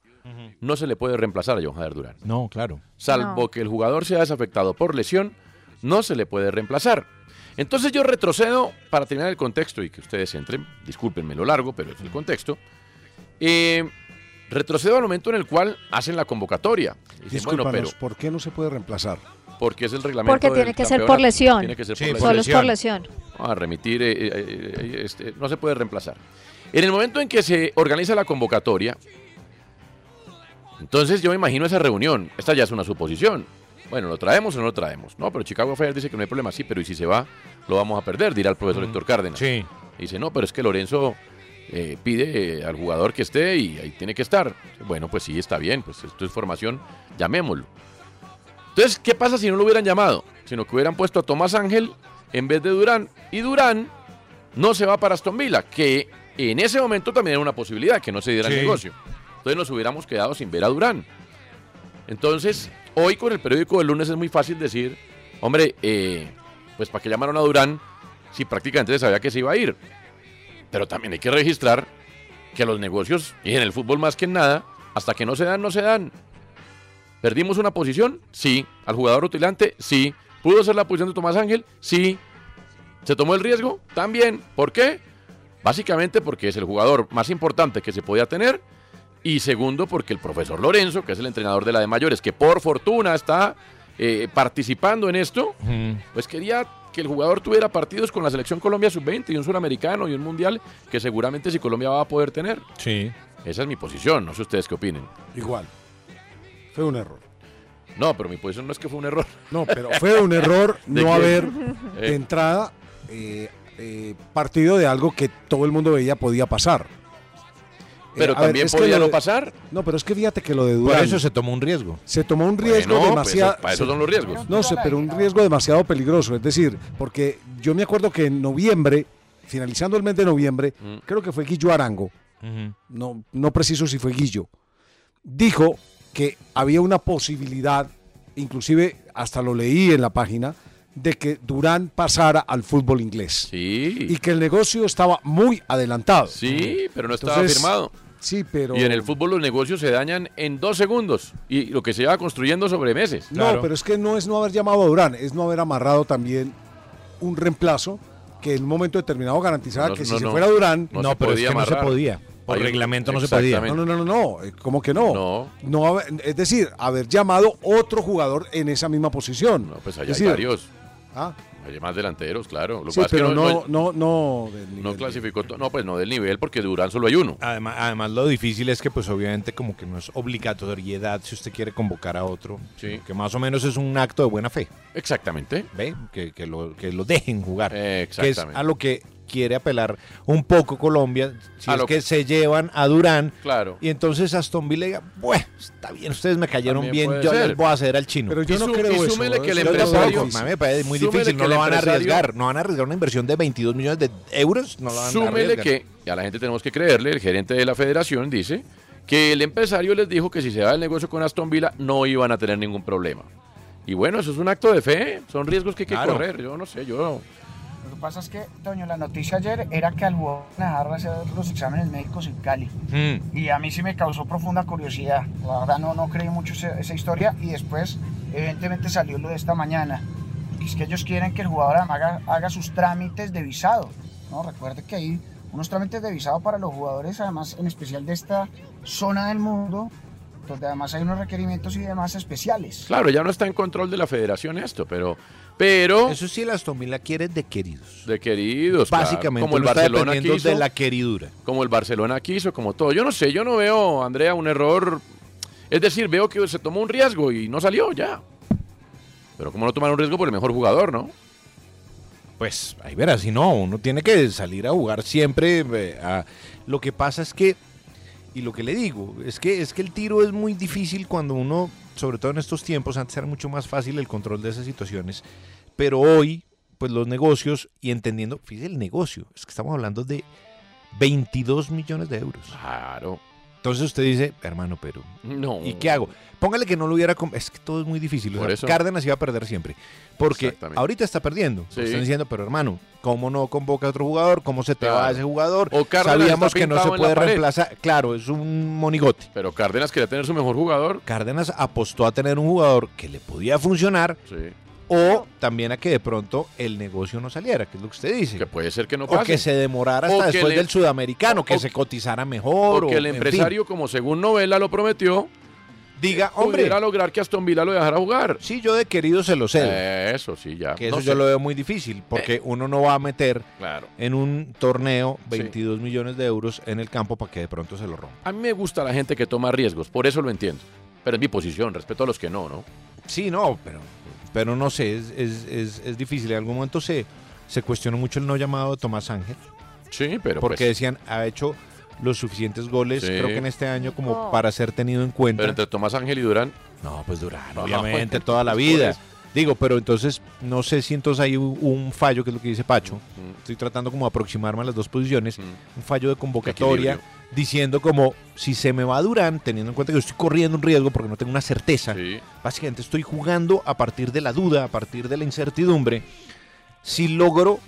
Speaker 8: No se le puede reemplazar a John Jader Durán.
Speaker 11: No, claro.
Speaker 8: Salvo
Speaker 11: No.
Speaker 8: que el jugador sea desafectado por lesión, no se le puede reemplazar. Entonces yo retrocedo para terminar el contexto y que ustedes entren. Discúlpenme lo largo, pero es el contexto. Eh, retrocedo al momento en el cual hacen la convocatoria. Dicen, bueno,
Speaker 9: Discúlpanos,
Speaker 8: pero
Speaker 9: ¿por qué no se puede reemplazar?
Speaker 8: Porque es el reglamento.
Speaker 18: Porque
Speaker 8: del
Speaker 18: tiene que ser
Speaker 8: campeonato.
Speaker 18: por lesión.
Speaker 8: Tiene que ser por
Speaker 18: Sí,
Speaker 8: lesión.
Speaker 18: Solo es por lesión.
Speaker 8: Vamos a remitir, eh, eh, eh, este, no se puede reemplazar. En el momento en que se organiza la convocatoria, entonces yo me imagino esa reunión. Esta ya es una suposición. Bueno, ¿lo traemos o no lo traemos? No, pero Chicago Fire dice que no hay problema, sí, pero ¿y si se va? Lo vamos a perder, dirá el profesor Héctor Cárdenas. Sí. Dice, no, pero es que Lorenzo eh, pide eh, al jugador que esté y ahí tiene que estar. Bueno, pues sí, está bien, pues esto es formación, llamémoslo. Entonces, ¿qué pasa si no lo hubieran llamado? Sino que hubieran puesto a Tomás Ángel en vez de Durán. Y Durán no se va para Aston Villa, que en ese momento también era una posibilidad, que no se diera el
Speaker 11: Sí.
Speaker 8: negocio. Entonces nos hubiéramos quedado sin ver a Durán. Entonces, hoy con el periódico del lunes es muy fácil decir, hombre, eh, pues ¿para qué llamaron a Durán si prácticamente se sabía que se iba a ir? Pero también hay que registrar que los negocios, y en el fútbol más que en nada, hasta que no se dan, no se dan. ¿Perdimos una posición? Sí. ¿Al jugador rutilante? Sí. ¿Pudo ser la posición de Tomás Ángel? Sí. ¿Se tomó el riesgo? También. ¿Por qué? Básicamente porque es el jugador más importante que se podía tener. Y segundo, porque el profesor Lorenzo, que es el entrenador de la de mayores, que por fortuna está eh, participando en esto, pues quería que el jugador tuviera partidos con la selección Colombia sub-20 y un suramericano y un mundial que seguramente si Colombia va a poder tener. Sí. Esa es mi posición, no sé ustedes qué opinen.
Speaker 9: Igual. Fue un error.
Speaker 8: No, pero mi posición no es que fue un error.
Speaker 9: No, pero fue un error
Speaker 8: ¿De
Speaker 9: no
Speaker 8: quién?
Speaker 9: haber
Speaker 8: Eh,
Speaker 9: de entrada eh, eh, partido de algo que todo el mundo veía podía pasar.
Speaker 8: Pero
Speaker 9: eh, a ver,
Speaker 8: también
Speaker 9: es que
Speaker 8: podía
Speaker 9: lo
Speaker 8: no
Speaker 9: de-
Speaker 8: pasar.
Speaker 9: No, pero es que fíjate que lo de
Speaker 11: Por
Speaker 9: Durán.
Speaker 11: eso se tomó un riesgo.
Speaker 9: Se tomó un riesgo
Speaker 11: Bueno, pues,
Speaker 9: demasiado.
Speaker 11: para eso
Speaker 9: se-
Speaker 11: son los riesgos.
Speaker 9: No sé, pero un riesgo demasiado peligroso. Es decir, porque yo me acuerdo que en noviembre, finalizando el mes de noviembre,
Speaker 11: Mm.
Speaker 9: creo que fue Guillo Arango, no, no preciso si fue Guillo, dijo que había una posibilidad, inclusive hasta lo leí en la página, de que Durán pasara al fútbol inglés. Y que el negocio estaba muy adelantado.
Speaker 8: Sí, pero no estaba
Speaker 9: Entonces,
Speaker 8: firmado.
Speaker 9: Sí, pero...
Speaker 8: Y en el fútbol los negocios se dañan en dos segundos y lo que se lleva construyendo sobre meses.
Speaker 9: No, pero es que no es no haber llamado a Durán, es no haber amarrado también un reemplazo que en un momento determinado garantizaba
Speaker 8: No,
Speaker 9: que si
Speaker 8: no,
Speaker 9: se
Speaker 8: no.
Speaker 9: fuera Durán.
Speaker 8: No No, se pero es podía que no se amarrar. podía. Por Ahí- reglamento no se podía.
Speaker 9: No,
Speaker 8: exactamente.
Speaker 9: no, no, no. eh, ¿Cómo que no? No. haber- es decir, haber llamado otro jugador en esa misma posición. No,
Speaker 8: Pues allá hay varios.
Speaker 9: Ah.
Speaker 8: Hay más delanteros, claro. Lo
Speaker 9: Sí,
Speaker 8: que pasa es que
Speaker 9: pero
Speaker 8: no-
Speaker 9: no, no, no, del
Speaker 8: no clasificó. to- No, pues no del nivel, porque Durán solo hay uno.
Speaker 11: Además, además, lo difícil es que, pues, obviamente, como que no es obligatoriedad si usted quiere convocar a otro. Que más o menos es un acto de buena fe.
Speaker 8: Exactamente.
Speaker 11: ¿Ve? Que, que lo, que lo dejen jugar. Que
Speaker 8: exactamente.
Speaker 11: es a lo que quiere apelar un poco Colombia. Si
Speaker 8: A
Speaker 11: es
Speaker 8: lo
Speaker 11: que,
Speaker 8: que-
Speaker 11: se llevan a Durán.
Speaker 8: Claro.
Speaker 11: Y entonces Aston Villa diga, bueno, está bien, ustedes me cayeron
Speaker 8: También
Speaker 11: bien,
Speaker 8: puede
Speaker 11: yo les
Speaker 8: ser.
Speaker 11: voy a hacer al chino.
Speaker 8: Pero yo Y no su- creo y eso, súmele ¿eh? que el
Speaker 11: Yo tampoco,
Speaker 8: empresario-
Speaker 11: a mí me parece muy
Speaker 8: súmele
Speaker 11: difícil,
Speaker 8: que
Speaker 11: no
Speaker 8: el
Speaker 11: lo van a
Speaker 8: empresario-
Speaker 11: arriesgar. No van a arriesgar una inversión de 22 millones de euros, pues, no lo van a
Speaker 8: Súmele
Speaker 11: arriesgar.
Speaker 8: que, y a la gente tenemos que creerle, el gerente de la federación dice que el empresario les dijo que si se va el negocio con Aston Villa no iban a tener ningún problema. Y bueno, eso es un acto de fe, son riesgos que hay que
Speaker 2: Claro.
Speaker 8: correr, yo no sé, yo...
Speaker 19: Lo que pasa es que, Toño, la noticia ayer era que al jugador le dejaron hacer los exámenes médicos en Cali.
Speaker 8: Mm.
Speaker 10: Hmm.
Speaker 19: Y a mí sí me causó profunda curiosidad. La verdad no, no creí mucho esa, esa historia y después evidentemente salió lo de esta mañana. Que es que ellos quieren que el jugador haga, haga sus trámites de visado. ¿no? Recuerde que hay unos trámites de visado para los jugadores, además en especial de esta zona del mundo, donde además hay unos requerimientos y demás especiales.
Speaker 8: Claro, ya no está en control de la federación esto, pero... pero
Speaker 11: Eso sí, el Aston Villa quiere de queridos.
Speaker 8: De queridos, claro,
Speaker 11: Básicamente,
Speaker 8: como el
Speaker 11: uno está
Speaker 8: Barcelona
Speaker 11: dependiendo
Speaker 8: quiso,
Speaker 11: de la queridura.
Speaker 8: Como el Barcelona quiso, como todo. Yo no sé, yo no veo, Andrea, un error... Es decir, veo que se tomó un riesgo y no salió ya. Pero como no tomar un riesgo por el mejor jugador, ¿no?
Speaker 11: Pues ahí verás, si no, uno tiene que salir a jugar siempre. eh, a- Lo que pasa es que, y lo que le digo, es que, es que el tiro es muy difícil cuando uno, sobre todo en estos tiempos, antes era mucho más fácil el control de esas situaciones, pero hoy, pues los negocios, y entendiendo, fíjese el negocio, es que estamos hablando de 22 millones de euros.
Speaker 8: Claro.
Speaker 11: Entonces usted dice, hermano, pero...
Speaker 8: No.
Speaker 11: ¿Y qué hago? Póngale que no lo hubiera... com- Es que todo es muy difícil. o
Speaker 8: Por
Speaker 11: sea,
Speaker 8: eso.
Speaker 11: Cárdenas iba a perder siempre. Porque
Speaker 8: Exactamente.
Speaker 11: ahorita está perdiendo.
Speaker 8: Sí.
Speaker 11: Están diciendo, pero hermano, ¿cómo no convoca a otro jugador? ¿Cómo se te va
Speaker 8: Claro.
Speaker 11: ese jugador?
Speaker 8: O Cárdenas
Speaker 11: Sabíamos
Speaker 8: está
Speaker 11: que no
Speaker 8: pintado
Speaker 11: se
Speaker 8: en la
Speaker 11: puede
Speaker 8: pared.
Speaker 11: reemplazar. Claro, es un monigote.
Speaker 8: Pero Cárdenas quería tener su mejor jugador.
Speaker 11: Cárdenas apostó a tener un jugador que le podía funcionar.
Speaker 8: Sí.
Speaker 11: O también a que de pronto el negocio no saliera, que es lo que usted dice. Que
Speaker 8: puede ser que no
Speaker 11: O
Speaker 8: pase.
Speaker 11: que se demorara
Speaker 8: O
Speaker 11: hasta
Speaker 8: que
Speaker 11: después
Speaker 8: le-
Speaker 11: del sudamericano, que
Speaker 8: o-
Speaker 11: se cotizara mejor.
Speaker 8: Porque
Speaker 11: o-
Speaker 8: el
Speaker 11: en fin.
Speaker 8: empresario, como según novela lo prometió,
Speaker 11: diga,
Speaker 8: hombre.
Speaker 11: hombre.
Speaker 8: Pudiera lograr que Aston Villa lo dejara jugar.
Speaker 11: Sí, yo de querido se lo cedo.
Speaker 8: Eso sí, ya.
Speaker 11: Que eso
Speaker 8: Eh, No sé.
Speaker 11: yo
Speaker 8: Eh.
Speaker 11: lo veo muy difícil, porque uno no va a meter
Speaker 8: Claro.
Speaker 11: en un torneo
Speaker 8: Sí.
Speaker 11: 22 millones de euros en el campo para que de pronto se lo rompa.
Speaker 8: A mí me gusta la gente que toma riesgos, por eso lo entiendo. Pero es mi posición, respeto a los que no, ¿no?
Speaker 11: Sí, no, pero, pero no sé, es, es- es- es difícil. En algún momento se, se cuestionó mucho el no llamado de Tomás Ángel.
Speaker 8: Sí, pero
Speaker 11: Porque
Speaker 8: pues-
Speaker 11: decían, "Ah, ha hecho los suficientes goles,
Speaker 8: Sí.
Speaker 11: creo que en este año, como para ser tenido en cuenta.
Speaker 8: Pero entre Tomás Ángel y Durán.
Speaker 11: No, pues Durán, obviamente, toda la vida.
Speaker 8: Por eso.
Speaker 11: Digo, pero entonces, no sé si entonces hay un, un fallo, que es lo que dice Pacho. Estoy tratando como de aproximarme a las dos posiciones. Un fallo Mm, de convocatoria, diciendo como, si se me va Durán, teniendo en cuenta que yo estoy corriendo un riesgo porque no tengo una certeza. Básicamente estoy jugando a partir de la duda, a partir de la incertidumbre. Si logro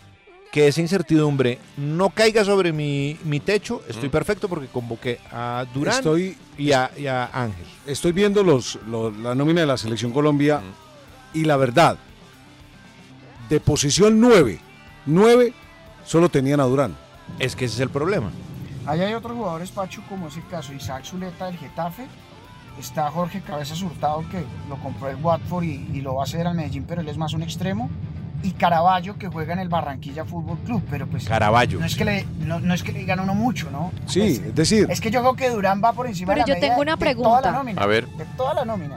Speaker 11: que esa incertidumbre no caiga sobre mi, mi techo, estoy perfecto porque convoqué a Durán
Speaker 9: Estoy-
Speaker 11: y, a, y a Ángel.
Speaker 9: Estoy viendo los, los- la nómina de la selección Colombia y la verdad, de posición 9, 9 solo tenían a Durán.
Speaker 11: Es que ese es el problema.
Speaker 10: Ahí hay otros jugadores, Pacho, como es el caso de Isaac Zuleta del Getafe. Está Jorge Cabezas Hurtado, que lo compró el Watford y, y lo va a hacer al Medellín, pero él es más un extremo. Y Caraballo, que juega en el Barranquilla Fútbol Club, pero pues.
Speaker 11: Caraballo.
Speaker 10: No es que le, no, no es que le digan a uno mucho, ¿no?
Speaker 9: Sí, es decir,
Speaker 10: Es que yo creo que Durán va por encima
Speaker 18: Pero
Speaker 10: de la
Speaker 18: yo
Speaker 10: media
Speaker 18: tengo una
Speaker 10: de toda la
Speaker 18: pregunta.
Speaker 10: nómina,
Speaker 8: A ver.
Speaker 10: De toda la nómina.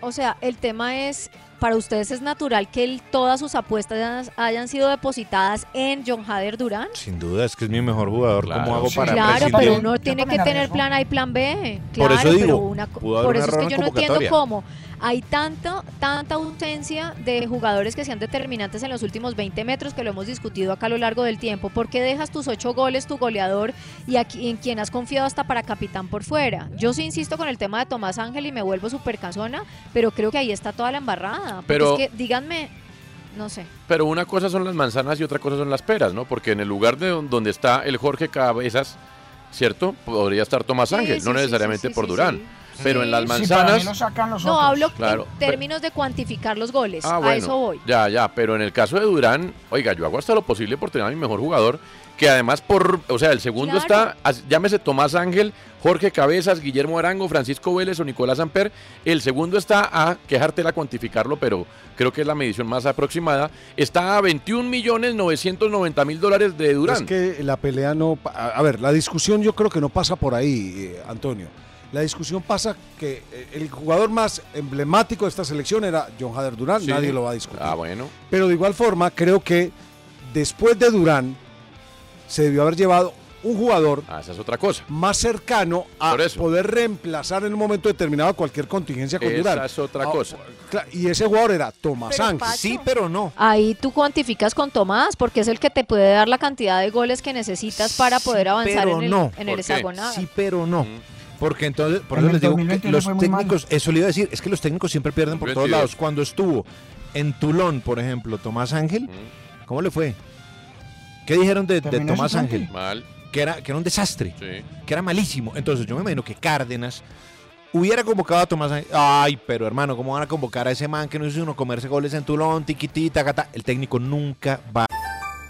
Speaker 18: O sea, el tema es, para ustedes es natural que el- todas sus apuestas hayan sido depositadas en John Hader Durán.
Speaker 11: Sin duda, es que es mi mejor jugador. ¿Cómo hago para
Speaker 18: Claro,
Speaker 11: prescindir?
Speaker 18: pero uno tiene que tener plan A y plan B.
Speaker 11: Por
Speaker 18: Claro,
Speaker 11: eso digo,
Speaker 18: pero una co-
Speaker 11: pudo haber
Speaker 18: por
Speaker 11: un
Speaker 18: eso es
Speaker 11: error
Speaker 18: que yo
Speaker 11: en
Speaker 18: no entiendo
Speaker 11: convocatoria.
Speaker 18: cómo hay tanto, tanta ausencia de jugadores que sean determinantes en los últimos 20 metros, que lo hemos discutido acá a lo largo del tiempo. ¿Por qué dejas tus ocho goles, tu goleador y a qui- en quien has confiado hasta para capitán por fuera? Yo sí insisto con el tema de Tomás Ángel y me vuelvo súper cansona, pero creo que ahí está toda la embarrada. Porque
Speaker 8: Pero-
Speaker 18: es que, díganme, no sé.
Speaker 8: Pero una cosa son las manzanas y otra cosa son las peras, ¿no? Porque en el lugar de don- donde está el Jorge Cabezas, ¿cierto? Podría estar Tomás
Speaker 18: Sí,
Speaker 8: Ángel,
Speaker 18: sí,
Speaker 8: no
Speaker 18: sí,
Speaker 8: necesariamente
Speaker 18: sí, sí,
Speaker 8: por
Speaker 18: sí,
Speaker 8: Durán.
Speaker 18: sí.
Speaker 8: Pero en las
Speaker 18: Sí,
Speaker 8: manzanas.
Speaker 18: No, hablo
Speaker 8: Claro,
Speaker 18: en
Speaker 8: pero-
Speaker 18: términos de cuantificar los goles.
Speaker 8: Ah,
Speaker 18: Pues A
Speaker 8: bueno,
Speaker 18: eso voy.
Speaker 8: Ya, ya, pero en el caso de Durán, oiga, yo hago hasta lo posible por tener a mi mejor jugador, que además por, o sea, el segundo
Speaker 18: Claro.
Speaker 8: está, as- llámese Tomás Ángel, Jorge Cabezas, Guillermo Arango, Francisco Vélez o Nicolás Amper, el segundo está a, quejártela cuantificarlo, pero creo que es la medición más aproximada, está a 21 millones 990 mil dólares de Durán.
Speaker 9: es Pues que la pelea no... pa- A a ver, la discusión yo creo que no pasa por ahí, eh, Antonio. La discusión pasa que eh, el jugador más emblemático de esta selección era John Hader Durán,
Speaker 8: Sí.
Speaker 9: nadie lo va a discutir.
Speaker 8: Ah, bueno.
Speaker 9: Pero de igual forma, creo que después de Durán se debió haber llevado un jugador
Speaker 8: Ah,
Speaker 9: más cercano a poder reemplazar en un momento determinado cualquier contingencia con
Speaker 8: Esa
Speaker 9: Durán.
Speaker 8: es otra
Speaker 9: Ah,
Speaker 8: cosa.
Speaker 9: cla- Y ese jugador era Tomás
Speaker 18: Pero,
Speaker 9: Ángel.
Speaker 18: Pacho. Sí,
Speaker 11: pero no.
Speaker 18: Ahí tú cuantificas con Tomás, porque es el que te puede dar la cantidad de goles que necesitas para poder avanzar
Speaker 11: pero
Speaker 18: en el,
Speaker 11: no.
Speaker 18: en
Speaker 11: ¿Por
Speaker 18: el
Speaker 11: qué?
Speaker 18: hexagonal.
Speaker 11: Sí, pero no. Mm. Porque entonces, por
Speaker 9: En
Speaker 11: eso
Speaker 9: el
Speaker 11: les digo que
Speaker 9: 2021
Speaker 11: los
Speaker 9: fue muy
Speaker 11: técnicos, eso le iba a decir, es que los técnicos siempre pierden por
Speaker 9: 22.
Speaker 11: todos lados. Cuando estuvo en Tulón, por ejemplo, Tomás Ángel, ¿cómo le fue? ¿Qué dijeron de, de
Speaker 8: Terminó
Speaker 11: Tomás
Speaker 8: suplente.
Speaker 11: Ángel?
Speaker 8: Mal.
Speaker 11: Que era, que era un desastre, que era malísimo. Entonces yo me imagino que Cárdenas hubiera convocado a Tomás Ángel. Ay, pero hermano, ¿cómo van a convocar a ese man que no hizo uno comerse goles en Tulón, tiquitita, gata? El técnico nunca va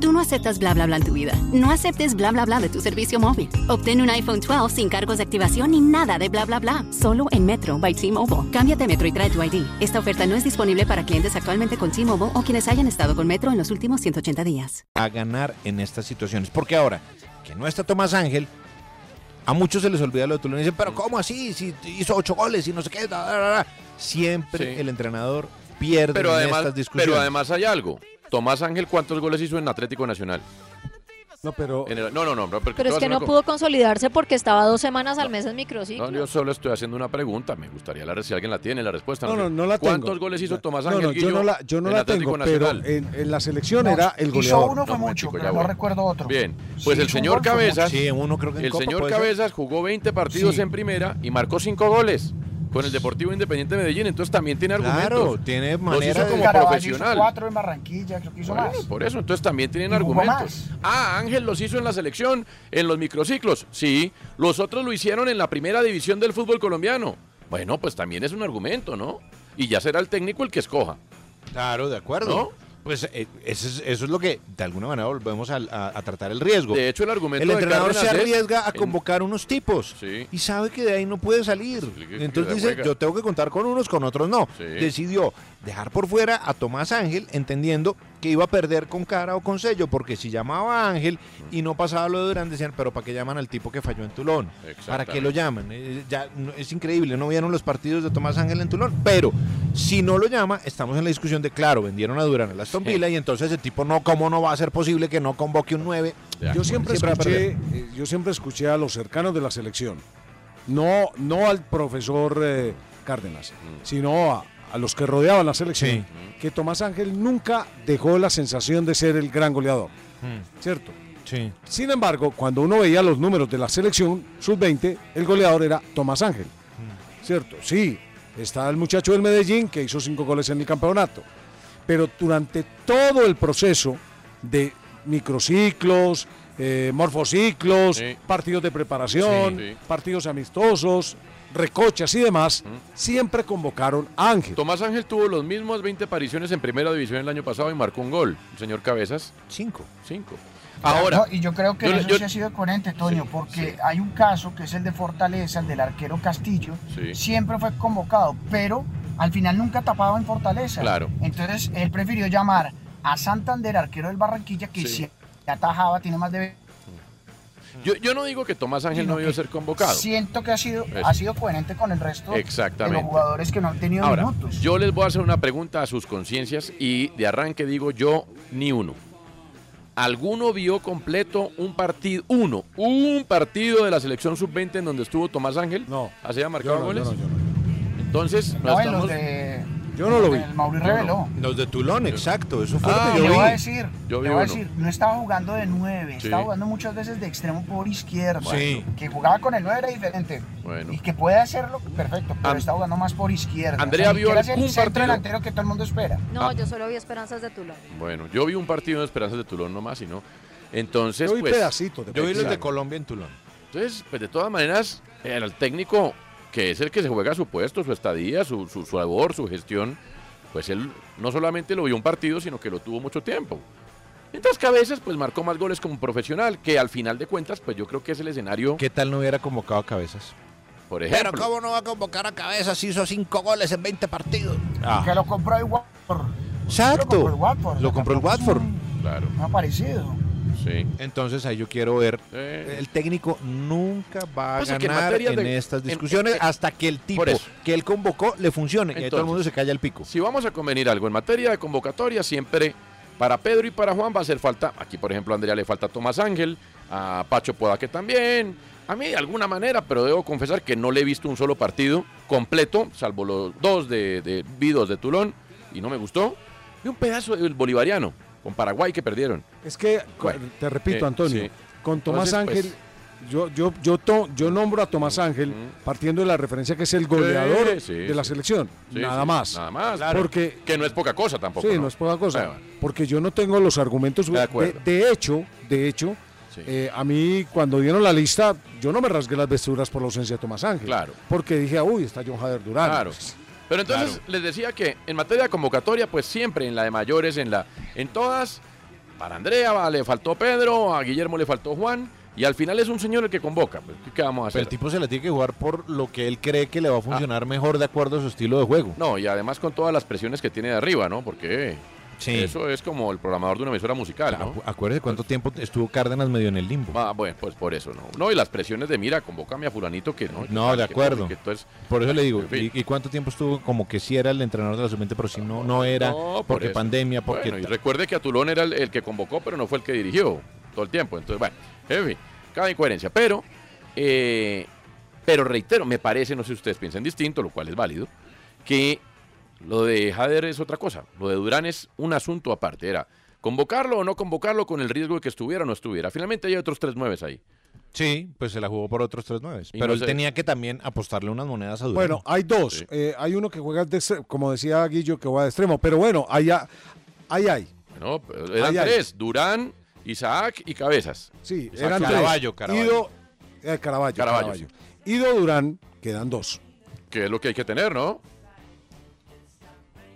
Speaker 4: Tú no aceptas bla bla bla en tu vida. No aceptes bla bla bla de tu servicio móvil. Obtén un iPhone 12 sin cargos de activación ni nada de bla bla bla. Solo en Metro by T-Mobile. Cámbiate a Metro y trae tu ID. Esta oferta no es disponible para clientes actualmente con T-Mobile o quienes hayan estado con Metro en los últimos 180 días.
Speaker 11: a ganar en estas situaciones. Porque ahora, que no está Tomás Ángel, a muchos se les olvida lo de Tulón y dicen, pero
Speaker 8: Mm.
Speaker 11: ¿cómo así? Si hizo ocho goles y no sé qué. da, da, da, da". Siempre
Speaker 8: Sí.
Speaker 11: el entrenador pierde
Speaker 8: Pero
Speaker 11: en
Speaker 8: además,
Speaker 11: estas discusiones.
Speaker 8: pero además hay algo. Tomás Ángel, ¿cuántos goles hizo en Atlético Nacional?
Speaker 9: No, pero...
Speaker 8: no, no, no. porque
Speaker 18: Pero
Speaker 8: te voy a
Speaker 18: es que
Speaker 8: hacer
Speaker 18: no
Speaker 8: una co-
Speaker 18: pudo consolidarse porque estaba dos semanas al mes en microciclo.
Speaker 8: No, yo solo estoy haciendo una pregunta. Me gustaría la, si alguien la tiene, la respuesta.
Speaker 9: No,
Speaker 8: sé.
Speaker 9: no, no la tengo.
Speaker 8: ¿Cuántos goles hizo Tomás
Speaker 9: No,
Speaker 8: Ángel
Speaker 9: no, yo
Speaker 8: Guillo
Speaker 9: no la, yo no
Speaker 8: en
Speaker 9: la
Speaker 8: Atlético
Speaker 9: tengo,
Speaker 8: Nacional?
Speaker 9: pero en, en la selección
Speaker 10: No,
Speaker 9: era el
Speaker 10: hizo
Speaker 9: goleador.
Speaker 10: uno fue
Speaker 8: No,
Speaker 10: mucho,
Speaker 8: mentico,
Speaker 10: pero
Speaker 8: ya
Speaker 10: no
Speaker 8: voy.
Speaker 10: recuerdo otro.
Speaker 8: Bien,
Speaker 10: Sí,
Speaker 8: pues
Speaker 10: hizo
Speaker 8: el
Speaker 10: un
Speaker 8: señor
Speaker 10: gol, fue
Speaker 8: Cabezas.
Speaker 10: mucho.
Speaker 8: el señor Cabezas jugó 20 partidos en primera y marcó 5 goles con el Deportivo Independiente de Medellín. Entonces también tiene
Speaker 11: Claro,
Speaker 8: argumentos.
Speaker 11: tiene
Speaker 8: Los
Speaker 11: manera
Speaker 8: hizo
Speaker 11: de-
Speaker 8: como
Speaker 10: Caraballo hizo
Speaker 8: profesional.
Speaker 10: cuatro en Barranquilla, creo que hizo
Speaker 8: Bueno,
Speaker 10: más.
Speaker 8: por eso, entonces también tienen
Speaker 10: Y jugó
Speaker 8: argumentos. Ah, Ángel los hizo en la selección, en los microciclos. Sí, los otros lo hicieron en la primera división del fútbol colombiano. Bueno, pues también es un argumento, ¿no? Y ya será el técnico el que escoja.
Speaker 11: Claro, de acuerdo.
Speaker 8: ¿No?
Speaker 11: Pues eh, eso es, eso es lo que de alguna manera volvemos al- a, a tratar el riesgo.
Speaker 8: De hecho, el argumento
Speaker 11: El
Speaker 8: de
Speaker 11: entrenador se
Speaker 8: Cárdenas es-
Speaker 11: arriesga a
Speaker 8: en-
Speaker 11: convocar unos tipos y sabe que de ahí no puede salir.
Speaker 8: que
Speaker 11: Entonces
Speaker 8: la
Speaker 11: dice,
Speaker 8: juega.
Speaker 11: yo tengo que contar con unos, con otros no.
Speaker 8: Sí.
Speaker 11: Decidió dejar por fuera a Tomás Ángel, entendiendo que iba a perder con cara o con sello, porque si llamaba a Ángel y no pasaba lo de Durán, decían, pero ¿para qué llaman al tipo que falló en Tulón? ¿Para qué lo llaman? Eh, ya, no- es increíble, no vieron los partidos de Tomás Ángel en Tulón, pero si no lo llama, estamos en la discusión de, claro, vendieron a Durán a la Aston Villa y entonces el tipo, no, ¿cómo no va a ser posible que no convoque un 9?
Speaker 9: Yo siempre, escuché, eh, yo siempre escuché a los cercanos de la selección, no, no al profesor eh, Cárdenas, sino a, a los que rodeaban la selección, que Tomás Ángel nunca dejó la sensación de ser el gran goleador,
Speaker 11: Mm.
Speaker 9: ¿cierto?
Speaker 11: Sí.
Speaker 9: Sin embargo, cuando uno veía los números de la selección sub-20, el goleador era Tomás Ángel,
Speaker 8: Mm.
Speaker 9: ¿cierto? Sí, está el muchacho del Medellín que hizo cinco goles en el campeonato, pero durante todo el proceso de microciclos, eh, morfociclos,
Speaker 8: Sí.
Speaker 9: partidos de preparación,
Speaker 8: Sí. Sí.
Speaker 9: partidos amistosos, recochas y demás,
Speaker 8: Mm.
Speaker 9: siempre convocaron a Ángel.
Speaker 8: Tomás Ángel tuvo los mismos 20 apariciones en primera división el año pasado y marcó un gol, señor Cabezas.
Speaker 11: Cinco.
Speaker 8: Cinco. Ahora.
Speaker 10: No, y yo creo que
Speaker 8: yo-
Speaker 10: en eso
Speaker 8: yo-
Speaker 10: sí ha sido coherente, Toño, porque hay un caso que es el de Fortaleza, el del arquero Castillo.
Speaker 8: Sí.
Speaker 10: Siempre fue convocado, pero al final nunca tapaba en Fortaleza.
Speaker 8: Claro.
Speaker 10: Entonces él prefirió llamar a Santander, arquero del Barranquilla, que
Speaker 8: Sí.
Speaker 10: siempre atajaba, tiene más de.
Speaker 8: Yo, yo no digo que Tomás Ángel no debió ser convocado.
Speaker 10: Siento que ha sido,
Speaker 8: Eso.
Speaker 10: ha sido coherente con el resto de los
Speaker 8: Exactamente.
Speaker 10: jugadores que no han tenido
Speaker 8: Ahora,
Speaker 10: minutos.
Speaker 8: yo les voy a hacer una pregunta a sus conciencias y de arranque digo yo, ni uno. ¿Alguno vio completo un partido, uno, un partido de la selección sub-20 en donde estuvo Tomás Ángel? No. ¿Hacía marcado
Speaker 9: Yo no, yo
Speaker 8: goles?
Speaker 9: no, yo
Speaker 8: Entonces,
Speaker 10: No, en
Speaker 8: estamos-
Speaker 10: los de.
Speaker 9: Yo no lo vi.
Speaker 10: El Mauri reveló.
Speaker 11: Los de Tulón, exacto, eso fue
Speaker 8: Ah,
Speaker 11: lo que
Speaker 10: Le
Speaker 11: yo
Speaker 10: voy
Speaker 11: vi.
Speaker 10: a decir,
Speaker 11: Yo
Speaker 10: le
Speaker 11: vi
Speaker 10: voy a
Speaker 11: uno.
Speaker 10: decir, no estaba jugando de 9,
Speaker 11: Sí.
Speaker 10: estaba jugando muchas veces de extremo por izquierda.
Speaker 8: Sí.
Speaker 10: Que jugaba con el 9 era diferente.
Speaker 8: Bueno.
Speaker 10: Y que puede hacerlo, perfecto, pero
Speaker 8: An-
Speaker 10: está jugando más por izquierda.
Speaker 8: Andrea
Speaker 10: ni
Speaker 8: vio
Speaker 10: siquiera es el
Speaker 8: algún
Speaker 10: centro
Speaker 8: partido.
Speaker 10: delantero que todo el mundo espera.
Speaker 18: No,
Speaker 8: Ah.
Speaker 18: yo solo vi esperanzas de Tulón.
Speaker 8: Bueno, yo vi un partido de Esperanzas de Tulón nomás y no. Entonces,
Speaker 11: Yo vi
Speaker 8: pues,
Speaker 11: pedacitos de Yo vi los de
Speaker 8: Exacto.
Speaker 11: Colombia en Tulón.
Speaker 8: Entonces, pues de todas maneras, el técnico, que es el que se juega su puesto, su estadía, su, su, su labor, su gestión, pues él no solamente lo vio un partido, sino que lo tuvo mucho tiempo. Mientras que a veces, pues marcó más goles como profesional, que al final de cuentas, pues yo creo que es el escenario,
Speaker 11: ¿Qué tal no hubiera convocado a Cabezas?
Speaker 8: por ejemplo.
Speaker 11: Pero ¿cómo no va a convocar a Cabezas si hizo cinco goles en 20 partidos?
Speaker 8: Ah.
Speaker 10: Y Que lo compró el Watford.
Speaker 11: Exacto.
Speaker 10: el Watford,
Speaker 11: Lo
Speaker 10: o sea,
Speaker 11: compró el
Speaker 10: tampoco es
Speaker 11: Watford.
Speaker 8: Claro.
Speaker 10: No ha parecido.
Speaker 8: Sí.
Speaker 11: Entonces ahí yo quiero ver.
Speaker 8: Eh.
Speaker 11: El técnico nunca va a
Speaker 8: Pasa que en
Speaker 11: ganar
Speaker 8: materia
Speaker 11: en,
Speaker 8: de-
Speaker 11: estas
Speaker 8: en-
Speaker 11: discusiones
Speaker 8: en-
Speaker 11: hasta que el tipo
Speaker 8: Eh, Por eso.
Speaker 11: que él convocó le funcione. y ahí todo el mundo se calla el pico.
Speaker 8: Si vamos a convenir algo en materia de convocatoria, siempre para Pedro y para Juan va a hacer falta. Aquí, por ejemplo, a Andrea le falta Tomás Ángel, a Pacho Podaque también. A mí de alguna manera, pero debo confesar que no le he visto un solo partido completo, salvo los dos de, de vi dos de Tulón y no me gustó. Y un pedazo del bolivariano con Paraguay que perdieron.
Speaker 9: Es que, co-
Speaker 8: Bueno,
Speaker 9: te repito,
Speaker 8: eh,
Speaker 9: Antonio,
Speaker 8: sí.
Speaker 9: con Tomás
Speaker 8: Entonces, pues,
Speaker 9: Ángel, yo, yo, yo, to- yo nombro a Tomás Ángel partiendo de la referencia que es el goleador
Speaker 8: Sí, sí,
Speaker 9: de la
Speaker 8: sí.
Speaker 9: selección.
Speaker 8: Sí,
Speaker 9: nada
Speaker 8: sí,
Speaker 9: más.
Speaker 8: Nada más.
Speaker 9: Porque,
Speaker 8: que no es poca cosa tampoco.
Speaker 9: sí, no es poca cosa.
Speaker 8: Ah,
Speaker 9: Porque yo no tengo los argumentos.
Speaker 8: De acuerdo.
Speaker 9: de hecho, de hecho, eh, a mí cuando dieron la lista, yo no me rasgué las vesturas por la ausencia de Tomás Ángel.
Speaker 8: Claro.
Speaker 9: Porque dije, "Ah, uy, está John Jader Durán.
Speaker 8: Claro. Pero entonces les decía que en materia de convocatoria, pues siempre en la de mayores, en la, en todas, para Andrea va- le faltó Pedro, a Guillermo le faltó Juan, y al final es un señor el que convoca. Pues, ¿Qué vamos a
Speaker 11: Pero
Speaker 8: hacer?
Speaker 11: el tipo se la tiene que jugar por lo que él cree que le
Speaker 8: Ah.
Speaker 11: va a funcionar mejor de acuerdo a su estilo de juego.
Speaker 8: No, y además con todas las presiones que tiene de arriba, ¿no? Porque eso es como el programador de una emisora musical, ¿no?
Speaker 11: Acuérdese cuánto tiempo estuvo Cárdenas medio en el limbo.
Speaker 8: Ah, bueno, pues por eso, ¿no? No, y las presiones de mira, convócame a fulanito que no. que
Speaker 11: No,
Speaker 8: tal,
Speaker 11: de
Speaker 8: que
Speaker 11: acuerdo.
Speaker 8: que entonces,
Speaker 11: Por eso le digo,
Speaker 8: En fin.
Speaker 11: ¿y, y cuánto tiempo estuvo como que sí era el entrenador de la sub-20, pero si no, no era?
Speaker 8: No, por
Speaker 11: porque
Speaker 8: eso.
Speaker 11: pandemia, porque...
Speaker 8: Bueno, y
Speaker 11: ta-
Speaker 8: recuerde que Atulón era el, el que convocó, pero no fue el que dirigió todo el tiempo. Entonces, bueno, en fin, cada incoherencia. Pero, eh, pero reitero, me parece, no sé si ustedes piensan distinto, lo cual es válido, que lo de Jader es otra cosa. Lo de Durán es un asunto aparte. Era convocarlo o no convocarlo con el riesgo de que estuviera o no estuviera. Finalmente hay otros tres nueves ahí.
Speaker 11: Sí, pues se la jugó por otros tres nueves.
Speaker 8: Y
Speaker 11: Pero
Speaker 8: no
Speaker 11: él
Speaker 8: sé.
Speaker 11: tenía que también apostarle unas monedas a Durán.
Speaker 9: Bueno, hay dos. Eh, hay uno que juega, de, extre- como decía Guillo, que juega de extremo. Pero bueno, ahí ha- ahí hay.
Speaker 8: No, pero eran
Speaker 9: Ay, ay.
Speaker 8: tres, Durán, Isaac y Cabezas.
Speaker 9: Sí,
Speaker 8: Isaac
Speaker 9: eran
Speaker 8: Caraballo,
Speaker 9: tres.
Speaker 8: Caraballo.
Speaker 9: Ido, eh, Caraballo,
Speaker 8: Caraballo,
Speaker 9: Caraballo. Ido Durán, quedan dos.
Speaker 8: que es lo que hay que tener, ¿no?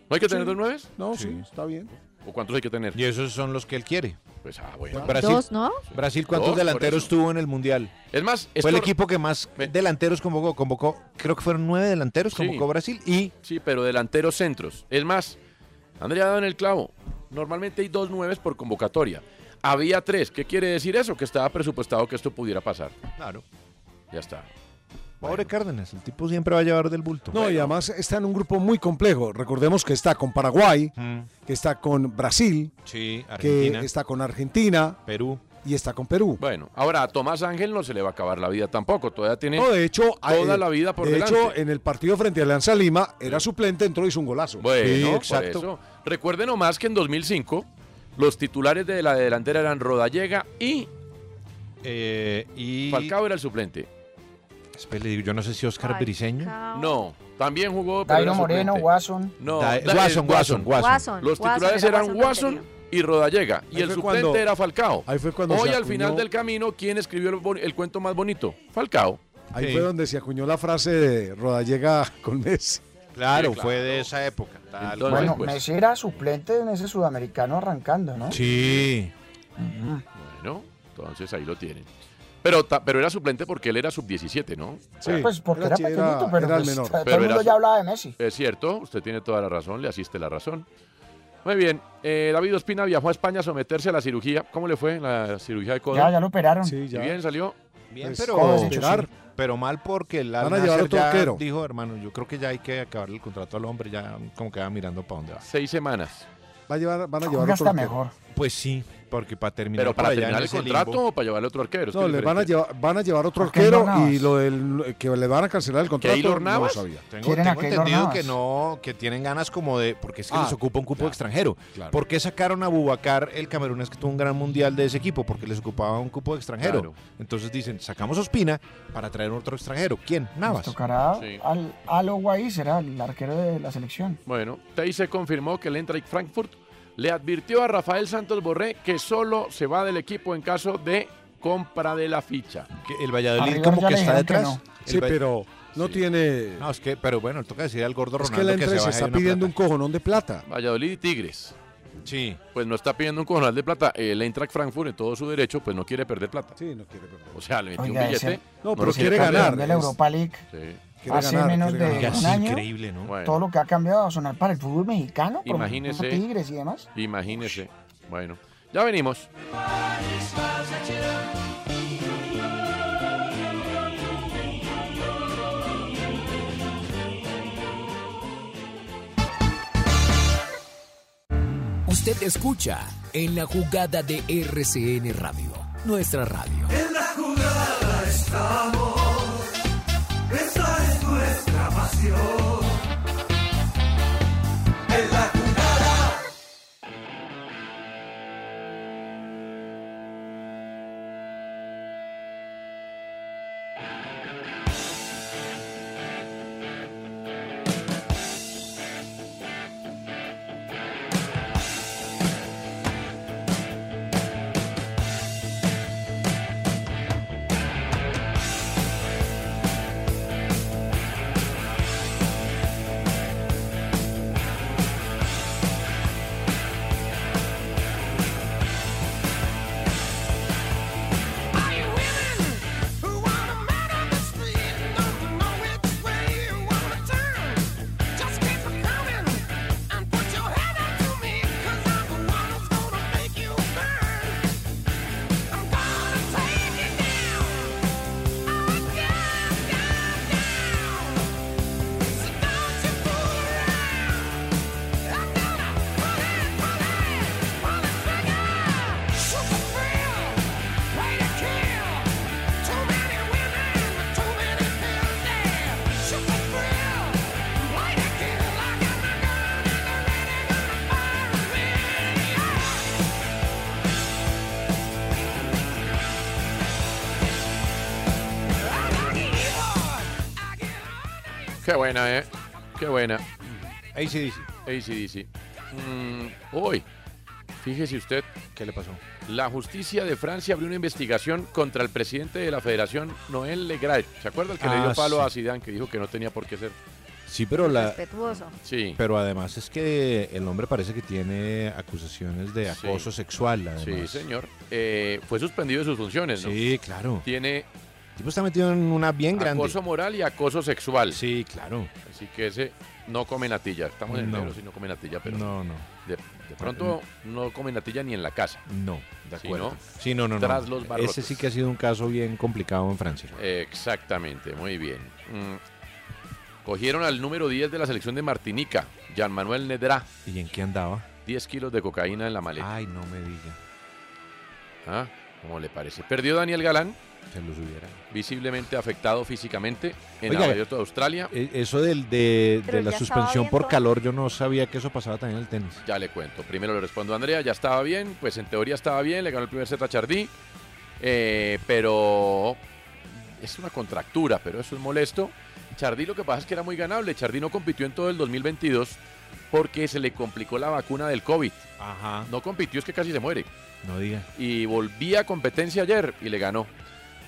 Speaker 8: ¿No hay que tener
Speaker 9: Sí.
Speaker 8: dos nueves?
Speaker 9: No, sí, está bien.
Speaker 8: ¿O cuántos hay que tener?
Speaker 11: Y esos son los que él quiere.
Speaker 8: Pues, ah, bueno.
Speaker 11: Brasil,
Speaker 18: Dos, ¿no?
Speaker 11: Brasil, ¿cuántos
Speaker 8: Dos, por
Speaker 11: delanteros
Speaker 8: eso.
Speaker 11: tuvo en el Mundial?
Speaker 8: Es más,
Speaker 11: Fue el
Speaker 8: esto-
Speaker 11: equipo que más delanteros convocó, convocó, creo que fueron nueve delanteros,
Speaker 8: Sí.
Speaker 11: convocó Brasil y...
Speaker 8: Sí, pero delanteros centros. Es más, Andrea ha dado en el clavo. Normalmente hay dos nueves por convocatoria. Había tres. ¿Qué quiere decir eso? Que estaba presupuestado que esto pudiera pasar.
Speaker 11: Claro.
Speaker 8: Ya está.
Speaker 11: Pobre Cárdenas, el tipo siempre va a llevar del bulto.
Speaker 9: No, y además está en un grupo muy complejo. Recordemos que está con Paraguay, que está con Brasil,
Speaker 11: Mm. Sí,
Speaker 9: que está con Argentina
Speaker 11: Perú.
Speaker 9: y está con Perú.
Speaker 8: Bueno, ahora a Tomás Ángel no se le va a acabar la vida tampoco. Todavía tiene
Speaker 9: No, de hecho,
Speaker 8: toda
Speaker 9: eh,
Speaker 8: la vida por
Speaker 9: de
Speaker 8: delante.
Speaker 9: hecho, en el partido frente a Alianza Lima, era suplente, entró y hizo un golazo.
Speaker 8: Bueno, por eso. Recuerden nomás que en 2005 los titulares de la delantera eran Rodallega y,
Speaker 11: Eh, y
Speaker 8: Falcao era el suplente.
Speaker 11: Espera, Pues, le digo, yo no sé si Oscar Briseño.
Speaker 8: No, también jugó. pero
Speaker 10: Ah. Dairo
Speaker 8: era
Speaker 10: Moreno,
Speaker 8: suplente.
Speaker 10: Watson.
Speaker 8: No,
Speaker 11: Da-
Speaker 8: eh,
Speaker 11: Guasón, Guasón, Guasón.
Speaker 18: Guasón,
Speaker 8: Los
Speaker 18: Guasón,
Speaker 8: titulares
Speaker 18: era
Speaker 8: eran
Speaker 18: Guasón
Speaker 8: Guasón y Rodallega. Y
Speaker 9: Ahí
Speaker 8: el
Speaker 9: fue
Speaker 8: suplente
Speaker 9: cuando-
Speaker 8: era Falcao.
Speaker 9: ahí fue cuando
Speaker 8: Hoy
Speaker 9: se
Speaker 8: al final
Speaker 9: acuñó-
Speaker 8: del camino, ¿quién escribió el, boni- el cuento más bonito? Falcao.
Speaker 9: Ahí
Speaker 8: Sí.
Speaker 9: fue donde se acuñó la frase de Rodallega con Messi.
Speaker 11: Claro, fue de esa época. tal
Speaker 8: Entonces,
Speaker 11: cual.
Speaker 10: Bueno, Messi era suplente en ese sudamericano arrancando, ¿no?
Speaker 11: Sí.
Speaker 8: Bueno, entonces ahí lo tienen. Pero, ta- pero era suplente porque él era sub-17, ¿no?
Speaker 10: pues porque
Speaker 9: era
Speaker 10: era,
Speaker 9: chi- era-
Speaker 10: pequeñito, pero,
Speaker 9: era el
Speaker 10: pues,
Speaker 9: menor.
Speaker 10: todo
Speaker 8: Pero
Speaker 10: el
Speaker 8: era
Speaker 10: mundo
Speaker 8: su-
Speaker 10: ya hablaba de Messi.
Speaker 8: Es cierto, usted tiene toda la razón, le asiste la razón. Muy bien, eh, David Ospina viajó a España a someterse a la cirugía. ¿Cómo le fue la cirugía de codo?
Speaker 10: Ya, ya lo operaron.
Speaker 8: ¿Y bien salió?
Speaker 11: Bien,
Speaker 9: Pues,
Speaker 11: pero,
Speaker 9: ¿cómo has dicho,
Speaker 11: pero-
Speaker 9: sí?
Speaker 11: pero mal porque el
Speaker 9: Van a
Speaker 11: Al-Nassr
Speaker 9: llevar otro
Speaker 11: ya
Speaker 9: arquero.
Speaker 11: dijo, hermano, yo creo que ya hay que acabar el contrato al hombre, ya como que va mirando para dónde va.
Speaker 8: Seis semanas.
Speaker 9: Va a llevar, van a llevar
Speaker 10: Juega
Speaker 9: otro
Speaker 10: hasta
Speaker 9: arquero.
Speaker 10: mejor.
Speaker 11: Pues sí, porque para terminar
Speaker 8: ¿Pero
Speaker 11: por
Speaker 8: para
Speaker 11: allá en
Speaker 8: terminar el
Speaker 11: ese
Speaker 8: contrato
Speaker 11: limbo-
Speaker 8: o para llevarle otro arquero? Es
Speaker 9: No,
Speaker 8: que
Speaker 9: le
Speaker 8: es
Speaker 9: van a
Speaker 8: diferente.
Speaker 9: llevar, van a llevar otro
Speaker 10: ¿Por qué no
Speaker 9: arquero
Speaker 10: Navas?
Speaker 9: y lo del que le van a cancelar el contrato
Speaker 8: Keylor
Speaker 9: no lo
Speaker 8: Navas?
Speaker 9: sabía.
Speaker 11: Tengo,
Speaker 10: Quieren a
Speaker 11: tengo
Speaker 10: Keylor
Speaker 11: entendido
Speaker 10: Navas.
Speaker 11: que no, que tienen ganas como de, porque es que
Speaker 9: Ah,
Speaker 11: les ocupa un cupo
Speaker 9: claro,
Speaker 11: extranjero.
Speaker 9: claro.
Speaker 11: ¿Por qué sacaron a Bubacar el camerunés que tuvo un gran mundial de ese equipo? Porque les ocupaba un cupo extranjero.
Speaker 8: Claro.
Speaker 11: Entonces dicen, sacamos a Ospina para traer otro extranjero. ¿Quién?
Speaker 10: Nos
Speaker 11: Navas.
Speaker 10: tocará
Speaker 8: Sí.
Speaker 10: al, al Oguaí, será el arquero de la selección.
Speaker 8: Bueno, Tei se confirmó que el Eintracht Frankfurt le advirtió a Rafael Santos Borré que solo se va del equipo en caso de compra de la ficha.
Speaker 11: Que el
Speaker 10: A
Speaker 11: Valladolid
Speaker 10: River
Speaker 11: como
Speaker 10: ya
Speaker 11: que
Speaker 10: le
Speaker 11: está
Speaker 10: dijeron que
Speaker 11: detrás. El
Speaker 9: Sí,
Speaker 11: Va-
Speaker 9: pero no tiene...
Speaker 11: No, es que, pero bueno, toca decir al gordo
Speaker 9: es
Speaker 11: Ronaldo
Speaker 9: que la
Speaker 11: se
Speaker 9: empresa
Speaker 11: baje
Speaker 9: está
Speaker 11: una
Speaker 9: pidiendo
Speaker 11: plata.
Speaker 9: un cojonón de plata.
Speaker 8: Valladolid y Tigres.
Speaker 11: Sí.
Speaker 8: Pues no está pidiendo un cojonal de plata. El Eintracht Frankfurt, en todo su derecho, pues no quiere perder plata.
Speaker 9: Sí, no quiere perder.
Speaker 8: O sea, le metió
Speaker 10: Oiga,
Speaker 8: un billete.
Speaker 10: ese-
Speaker 9: No, pero
Speaker 8: lo
Speaker 9: quiere
Speaker 8: perder.
Speaker 9: ganar.
Speaker 10: De la
Speaker 9: es-
Speaker 10: Europa League,
Speaker 8: Sí.
Speaker 9: Quiere
Speaker 10: Hace
Speaker 9: ganar,
Speaker 10: menos
Speaker 9: quiere
Speaker 10: de
Speaker 9: ganar.
Speaker 10: un año,
Speaker 11: increíble, ¿no?
Speaker 8: Bueno,
Speaker 10: todo lo que ha cambiado a sonar para el fútbol mexicano, por
Speaker 8: Imagínese.
Speaker 10: ejemplo, Tigres y demás.
Speaker 8: imagínese. Bueno, ya venimos.
Speaker 14: Usted escucha en la jugada de RCN Radio, nuestra radio.
Speaker 15: En la jugada estamos, esa es nuestra pasión. En la jugada.
Speaker 8: Qué buena, ¿eh? Qué buena.
Speaker 11: Ahí sí dice.
Speaker 8: ACDC. Mm, hoy, Fíjese usted.
Speaker 11: ¿Qué le pasó?
Speaker 8: La justicia de Francia abrió una investigación contra el presidente de la federación, Noël Legray. ¿Se acuerda el que le
Speaker 11: Ah,
Speaker 8: dio palo
Speaker 11: sí.
Speaker 8: a Zidane, que dijo que no tenía por qué ser?
Speaker 11: Sí, pero la.
Speaker 18: Respetuoso.
Speaker 8: Sí.
Speaker 11: Pero además es que el hombre parece que tiene acusaciones de
Speaker 8: Sí.
Speaker 11: acoso sexual, además.
Speaker 8: Sí, señor. Eh, fue suspendido de sus funciones, ¿no?
Speaker 11: Sí, claro.
Speaker 8: Tiene
Speaker 11: El tipo está metido en una bien grande.
Speaker 8: acoso moral y acoso sexual.
Speaker 11: Sí, claro.
Speaker 8: Así que ese no come natilla. Estamos en
Speaker 11: No.
Speaker 8: enero si no come natilla, pero.
Speaker 11: No, no.
Speaker 8: De, de pronto no come natilla ni en la casa.
Speaker 11: No, de
Speaker 8: Sí,
Speaker 11: acuerdo.
Speaker 8: ¿no?
Speaker 11: Sí, no, no, no.
Speaker 8: Tras los barrotes.
Speaker 11: Ese sí que ha sido un caso bien complicado en Francia.
Speaker 8: Exactamente, muy bien. Mm. Cogieron al número 10 de la selección de Martinica, Jean Manuel Nedra.
Speaker 11: ¿Y en qué andaba?
Speaker 8: 10 kilos de cocaína en la maleta.
Speaker 11: Ay, no me diga.
Speaker 8: Ah, ¿Cómo le parece? Perdió Daniel Galán,
Speaker 11: Se los hubiera.
Speaker 8: visiblemente afectado físicamente en
Speaker 11: Oiga,
Speaker 8: Abierto de Australia.
Speaker 11: Eh, Eso del, de,
Speaker 8: Pero
Speaker 11: de la
Speaker 8: ya estaba
Speaker 11: suspensión por
Speaker 8: viendo.
Speaker 11: calor, yo no sabía que eso pasaba también en el tenis.
Speaker 8: Ya le cuento. Primero le respondo a Andrea, ya estaba bien, pues en teoría estaba bien, le ganó el primer set a Chardí, eh, pero es una contractura, pero eso es molesto. Chardí lo que pasa es que era muy ganable, Chardí no compitió en todo el 2022 porque se le complicó la vacuna del COVID. No compitió, es que casi se muere.
Speaker 11: No diga.
Speaker 8: Y volvía a competencia ayer y le ganó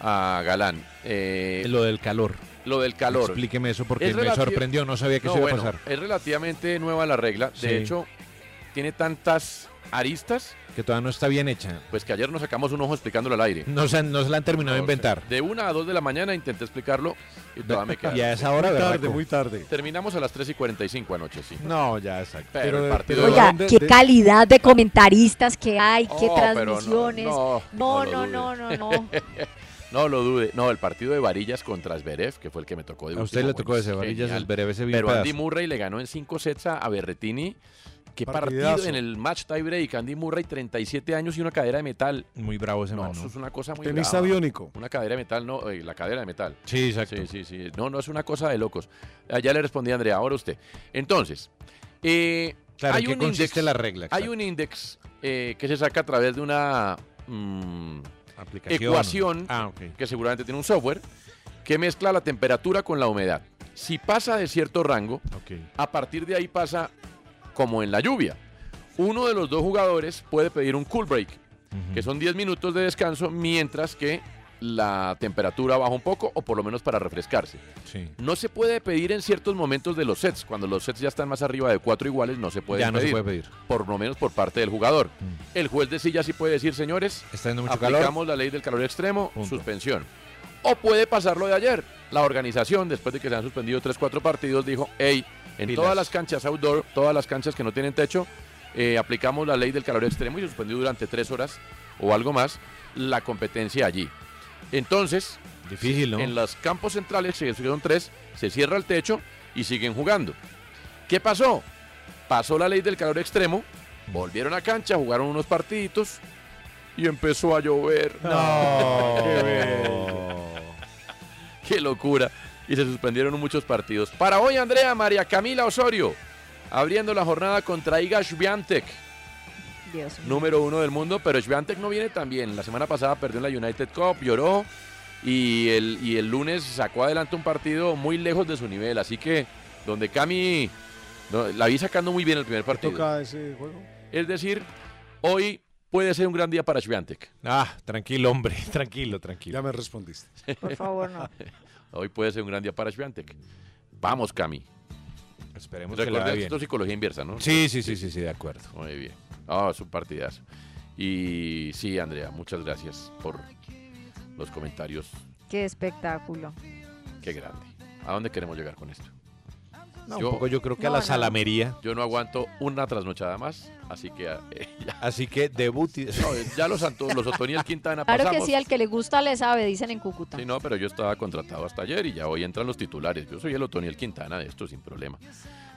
Speaker 8: a Galán. Eh,
Speaker 11: Lo del calor.
Speaker 8: lo del calor.
Speaker 11: Explíqueme eso porque
Speaker 8: Es
Speaker 11: me
Speaker 8: relati-
Speaker 11: sorprendió, no sabía que eso iba a
Speaker 8: bueno,
Speaker 11: pasar.
Speaker 8: Es relativamente nueva la regla. De
Speaker 11: Sí.
Speaker 8: hecho, tiene tantas aristas,
Speaker 11: Que todavía no está bien hecha.
Speaker 8: pues que ayer nos sacamos un ojo explicándolo al aire.
Speaker 11: No se, no se la han terminado de inventar.
Speaker 8: De una a dos de la mañana intenté explicarlo y todavía me queda.
Speaker 11: Y a esa hora, Muy tarde, berraco. muy
Speaker 9: tarde.
Speaker 8: Terminamos a las 3 y 45 anoche, sí.
Speaker 11: No, ya exacto.
Speaker 8: Pero,
Speaker 11: Pero-
Speaker 8: el partido.
Speaker 11: pero-
Speaker 18: Oiga,
Speaker 11: ¿dónde-
Speaker 18: qué
Speaker 11: de-
Speaker 18: calidad de comentaristas que hay, qué
Speaker 8: Oh, pero no,
Speaker 18: transmisiones.
Speaker 8: no,
Speaker 18: No,
Speaker 8: no
Speaker 18: no,
Speaker 8: lo
Speaker 18: no, no, no.
Speaker 8: No lo dude. No, el partido de Varillas contra Zverev, que fue el que me tocó. de
Speaker 11: A usted
Speaker 8: último,
Speaker 11: le tocó
Speaker 8: bueno,
Speaker 11: ese, Varillas,
Speaker 8: genial.
Speaker 11: Zverev, ese vi un
Speaker 8: Pero Andy
Speaker 11: pedazo.
Speaker 8: Murray le ganó en 5 sets a a Berretini. Qué partido
Speaker 11: Partidazo.
Speaker 8: en el match tie break. Andy Murray, 37 años y una cadera de metal.
Speaker 11: Muy bravo ese
Speaker 8: No,
Speaker 11: man,
Speaker 8: eso
Speaker 11: ¿no?
Speaker 8: es una cosa muy
Speaker 9: Tenista
Speaker 8: brava.
Speaker 9: biónico.
Speaker 8: Una cadera de metal, no, eh, la cadera de metal.
Speaker 11: Sí, exacto.
Speaker 8: Sí, sí, sí. No, no, es una cosa de locos. Ah, Ya le respondí a Andrea, ahora usted. Entonces, eh,
Speaker 11: Claro,
Speaker 8: hay
Speaker 11: ¿en qué
Speaker 8: un
Speaker 11: consiste
Speaker 8: index,
Speaker 11: la regla?
Speaker 8: Hay un index eh, que se saca a través de una mm,
Speaker 11: Aplicación.
Speaker 8: ecuación
Speaker 11: Ah, ok.
Speaker 8: que seguramente tiene un software que mezcla la temperatura con la humedad. Si pasa de cierto rango, a partir de ahí pasa como en la lluvia. Uno de los dos jugadores puede pedir un cool break, que son 10 minutos de descanso mientras que la temperatura baja un poco o por lo menos para refrescarse.
Speaker 11: Sí.
Speaker 8: No se puede pedir en ciertos momentos de los sets. Cuando los sets ya están más arriba de cuatro iguales, no se puede
Speaker 11: Ya
Speaker 8: pedir.
Speaker 11: no se puede pedir. Mm.
Speaker 8: Por lo menos por parte del jugador. El juez de silla sí puede decir, señores,
Speaker 11: Está haciendo mucho
Speaker 8: aplicamos
Speaker 11: calor.
Speaker 8: la ley del calor extremo,
Speaker 11: Punto.
Speaker 8: suspensión. O puede pasar lo de ayer. La organización, después de que se han suspendido tres, cuatro partidos, dijo, hey, en
Speaker 11: Pilas.
Speaker 8: todas las canchas outdoor, todas las canchas que no tienen techo, eh, aplicamos la ley del calor extremo y se suspendió durante tres horas o algo más la competencia allí. Entonces,
Speaker 11: Difícil, ¿no?
Speaker 8: en los campos centrales, se hicieron tres, se cierra el techo y siguen jugando. ¿Qué pasó? Pasó la ley del calor extremo, volvieron a cancha, jugaron unos partiditos y empezó a llover.
Speaker 11: No.
Speaker 8: ¡Qué locura! Y se suspendieron muchos partidos. Para hoy, Andrea María Camila Osorio, abriendo la jornada contra Iga Swiatek,
Speaker 18: Dios mío.
Speaker 8: número uno del mundo, pero Swiatek no viene tan bien. La semana pasada perdió en la United Cup, lloró y el, y el lunes sacó adelante un partido muy lejos de su nivel. Así que donde Cami no, la vi sacando muy bien el primer partido.
Speaker 9: Toca ese juego.
Speaker 8: Es decir, hoy puede ser un gran día para Swiatek.
Speaker 11: Ah, tranquilo, hombre. Tranquilo, tranquilo.
Speaker 9: Ya me respondiste.
Speaker 18: Por favor, no.
Speaker 8: Hoy puede ser un gran día para Swiatek. Vamos, Cami.
Speaker 11: Esperemos que le
Speaker 8: Recuerda
Speaker 11: vaya
Speaker 8: que esto es
Speaker 11: bien.
Speaker 8: psicología inversa, ¿no?
Speaker 11: Sí, sí, sí, sí, sí, de acuerdo.
Speaker 8: Muy bien. Ah, es un partidazo. Y sí, Andrea, muchas gracias por los comentarios.
Speaker 18: Qué espectáculo.
Speaker 8: Qué grande. ¿A dónde queremos llegar con esto?
Speaker 11: No, un poco yo creo que a
Speaker 18: No,
Speaker 11: la
Speaker 18: no.
Speaker 11: salamería.
Speaker 8: Yo no aguanto una trasnochada más, así que eh, ya,
Speaker 11: Así que debut. y-
Speaker 8: no, ya los, Anto- los Otoniel Quintana
Speaker 18: Claro
Speaker 8: pasamos.
Speaker 18: que sí, al que le gusta le sabe, dicen en Cúcuta.
Speaker 8: Sí, no, pero yo estaba contratado hasta ayer y ya hoy entran los titulares. Yo soy el Otoniel Quintana de esto sin problema.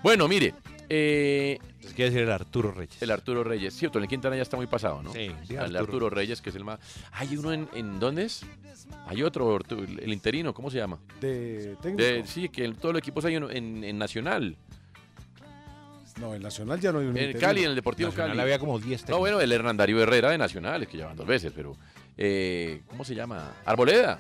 Speaker 8: Bueno, mire, eh,
Speaker 11: Es que decir el Arturo Reyes.
Speaker 8: el Arturo Reyes. Sí, Otoniel Quintana ya está muy pasado, ¿no?
Speaker 11: Sí, sí,
Speaker 8: El
Speaker 11: Arturo.
Speaker 8: Arturo. Reyes, que es el más. Hay uno en, en ¿dónde es? Hay otro, Artu- el interino, ¿cómo se llama?
Speaker 9: De técnico.
Speaker 8: De- sí, que en todos los equipos hay uno en, en Nacional.
Speaker 9: No, el Nacional ya no hay un
Speaker 8: En
Speaker 9: interino.
Speaker 8: Cali, en el Deportivo
Speaker 11: Nacional
Speaker 8: Cali.
Speaker 11: había como 10
Speaker 8: No, bueno, el Hernán Darío Herrera de Nacional, es que ya van dos veces, pero. eh, ¿Cómo se llama? Arboleda.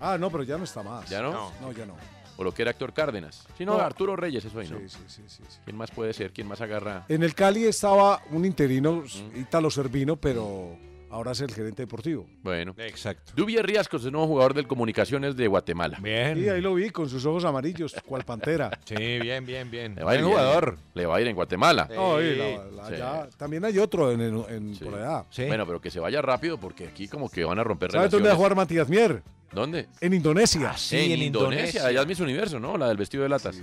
Speaker 9: Ah, no, pero ya no está más.
Speaker 8: ¿Ya no?
Speaker 9: No, ya no.
Speaker 8: o lo que era Héctor Cárdenas. Si no,
Speaker 9: No.
Speaker 8: Arturo Reyes, eso ahí, ¿no?
Speaker 9: Sí, sí, sí, sí,
Speaker 8: ¿Quién más puede ser? ¿Quién más agarra?
Speaker 9: En el Cali estaba un interino,
Speaker 8: Mm.
Speaker 9: Ítalo Servino, pero ahora es el gerente deportivo.
Speaker 8: Bueno. Exacto. Dubier Riascos, el nuevo jugador del Comunicaciones de Guatemala. Bien.
Speaker 9: Y ahí lo vi con sus ojos amarillos, cual pantera.
Speaker 8: Sí, bien, bien, bien. Le va a ir
Speaker 9: Buen
Speaker 8: bien.
Speaker 9: jugador.
Speaker 8: Le va a ir en Guatemala.
Speaker 9: No, y la- la-
Speaker 8: Sí.
Speaker 9: ya- Ah, también hay otro en, en- en- por allá.
Speaker 8: Bueno, pero que se vaya rápido porque aquí como que van a romper
Speaker 9: ¿Sabes
Speaker 8: relaciones.
Speaker 9: dónde va a jugar Matías Mier?
Speaker 8: ¿Dónde?
Speaker 9: En Indonesia.
Speaker 8: Ah, en, Indonesia. Allá es Miss Universo, ¿no? La del vestido de latas.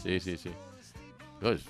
Speaker 8: Sí, sí, sí. Pues,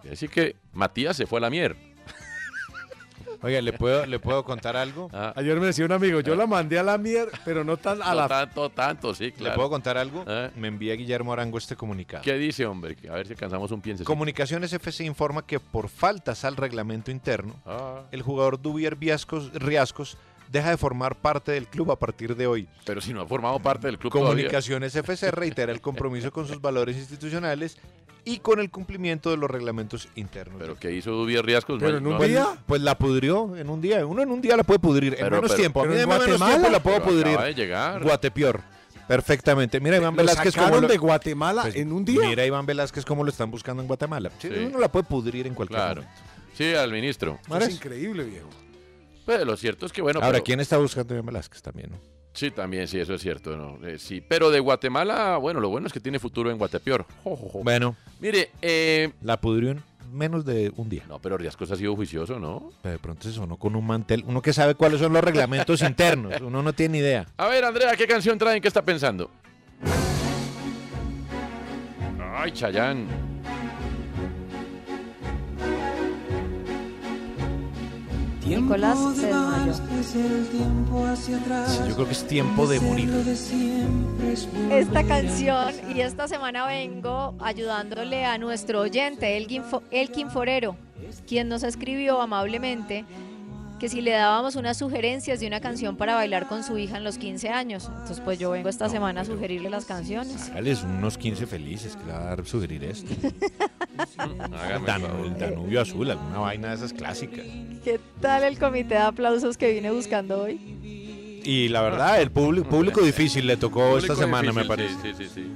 Speaker 8: quiere decir que Matías se fue a la mier.
Speaker 11: Oiga, ¿le puedo, ¿le puedo contar algo?
Speaker 8: Ah,
Speaker 9: Ayer me decía un amigo, yo la mandé a la Mier, pero no tan a
Speaker 8: No
Speaker 9: la...
Speaker 8: tanto, tanto, sí, claro.
Speaker 11: ¿Le puedo contar algo?
Speaker 8: ¿Eh?
Speaker 11: Me envía Guillermo Arango este comunicado.
Speaker 8: ¿Qué dice, hombre? A ver si alcanzamos un piense.
Speaker 11: Comunicaciones FC informa que por faltas al reglamento interno,
Speaker 8: Ah.
Speaker 11: el jugador Dubier Viascos- Riascos deja de formar parte del club a partir de hoy.
Speaker 8: Pero si no ha formado parte del club todavía.
Speaker 11: Comunicaciones FC reitera el compromiso con sus valores institucionales y con el cumplimiento de los reglamentos internos.
Speaker 8: Pero que hizo Dubier Riascos.
Speaker 11: Pero en un día, pues la pudrió en un día. Uno en un día la puede pudrir. en
Speaker 8: Pero-
Speaker 11: menos
Speaker 8: pero-
Speaker 11: tiempo. A mí
Speaker 8: pero en
Speaker 11: deme menos
Speaker 8: Guatemala.
Speaker 11: tiempo la puedo
Speaker 8: Pero
Speaker 11: pudrir.
Speaker 8: acaba de llegar.
Speaker 11: Guatepeor. Perfectamente. Mira, Iván
Speaker 9: ¿Lo
Speaker 11: Velázquez como
Speaker 9: sacaron de Guatemala en un día?
Speaker 11: Pues, Mira, Iván Velázquez cómo lo están buscando en Guatemala. Sí,
Speaker 8: Sí.
Speaker 11: Uno la puede pudrir en cualquier
Speaker 8: Claro.
Speaker 11: momento.
Speaker 8: Sí, al ministro.
Speaker 9: Eso Es increíble, viejo.
Speaker 8: Pero lo cierto es que, bueno,
Speaker 11: Ahora,
Speaker 8: pero-
Speaker 11: ¿quién está buscando a Iván Velázquez también? no?
Speaker 8: Sí, también, sí, eso es cierto. ¿no? Eh, sí, pero de Guatemala, bueno, lo bueno es que tiene futuro en Guatepeor. Jo, jo, jo.
Speaker 11: Bueno.
Speaker 8: Mire, eh,
Speaker 11: La pudrió en menos de un día.
Speaker 8: No, pero Riascos ha sido juicioso, ¿no?
Speaker 11: Pero de pronto se sonó con un mantel. Uno que sabe cuáles son los reglamentos internos. Uno no tiene ni idea.
Speaker 8: A ver, Andrea, ¿qué canción traen? ¿Qué está pensando? Ay, Chayán.
Speaker 18: Nicolás se desmayó.
Speaker 11: Yo creo que es tiempo de morir.
Speaker 18: Esta canción y esta semana vengo ayudándole a nuestro oyente, Elgin, Fo- Elkin Forero, quien nos escribió amablemente que si le dábamos unas sugerencias de una canción para bailar con su hija en los 15 años. Entonces pues yo vengo esta semana a sugerirle las canciones.
Speaker 11: Hágales unos 15 felices que le va a dar sugerir esto.
Speaker 8: Hágame
Speaker 11: Dan-
Speaker 8: el favor. Ah,
Speaker 11: el Danubio Azul, alguna vaina de esas clásicas.
Speaker 18: ¿Qué tal el comité de aplausos que vine buscando hoy?
Speaker 11: Y la verdad, el público, público difícil le tocó esta semana, me parece.
Speaker 8: Sí, sí, sí.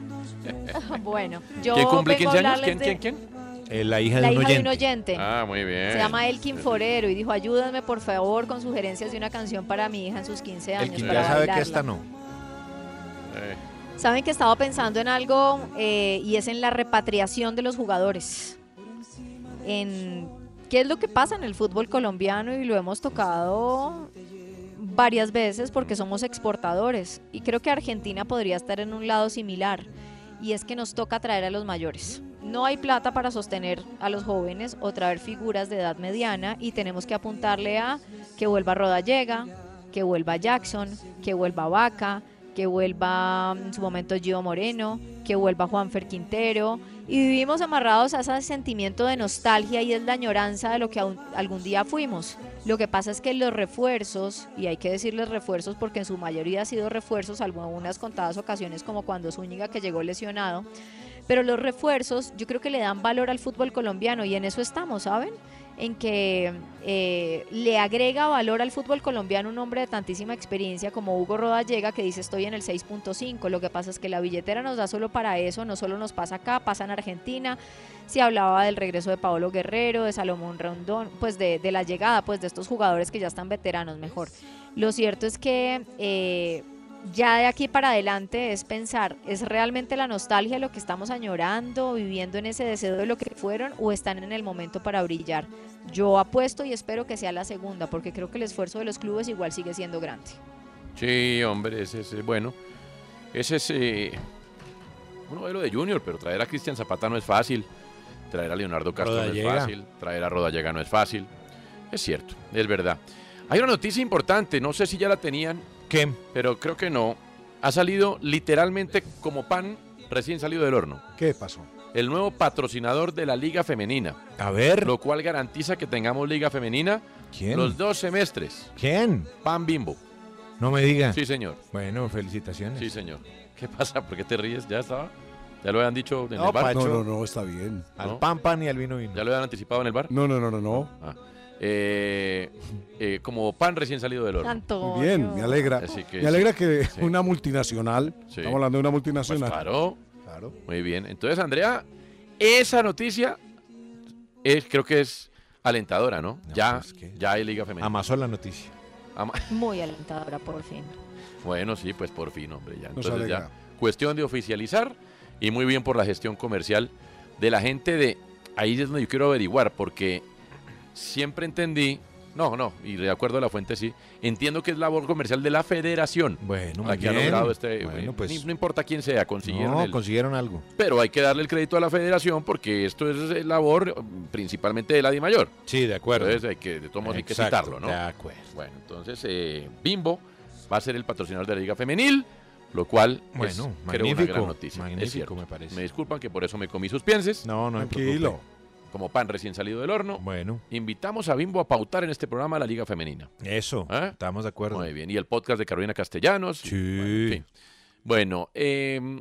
Speaker 18: Bueno, yo
Speaker 11: ¿Quién cumple
Speaker 18: vengo
Speaker 11: 15
Speaker 18: a
Speaker 11: años?
Speaker 18: hablarles
Speaker 11: ¿Quién,
Speaker 18: de-
Speaker 11: Eh, la hija,
Speaker 18: La
Speaker 11: de, un
Speaker 18: hija de un
Speaker 11: oyente.
Speaker 18: oyente.
Speaker 8: Ah, muy bien.
Speaker 18: Se llama Elkin Forero y dijo, ayúdame por favor con sugerencias de una canción para mi hija en sus 15 años.
Speaker 11: El que
Speaker 18: para
Speaker 11: ya sabe que
Speaker 18: bailarla".
Speaker 11: esta no.
Speaker 8: Eh.
Speaker 18: Saben que estaba pensando en algo eh, y es en la repatriación de los jugadores. En qué es lo que pasa en el fútbol colombiano y lo hemos tocado varias veces porque somos exportadores y creo que Argentina podría estar en un lado similar y es que nos toca traer a los mayores. No hay plata para sostener a los jóvenes o traer figuras de edad mediana y tenemos que apuntarle a que vuelva Rodallega, que vuelva Jackson, que vuelva Vaca, que vuelva en su momento Gio Moreno, que vuelva Juanfer Quintero. Y vivimos amarrados a ese sentimiento de nostalgia y es la añoranza de lo que aún- algún día fuimos. Lo que pasa es que los refuerzos, y hay que decirles refuerzos porque en su mayoría ha sido refuerzos, salvo en unas contadas ocasiones como cuando Zúñiga que llegó lesionado, pero los refuerzos yo creo que le dan valor al fútbol colombiano y en eso estamos, ¿saben? En que eh, le agrega valor al fútbol colombiano un hombre de tantísima experiencia como Hugo Rodallega que dice estoy en el 6.5, lo que pasa es que la billetera nos da solo para eso, no solo nos pasa acá, pasa en Argentina, se hablaba del regreso de Paolo Guerrero, de Salomón Rondón, pues de, de la llegada pues de estos jugadores que ya están veteranos mejor. Lo cierto es que... eh, ya de aquí para adelante es pensar, ¿es realmente la nostalgia lo que estamos añorando, viviendo en ese deseo de lo que fueron o están en el momento para brillar? Yo apuesto y espero que sea la segunda, porque creo que el esfuerzo de los clubes igual sigue siendo grande.
Speaker 8: Sí, hombre, ese es eh, bueno. Ese es eh, un modelo de Junior, pero traer a Cristian Zapata no es fácil. Traer a Leonardo Castro no
Speaker 11: Rodallega.
Speaker 8: es fácil. Traer a Rodallega no es fácil. Es cierto, es verdad. Hay una noticia importante, no sé si ya la tenían.
Speaker 11: ¿Qué?
Speaker 8: Pero creo que no. Ha salido literalmente como pan recién salido del horno.
Speaker 9: ¿Qué pasó?
Speaker 8: El nuevo patrocinador de la Liga Femenina.
Speaker 11: A ver.
Speaker 8: Lo cual garantiza que tengamos Liga Femenina
Speaker 11: ¿Quién?
Speaker 8: los dos semestres.
Speaker 11: ¿Quién?
Speaker 8: Pan Bimbo.
Speaker 11: No me diga.
Speaker 8: Sí, señor.
Speaker 11: Bueno, felicitaciones.
Speaker 8: Sí, señor. ¿Qué pasa? ¿Por qué te ríes? ¿Ya estaba? ¿Ya lo habían dicho en el
Speaker 11: No,
Speaker 8: bar?
Speaker 11: Pacho.
Speaker 9: No, no, no, está bien.
Speaker 11: Al
Speaker 8: ¿No?
Speaker 11: pan pan y al vino vino.
Speaker 8: ¿Ya lo habían anticipado en el bar?
Speaker 9: No, no, no, no, no.
Speaker 8: Ah. Eh, eh, como pan recién salido del horno.
Speaker 18: Antonio.
Speaker 9: Muy bien, me alegra.
Speaker 8: Así que
Speaker 9: me alegra
Speaker 8: sí. Pues,
Speaker 9: que una multinacional, estamos hablando de una multinacional,
Speaker 8: Claro. Claro. Muy bien. Entonces, Andrea, esa noticia es, creo que es alentadora, ¿no? ya,
Speaker 9: pues
Speaker 8: ya hay Liga Femenina.
Speaker 11: Amasó la noticia.
Speaker 8: Ama-
Speaker 18: Muy alentadora, por fin.
Speaker 8: Bueno, sí, pues por fin, hombre, ya.
Speaker 11: Nos
Speaker 8: Entonces ya,
Speaker 11: alegra.
Speaker 8: cuestión de oficializar y muy bien por la gestión comercial de la gente de... Ahí es donde yo quiero averiguar, porque siempre entendí... No, no, y de acuerdo a la fuente sí, entiendo que es labor comercial de la federación. Bueno,
Speaker 11: muy
Speaker 8: la que ha
Speaker 11: bien.
Speaker 8: logrado este...
Speaker 11: Bueno, pues-
Speaker 8: ni- no importa quién sea, consiguieron
Speaker 11: No,
Speaker 8: el-
Speaker 11: consiguieron algo.
Speaker 8: Pero hay que darle el crédito a la federación porque esto es eh, labor eh, principalmente de la DIMAYOR.
Speaker 11: Sí, de acuerdo.
Speaker 8: Entonces hay que, de todos modos, hay que
Speaker 11: Exacto,
Speaker 8: citarlo, ¿no?
Speaker 11: de acuerdo.
Speaker 8: Bueno, entonces eh, Bimbo va a ser el patrocinador de la Liga Femenil, lo cual
Speaker 11: Bueno,
Speaker 8: es, creo, una
Speaker 11: magnífico,
Speaker 8: gran noticia. Es
Speaker 11: magnífico,
Speaker 8: cierto.
Speaker 11: me parece.
Speaker 8: Me disculpan que por eso me comí sus pienses.
Speaker 11: No, no me Tranquilo. preocupe.
Speaker 8: Como pan recién salido del horno.
Speaker 11: Bueno.
Speaker 8: Invitamos a Bimbo a pautar en este programa la Liga Femenina. ¿Ah?
Speaker 11: Eso, estamos de acuerdo.
Speaker 8: Muy bien. Y el podcast de Carolina Castellanos. Sí. Bueno, en fin. Bueno, eh,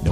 Speaker 5: No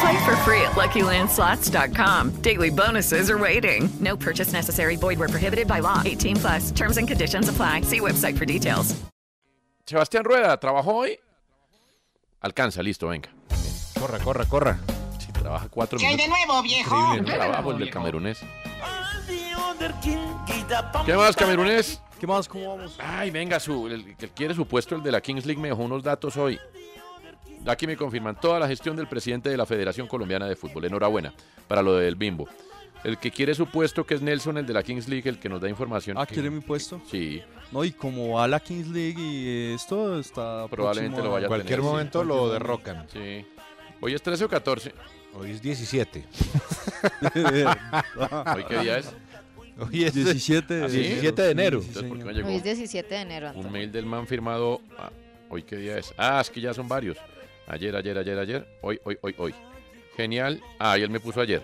Speaker 12: Play for free at LuckyLandSlots.com. Daily bonuses are waiting. No purchase necessary. Void where prohibited by law. 18 plus. Terms and conditions apply. See website for details.
Speaker 8: Sebastián Rueda trabajó hoy. Alcanza, listo, venga.
Speaker 11: Corra, corra, corra.
Speaker 8: Si trabaja cuatro
Speaker 20: ¿Qué hay
Speaker 8: minutos.
Speaker 20: de nuevo, viejo?
Speaker 8: Increíble, ¿no?
Speaker 20: ¿Qué hay de
Speaker 8: trabajo
Speaker 20: nuevo,
Speaker 8: el del
Speaker 20: viejo?
Speaker 8: camerunés. ¿Qué más, camerunés?
Speaker 21: ¿Qué más? ¿Cómo vamos?
Speaker 8: Ay, venga, su, el que quiere su puesto, el de la Kings League, me dejó unos datos hoy. Aquí me confirman toda la gestión del presidente de la Federación Colombiana de Fútbol. Enhorabuena para lo del bimbo. El que quiere su puesto, que es Nelson, el de la Kings League, el que nos da información.
Speaker 21: Ah, ¿quiere mi puesto?
Speaker 8: Sí.
Speaker 21: No, y como va la Kings League y esto está
Speaker 8: Probablemente lo vaya a tener,
Speaker 11: este
Speaker 8: sí. Cualquier momento. Sí. Hoy es 13 o 14.
Speaker 11: Hoy es 17.
Speaker 8: ¿Hoy qué día es?
Speaker 11: Hoy es 17 de
Speaker 8: ¿Ah, sí?
Speaker 11: enero. 17 de enero.
Speaker 8: Entonces, ¿por qué no llegó?
Speaker 18: Hoy es 17 de enero,
Speaker 8: Un
Speaker 18: Antonio.
Speaker 8: mail del man firmado. ah, ¿Hoy qué día es? Ah, es que ya son varios. Ayer, ayer, ayer, ayer. Hoy, hoy, hoy, hoy. Genial. Ah, y él me puso ayer.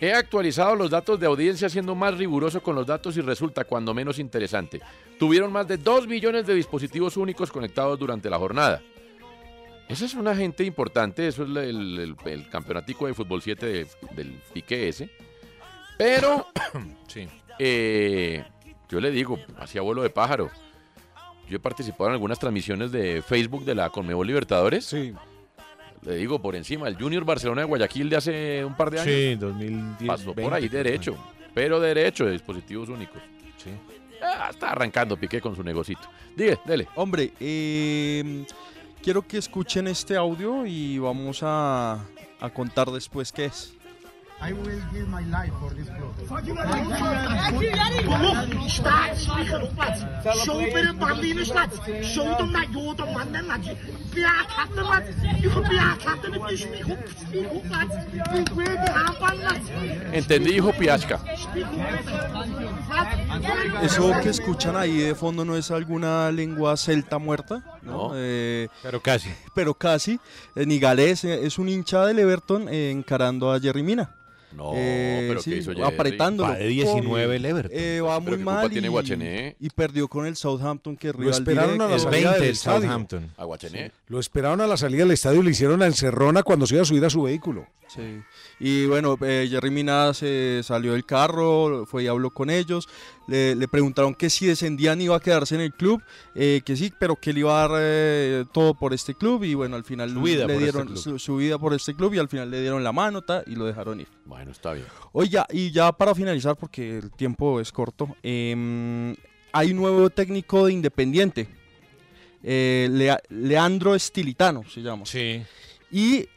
Speaker 8: He actualizado los datos de audiencia siendo más riguroso con los datos y resulta cuando menos interesante. Tuvieron más de 2 millones de dispositivos únicos conectados durante la jornada. Esa es una gente importante, eso es la- el, el- el campeonatico de fútbol 7 de- del pique ese. Pero, eh, yo le digo, así abuelo de pájaro, yo he participado en algunas transmisiones de Facebook de la Conmebol Libertadores.
Speaker 9: Sí.
Speaker 8: Le digo, por encima, el Junior Barcelona de Guayaquil de hace un par de años.
Speaker 11: Sí, 2010.
Speaker 8: Pasó por ahí
Speaker 11: 20,
Speaker 8: derecho, pero derecho de dispositivos únicos. Sí. está arrancando Piqué con su negocito. Dile, dele.
Speaker 21: Hombre, eh, quiero que escuchen este audio y vamos a, a contar después qué es.
Speaker 2: I will give my life for this club.
Speaker 8: Entendí, hijo Piasca.
Speaker 21: Eso que escuchan ahí de fondo no es alguna lengua celta muerta, ¿no?
Speaker 11: No,
Speaker 21: pero casi. Pero casi. Eh, ni galés, eh, es un hincha del Everton eh, encarando a Jerry Mina.
Speaker 8: No,
Speaker 21: Eh,
Speaker 8: pero
Speaker 21: sí,
Speaker 8: ¿qué hizo Jerry?
Speaker 21: apretándolo.
Speaker 8: Va de 19 el
Speaker 11: Everton.
Speaker 21: Eh, va
Speaker 8: Pero
Speaker 21: muy
Speaker 8: ¿qué culpa
Speaker 21: mal
Speaker 8: tiene Guachené?
Speaker 21: y, y perdió con el Southampton que es
Speaker 9: Lo
Speaker 21: rival
Speaker 9: esperaron a la
Speaker 21: directo.
Speaker 9: salida del estadio. Southampton.
Speaker 8: A Guachené.
Speaker 9: Lo esperaron a la salida del estadio y le hicieron la encerrona cuando se iba a subir a su vehículo.
Speaker 21: Sí. Y bueno, eh, Jerry Mina se salió del carro, fue y habló con ellos. Le, le preguntaron que si descendían iba a quedarse en el club, eh, que sí, pero que él iba a dar eh, todo por este club. Y bueno, al final
Speaker 11: Su vida
Speaker 21: le
Speaker 11: por este
Speaker 21: dieron
Speaker 11: club.
Speaker 21: su, su vida por este club y al final le dieron la mano ta, y lo dejaron ir.
Speaker 8: Bueno, está bien.
Speaker 21: Oiga, y ya para finalizar, porque el tiempo es corto, em, hay un nuevo técnico de Independiente. Eh, Lea- Leandro Estilitano se llama.
Speaker 11: Sí.
Speaker 21: Y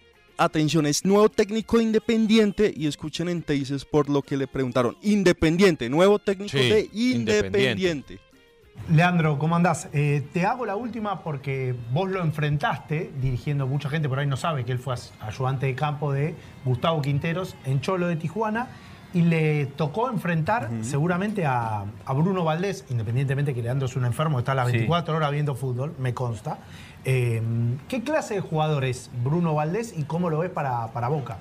Speaker 21: atención, es nuevo técnico de Independiente. Y escuchen en Teis por lo que le preguntaron. Independiente, nuevo técnico
Speaker 11: Sí,
Speaker 21: de
Speaker 11: Independiente.
Speaker 21: Independiente.
Speaker 2: Leandro, ¿cómo andás? Eh, te hago la última porque vos lo enfrentaste dirigiendo mucha gente, por ahí no sabe que él fue as- ayudante de campo de Gustavo Quinteros en Cholo de Tijuana y le tocó enfrentar seguramente a, a Bruno Valdés, independientemente que Leandro es un enfermo, está a las
Speaker 8: Sí.
Speaker 2: 24 horas viendo fútbol, me consta. Eh, ¿Qué clase de jugador es Bruno Valdés y cómo lo ves para, para Boca?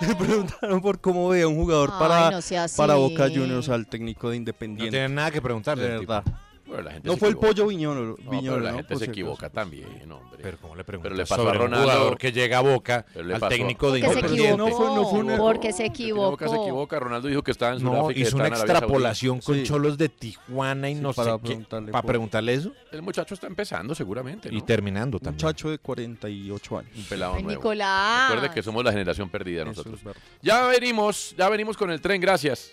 Speaker 21: Le preguntaron por cómo veía un jugador
Speaker 18: Ay,
Speaker 21: para,
Speaker 18: no sea así.
Speaker 21: para Boca Juniors al técnico de Independiente.
Speaker 11: No tiene nada que preguntarle
Speaker 21: De
Speaker 11: al tipo.
Speaker 21: verdad.
Speaker 8: Pero la gente
Speaker 21: No
Speaker 8: se
Speaker 21: fue el
Speaker 8: equivoca.
Speaker 21: pollo Viñolo.
Speaker 8: No,
Speaker 21: Viñolo,
Speaker 8: pero la
Speaker 21: ¿no? Pues
Speaker 8: gente se
Speaker 21: Por si acaso.
Speaker 8: equivoca también, hombre.
Speaker 11: Pero como le preguntas
Speaker 8: Pero le pasó a
Speaker 11: sobre un
Speaker 8: Ronaldo.
Speaker 11: jugador que llega a Boca,
Speaker 8: Pero le
Speaker 11: al
Speaker 8: pasó-
Speaker 11: técnico de
Speaker 18: Porque se
Speaker 11: Independiente.
Speaker 18: equivocó. porque se equivocó.
Speaker 8: Boca se equivoca. Ronaldo dijo que estaba en
Speaker 11: No,
Speaker 8: Sudáfrica.
Speaker 11: hizo
Speaker 8: estaba
Speaker 11: una
Speaker 8: en Arabia Saudita.
Speaker 11: extrapolación con
Speaker 8: Sí.
Speaker 11: cholos de Tijuana y no
Speaker 21: para
Speaker 11: sé qué.
Speaker 21: preguntarle
Speaker 11: ¿Para
Speaker 21: por-
Speaker 11: preguntarle eso?
Speaker 8: El muchacho está empezando seguramente. ¿no?
Speaker 11: Y terminando también.
Speaker 21: Muchacho de 48 años. Un
Speaker 8: pelado
Speaker 18: Ay,
Speaker 8: nuevo.
Speaker 18: Nicolás.
Speaker 8: Recuerde que somos la generación perdida
Speaker 21: Eso
Speaker 8: nosotros.
Speaker 21: es verdad.
Speaker 8: Ya venimos, ya venimos con el tren, gracias.